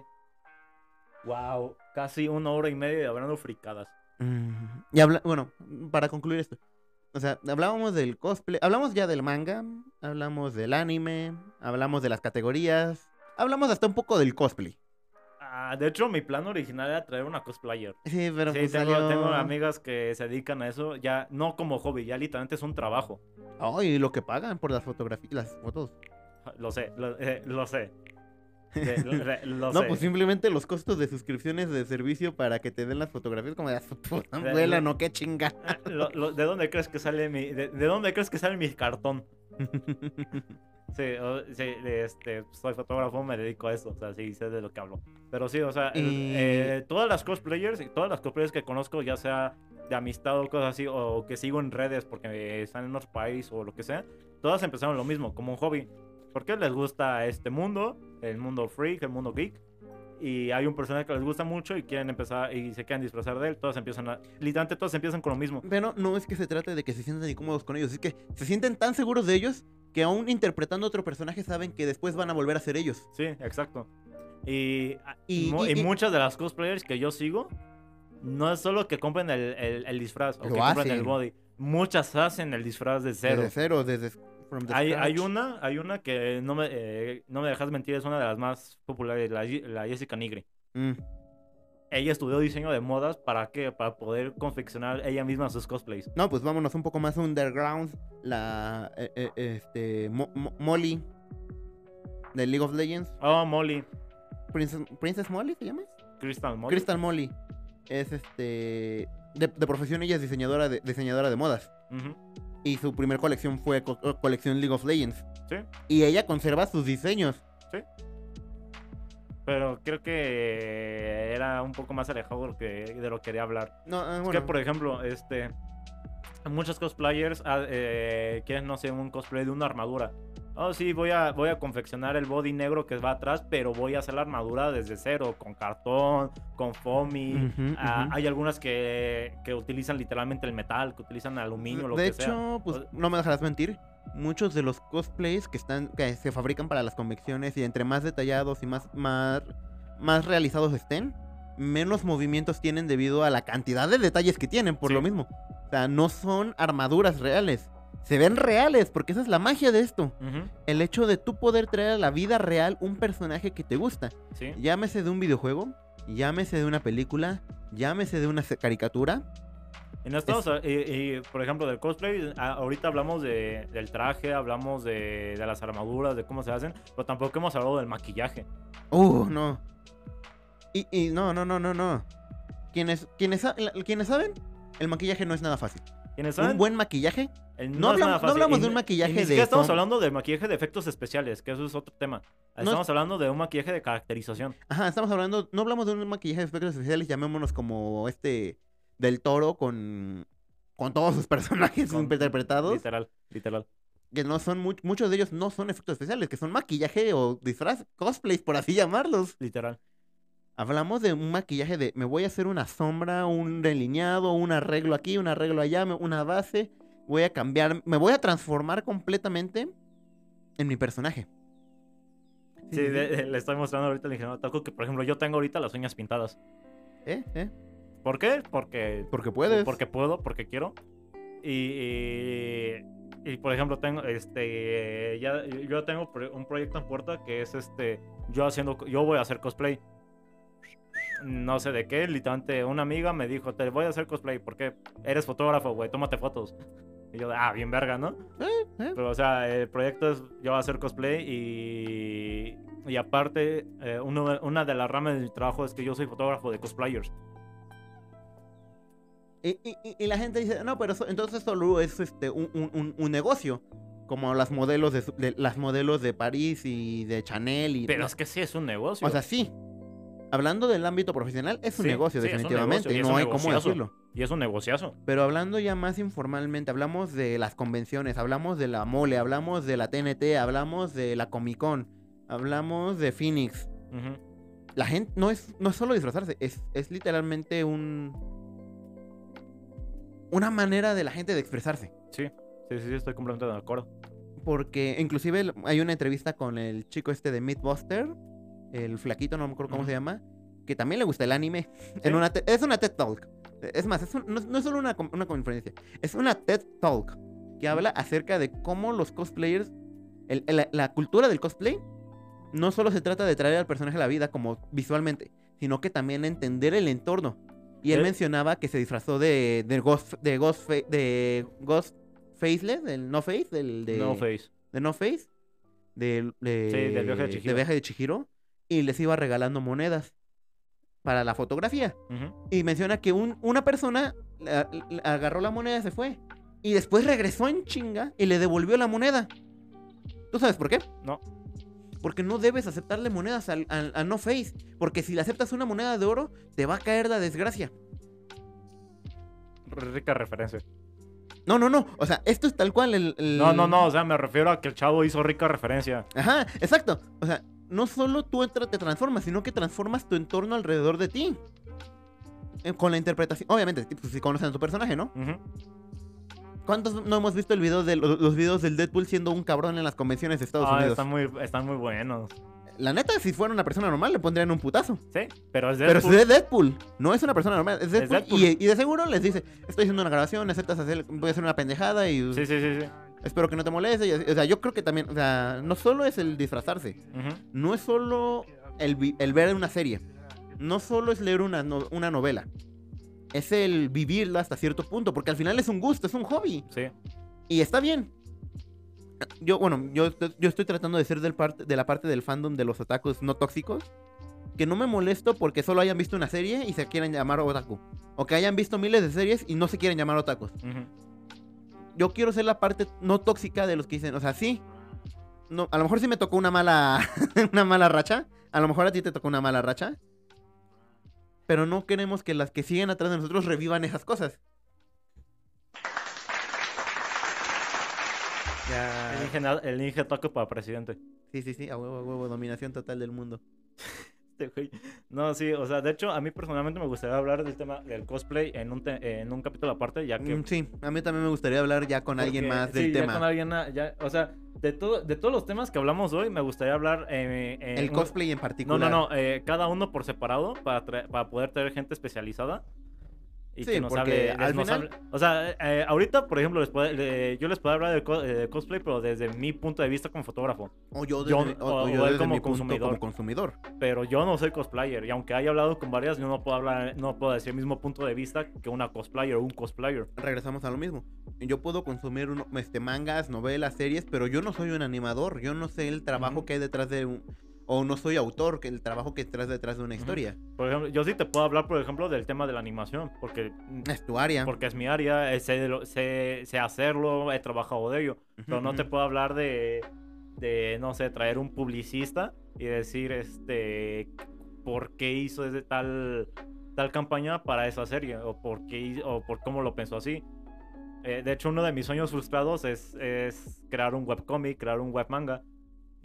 A: Wow, casi una hora y media de hablando fricadas.
B: Mm, Y habla, bueno, para concluir esto. O sea, hablábamos del cosplay, hablamos ya del manga, hablamos del anime, hablamos de las categorías, hablamos hasta un poco del cosplay.
A: Ah, de hecho, mi plan original era traer una cosplayer.
B: Sí, pero
A: Sí,
B: pues
A: tengo,
B: salió-
A: tengo amigas que se dedican a eso, ya no como hobby, ya literalmente es un trabajo.
B: Ay, lo que pagan por las fotografías, las fotos. <laughs>
A: Lo sé, lo, eh, lo sé. De- re- lo
B: No,
A: sé.
B: pues simplemente los costos de suscripciones de servicio para que te den las fotografías como de "Ah, <laughs> puta
A: Re-
B: abuela, no qué chinga.
A: <laughs> Lo- lo- ¿De dónde crees que sale mi, de, de dónde crees que sale mi cartón? Sí, o- sí, de este, soy fotógrafo, me dedico a eso, o sea, sí sé de lo que hablo. Pero sí, o sea, el-
B: Y-
A: eh, todas las cosplayers, y todas las cosplayers que conozco, ya sea de amistad o cosas así, o que sigo en redes porque están en otro país o lo que sea, todas empezaron lo mismo, como un hobby. Porque les gusta este mundo, el mundo freak, el mundo geek. Y hay un personaje que les gusta mucho y quieren empezar y se quieren disfrazar de él. Todas empiezan a. Literalmente todas empiezan con lo mismo.
B: Pero no es que se trate de que se sientan incómodos con ellos, es que se sienten tan seguros de ellos que aún interpretando a otro personaje saben que después van a volver a ser ellos.
A: Sí, exacto. Y,
B: Y-
A: y, mu-
B: y-
A: y
B: y-
A: muchas de las cosplayers que yo sigo, no es solo que compren el, el- el disfraz o
B: Lo
A: que compren el
B: hacen.
A: body. Muchas hacen el disfraz de cero.
B: Desde cero, desde from the
A: Hay, hay
B: scratch.
A: una, hay una que no me, eh, no me dejas mentir, es una de las más populares, la, Ye- la Jessica Nigri.
B: Mm.
A: Ella estudió diseño de modas para qué? Para poder confeccionar ella misma sus cosplays.
B: No, pues vámonos un poco más underground. La eh, eh, este Mo- Mo- Molly de League of Legends,
A: Oh, Molly,
B: Princess, Princess Molly se llama?
A: Crystal Molly.
B: Crystal Molly. Es este de, de profesión ella es diseñadora de, diseñadora de modas
A: Ujú.
B: y su primer colección fue co- co- colección League of Legends.
A: Sí.
B: Y ella conserva sus diseños.
A: Pero creo que era un poco más alejado de lo que, de lo que quería hablar.
B: No, ah,
A: Es que,
B: bueno.
A: por ejemplo, este. Muchos cosplayers ah, eh, quieren, no sé, un cosplay de una armadura. Oh, sí, voy a, voy a confeccionar el body negro que va atrás, pero voy a hacer la armadura desde cero, con cartón, con foamy.
B: Ujú,
A: Ah,
B: ujú.
A: Hay algunas que, que utilizan literalmente el metal, que utilizan aluminio, lo
B: de
A: que
B: hecho,
A: sea.
B: pues
A: O-
B: no me dejarás mentir. Muchos de los cosplays que están que se fabrican para las convenciones y entre más detallados y más más, más realizados estén, menos movimientos tienen debido a la cantidad de detalles que tienen por
A: Sí.
B: lo mismo. O sea, no son armaduras reales. Se ven reales porque esa es la magia de esto.
A: Ujú,
B: El hecho de tú poder traer a la vida real un personaje que te gusta.
A: sí.
B: Llámese de un videojuego, llámese de una película, llámese de una se- caricatura.
A: En Estados y, y, por ejemplo, del cosplay, a- ahorita hablamos de, del traje, hablamos de, de las armaduras, de cómo se hacen, pero tampoco hemos hablado del maquillaje.
B: Uh, no. Y, y no, no, no, no, no. Quienes, quienes, sa- la- quienes saben, el maquillaje no es nada fácil.
A: ¿Quiénes saben?
B: Un buen maquillaje.
A: El-
B: No
A: es
B: hablam-
A: nada
B: no
A: fácil.
B: hablamos
A: Y
B: de un
A: ni-
B: maquillaje
A: y ni
B: de
A: siquiera estamos
B: fom-
A: hablando del maquillaje de efectos especiales, que eso es otro tema.
B: No
A: Estamos hablando de un maquillaje de caracterización.
B: Ajá, estamos hablando. No hablamos de un maquillaje de efectos especiales, llamémonos como este del toro con. Con todos sus personajes
A: Con-
B: interpretados.
A: Literal, literal.
B: Que no son mu- muchos de ellos no son efectos especiales, que son maquillaje o disfraz, cosplays, por así llamarlos.
A: Literal.
B: Hablamos de un maquillaje de me voy a hacer una sombra, un delineado, un arreglo aquí, un arreglo allá, me- una base. Voy a cambiar, me voy a transformar completamente en mi personaje.
A: Sí, de- de- le estoy mostrando ahorita al ingeniero Taco que, por ejemplo, yo tengo ahorita las uñas pintadas.
B: ¿Eh? ¿Eh?
A: ¿Por qué? Porque,
B: Porque puedes.
A: porque puedo, porque quiero. Y, y, y, por ejemplo, tengo este. Ya, yo tengo pro- un proyecto en puerta que es este. Yo haciendo. co- Yo voy a hacer cosplay. No sé de qué, literalmente una amiga me dijo, te voy a hacer cosplay, porque eres fotógrafo, güey, tómate fotos. Y yo, ah, bien verga, ¿no?
B: eh.
A: Pero, o sea, el proyecto es, yo voy a hacer cosplay y, y aparte, eh, uno de- una de las ramas de mi trabajo es que yo soy fotógrafo de cosplayers.
B: Y, y- y- y la gente dice, no, pero eso- entonces solo es este un, un- un- un negocio. Como las modelos de, su- de- las modelos de París y de Chanel y
A: Pero es que sí, es un negocio.
B: O sea, sí. Hablando del ámbito profesional, es un
A: Sí,
B: negocio,
A: sí, es un
B: definitivamente.
A: negocio y es
B: no
A: un
B: hay cómo
A: negociazo.
B: decirlo.
A: y es un negociazo.
B: Pero hablando ya más informalmente, hablamos de las convenciones, hablamos de la mole, hablamos de la TNT, hablamos de la Comic Con, hablamos de Phoenix.
A: Ujú.
B: La gente no es, no es solo disfrazarse, es, es literalmente un. Una manera de la gente de expresarse.
A: Sí, sí, sí, estoy completamente de acuerdo.
B: Porque inclusive el- hay una entrevista con el chico este de Mythbuster, el flaquito, no me acuerdo cómo
A: Ujú.
B: se llama, que también le gusta el anime.
A: Sí.
B: En una te- es una TED Talk. Es más, es un- no, no es solo una, com- una conferencia, es una TED Talk que habla acerca de cómo los cosplayers, el- el- la, la cultura del cosplay, no solo se trata de traer al personaje a la vida como visualmente, sino que también entender el entorno. Y él
A: Eh.
B: mencionaba que se disfrazó de, de Ghost, de Ghost, Fa- de Ghost Faceless, del No Face, del de
A: No face.
B: de No Face, del, de,
A: Sí, del viaje de Chihiro.
B: viaje de Chihiro, y les iba regalando monedas para la fotografía.
A: Ujú.
B: Y menciona que un- una persona la- la- agarró la moneda y se fue. Y después regresó en chinga y le devolvió la moneda. ¿Tú sabes por qué?
A: No.
B: Porque no debes aceptarle monedas al, al- a No Face. Porque si le aceptas una moneda de oro, te va a caer la desgracia.
A: Rica referencia.
B: No, no, no. O sea, esto es tal cual el- el...
A: No, no, no. O sea, me refiero a que el chavo hizo rica referencia.
B: Ajá, exacto. O sea, no solo tú entra- te transformas, sino que transformas tu entorno alrededor de ti. Eh, Con la interpretación. Obviamente, tipo, si conocen a tu personaje, ¿no?
A: Ujú.
B: ¿Cuántos no hemos visto el video de los, los videos del Deadpool siendo un cabrón en las convenciones de Estados
A: Ah,
B: Unidos?
A: están muy, están muy buenos.
B: La neta, si fuera una persona normal, le pondrían un putazo.
A: Sí, pero es
B: Pero
A: Deadpool.
B: si es Deadpool, no es una persona normal, es Deadpool.
A: Deadpool.
B: Y, y de seguro les dice: Estoy haciendo una grabación, aceptas hacer, voy a hacer una pendejada y
A: Sí, sí, sí, sí.
B: espero que no te moleste. y así. o sea, yo creo que también, o sea, no solo es el disfrazarse,
A: Ujú.
B: no es solo el, vi- el ver una serie, no solo es leer una, no- una novela, es el vivirla hasta cierto punto, porque al final es un gusto, es un hobby,
A: Sí.
B: y está bien. Yo, bueno, yo, est- yo estoy tratando de ser del parte, de la parte del fandom de los otakus no tóxicos, que no me molesto porque solo hayan visto una serie y se quieran llamar otaku, o que hayan visto miles de series y no se quieren llamar otakus
A: Ujú.
B: yo quiero ser la parte no tóxica de los que dicen, o sea, sí. No, a lo mejor sí me tocó una mala <laughs> una mala racha, a lo mejor a ti te tocó una mala racha. Pero no queremos que las que siguen atrás de nosotros revivan esas cosas. Ya.
A: El Inge, el Inge Taco para presidente.
B: Sí, sí, sí, a huevo, a huevo, dominación total del mundo.
A: Este güey. No, sí, o sea, de hecho, a mí personalmente me gustaría hablar del tema del cosplay en un, te- en un capítulo aparte, ya que...
B: Mm, Sí, a mí también me gustaría hablar ya con alguien
A: porque-
B: más
A: sí,
B: del
A: ya
B: tema.
A: con alguien, ah, ya- o sea, de, todo, de todos los temas que hablamos hoy, me gustaría hablar... eh, eh,
B: El
A: un-
B: cosplay en
A: No,
B: particular.
A: no, no, eh, cada uno por separado para, tra- para poder traer gente especializada. Y
B: Sí,
A: que nos
B: porque
A: hable, les-
B: al
A: nos
B: final-
A: hable- O sea, eh, eh, ahorita, por ejemplo, les puedo- le- yo les puedo hablar de, co- eh, de cosplay, pero desde mi punto de vista como fotógrafo.
B: O yo,
A: Yo-
B: desde- o-
A: o-
B: o yo
A: o él
B: desde
A: como
B: mi punto
A: consumidor.
B: como consumidor.
A: pero yo no soy cosplayer y aunque haya hablado con varias yo no puedo hablar no puedo decir el mismo punto de vista que una cosplayer o un cosplayer
B: regresamos a lo mismo. Yo puedo consumir uno- este, mangas, novelas, series, pero yo no soy un animador. Yo no sé el trabajo
A: Ujú.
B: que hay detrás de un... O no soy autor, que el trabajo que hay detrás, detrás de una
A: Ujú.
B: historia.
A: por ejemplo yo sí te puedo hablar por ejemplo del tema de la animación porque
B: Es tu área.
A: porque es mi área eh, sé, de lo- sé, sé hacerlo he trabajado de ello
B: Ujú,
A: pero no te
B: ujú.
A: puedo hablar de de no sé traer un publicista y decir este por qué hizo ese tal tal campaña para esa serie o por qué hi- o por cómo lo pensó así Eh, de hecho uno de mis sueños frustrados es, es crear un webcomic crear un webmanga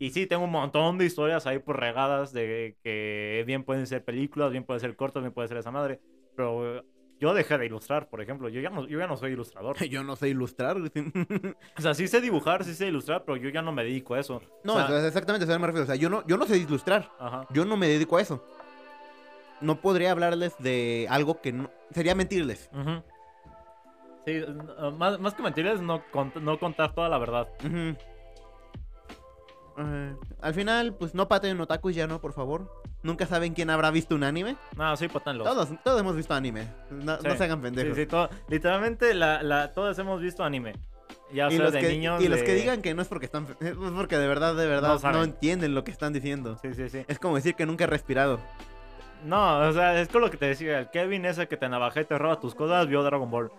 A: y sí tengo un montón de historias ahí por regadas de que bien pueden ser películas bien pueden ser cortos bien puede ser esa madre pero eh, yo dejé de ilustrar por ejemplo yo ya no, yo ya no soy ilustrador
B: <laughs> Yo no sé ilustrar. güey.
A: o sea, sí sé dibujar, sí sé ilustrar, pero yo ya no me dedico a eso.
B: <laughs> no,
A: O sea,
B: o sea, exactamente, a eso me refiero. O sea, yo no, yo no sé ilustrar.
A: Ajá.
B: Yo no me dedico a eso. No podría hablarles de algo que no... Sería mentirles.
A: Ujú. Sí, eh, más, más que mentiras, no, cont- no contar toda la verdad.
B: Ujú. Eh, al final, pues no paten otakus ya no, por favor. Nunca saben quién habrá visto un anime.
A: No, sí, patanlo.
B: Todos, todos hemos visto anime. No, no
A: Sí.
B: se hagan
A: Sí,
B: pendejos.
A: sí, todo- literalmente la, la, todos hemos visto anime. Ya
B: Y,
A: sea
B: los
A: de
B: que,
A: niños.
B: y los
A: de-
B: que digan que no es porque están es porque de verdad, de verdad no,
A: saben.
B: entienden lo que están diciendo.
A: Sí, sí, sí.
B: Es como decir que nunca he respirado.
A: No, o sea, es con lo que te decía. El Kevin ese que te navajé, te roba tus cosas, vio Dragon Ball.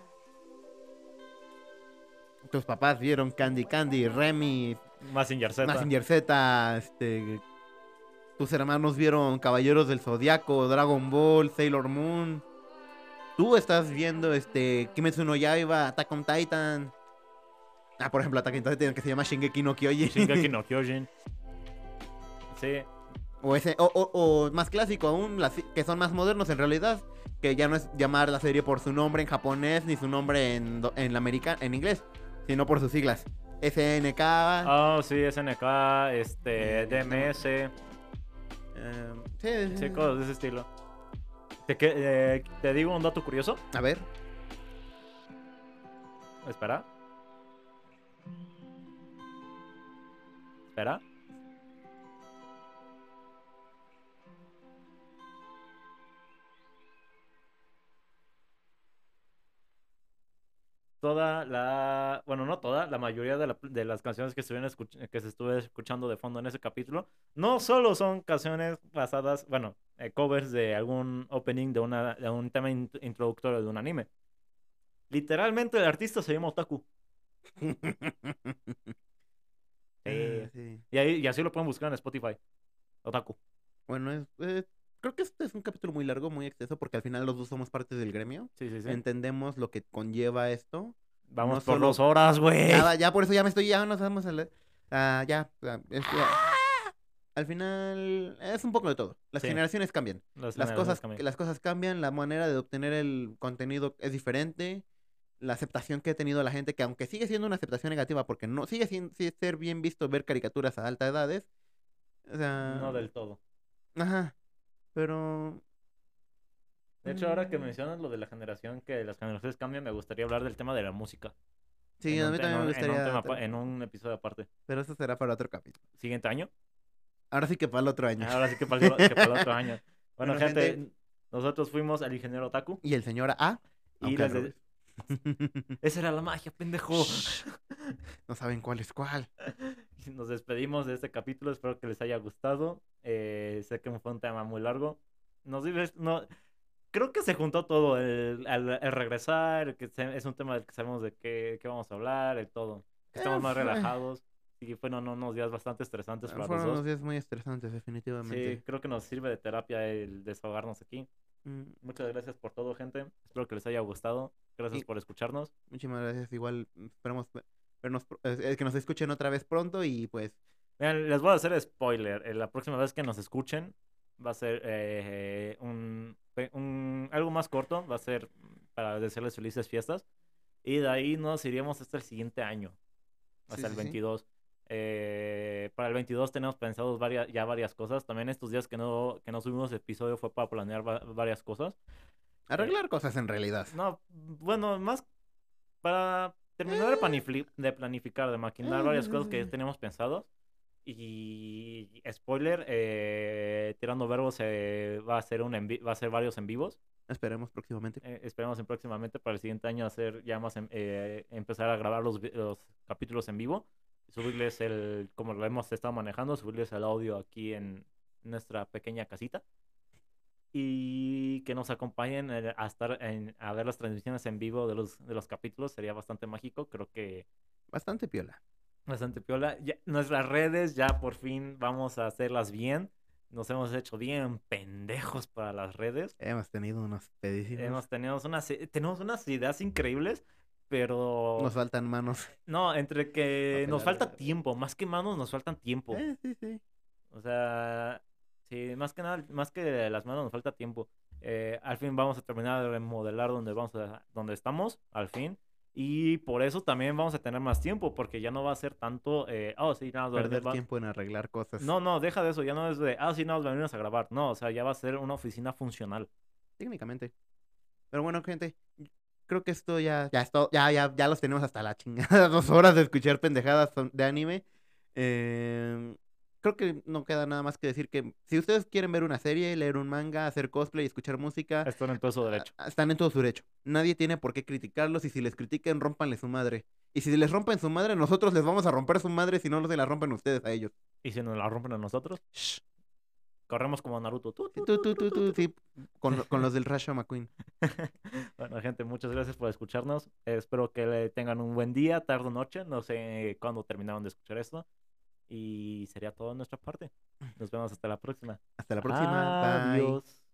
B: Tus papás vieron Candy Candy, Remy,
A: Más sin
B: Mazinger Z, este tus hermanos vieron Caballeros del Zodiaco, Dragon Ball, Sailor Moon. Tú estás viendo este Kimetsu no Yaiba, Attack on Titan. Ah, por ejemplo, Attack on Titan que se llama Shingeki no Kyojin.
A: Shingeki
B: <laughs>
A: no Kyojin. Sí.
B: O, ese, o, o- o más clásico aún, las, que son más modernos en realidad, que ya no es llamar la serie por su nombre en japonés ni su nombre en, do- en, la america- en inglés, sino por sus siglas. SNK,
A: Oh, sí, SNK, este,
B: Mm, no.
A: DMS.
B: eh, sí,
A: Sí, cosas de ese estilo. ¿Te, que- eh, te digo un dato curioso.
B: a ver,
A: Espera. Espera. toda la, bueno, no toda, la mayoría de, la- de las canciones que, estuvieron escuch- que se estuve escuchando de fondo en ese capítulo, no solo son canciones basadas, bueno, eh, covers de algún opening de, una, de un tema in- introductorio de un anime. Literalmente el artista se llama Otaku. Sí.
B: Ah, sí.
A: Y, ahí, y así lo pueden buscar en Spotify. Otaku.
B: Bueno, es, eh, creo que este es un capítulo muy largo, muy exceso, porque al final los dos somos parte del gremio.
A: Sí, sí, sí.
B: Entendemos lo que conlleva esto.
A: Vamos
B: no
A: por
B: solo-
A: dos horas, güey.
B: Ya, va- ya por eso ya me estoy, ya nos vamos a la- ah, ya, ah, es que- Al final es un poco de todo. Las
A: Sí.
B: generaciones cambian. Las
A: generaciones
B: cosas,
A: cambian.
B: las cosas cambian, la manera de obtener el contenido es diferente. La aceptación que ha tenido la gente, que aunque sigue siendo una aceptación negativa, porque no sigue sin, sin ser bien visto ver caricaturas a altas edades. O sea,
A: No del todo.
B: Ajá. Pero.
A: De hecho, ahora que
B: Mm.
A: mencionas lo de la generación, que las generaciones cambian, me gustaría hablar del tema de la música.
B: Sí,
A: En
B: a
A: un
B: mí
A: te-
B: también me
A: en un- en un
B: gustaría.
A: tema eh.
B: otro-
A: apa- en un episodio aparte.
B: Pero eso será para otro capítulo.
A: Siguiente año.
B: Ahora sí que para el otro <laughs> año.
A: Ahora sí que para, el- que para el otro
B: <laughs>
A: año. Bueno,
B: Bueno,
A: gente,
B: gente.
A: nosotros fuimos al ingeniero Otaku.
B: Y el señor A.
A: Y
B: aunque
A: las
B: al
A: de-
B: revés. Mm.
A: Esa era la magia, pendejo.
B: <laughs> no saben cuál es cuál.
A: <laughs> Nos despedimos de este capítulo. Espero que les haya gustado. Eh, sé que fue un tema muy largo. Nos dices- no, creo que se juntó todo. El, al- el regresar, el que se- es un tema del que sabemos de qué, qué vamos a hablar, el todo. Que estamos
B: Eh,
A: más
B: fue- Eh,
A: relajados. Y fueron unos días bastante estresantes para los
B: Ah, Fueron unos
A: dos.
B: días muy estresantes,
A: Sí,
B: definitivamente.
A: creo que nos sirve de terapia el desahogarnos aquí.
B: Mm,
A: Muchas gracias por todo, gente. Espero que les haya gustado. Gracias
B: Y-
A: por escucharnos.
B: muchísimas gracias. Igual esperamos ver- vernos, pr- eh, eh, que nos escuchen otra vez pronto y pues.
A: Vean, les voy a hacer spoiler. Eh, La próxima vez que nos escuchen va a ser eh, un, pe- un- algo más corto. Va a ser para desearles felices fiestas. Y de ahí nos iríamos hasta el siguiente año, hasta
B: Sí,
A: el
B: sí, sí.
A: 22. Eh, para el 22 tenemos pensados varias, ya varias cosas. También estos días que no, que no subimos episodio fue para planear va- varias cosas.
B: Arreglar cosas en realidad.
A: No, bueno, más para terminar de, planifli- de planificar, de maquinar
B: Ah,
A: varias
B: sí,
A: cosas que
B: sí,
A: ya
B: sí.
A: teníamos pensados. Y spoiler, eh, tirando verbos eh, va a ser un en vi- va a ser varios en vivos.
B: Esperemos próximamente.
A: Eh, esperemos en próximamente para el siguiente año hacer ya más en- eh, empezar a grabar los, vi- los capítulos en vivo, subirles el como lo hemos estado manejando, subirles el audio aquí en nuestra pequeña casita y que nos acompañen eh, a estar en- a ver las transmisiones en vivo de los de los capítulos sería bastante mágico, creo que
B: Bastante piola.
A: Bastante piola. Ya- nuestras redes ya por fin vamos a hacerlas bien. Nos hemos hecho bien pendejos para las redes.
B: Hemos tenido unos pedísimos.
A: Hemos tenido unas, i- tenemos unas ideas increíbles, pero
B: Nos faltan manos.
A: no, entre que
B: Papel
A: nos falta
B: largo.
A: tiempo, más que manos nos faltan tiempo.
B: <laughs> Eh, sí, sí.
A: O sea, sí, más que nada, más que las manos nos falta tiempo. Eh, al fin vamos a terminar de remodelar donde vamos a- donde estamos, al fin. Y por eso también vamos a tener más tiempo, porque ya no va a ser tanto, eh, oh, sí, nada, va-
B: Perder
A: va-
B: tiempo en arreglar cosas.
A: No, no, deja de eso, ya no es de, ah, sí, nada, más venimos a grabar. No, o sea, ya va a ser una oficina funcional.
B: Técnicamente. Pero bueno, gente, creo que esto ya, ya, esto, ya, ya, ya los tenemos hasta la chingada. <laughs> Dos horas de escuchar pendejadas son- de anime. Eh, creo que no queda nada más que decir que si ustedes quieren ver una serie, leer un manga, hacer cosplay, escuchar música,
A: Esto en todo su derecho.
B: a- están en todo su derecho. Nadie tiene por qué criticarlos y si les critiquen, rompanle su madre. Y si les rompen su madre, nosotros les vamos a romper su madre si no se la rompen ustedes a ellos.
A: Y si nos la rompen a nosotros, shh, corremos como Naruto. Tu, tu,
B: Tú,
A: tu,
B: tú, tú,
A: tu, tu,
B: tú,
A: tu.
B: sí, con, con los del Rasha McQueen.
A: <laughs> Bueno, gente, muchas gracias por escucharnos. Espero que le tengan un buen día, tarde o noche. No sé cuándo terminaron de escuchar esto. Y sería todo de nuestra parte. Nos vemos hasta la próxima.
B: Hasta la próxima. Bye.
A: Adiós.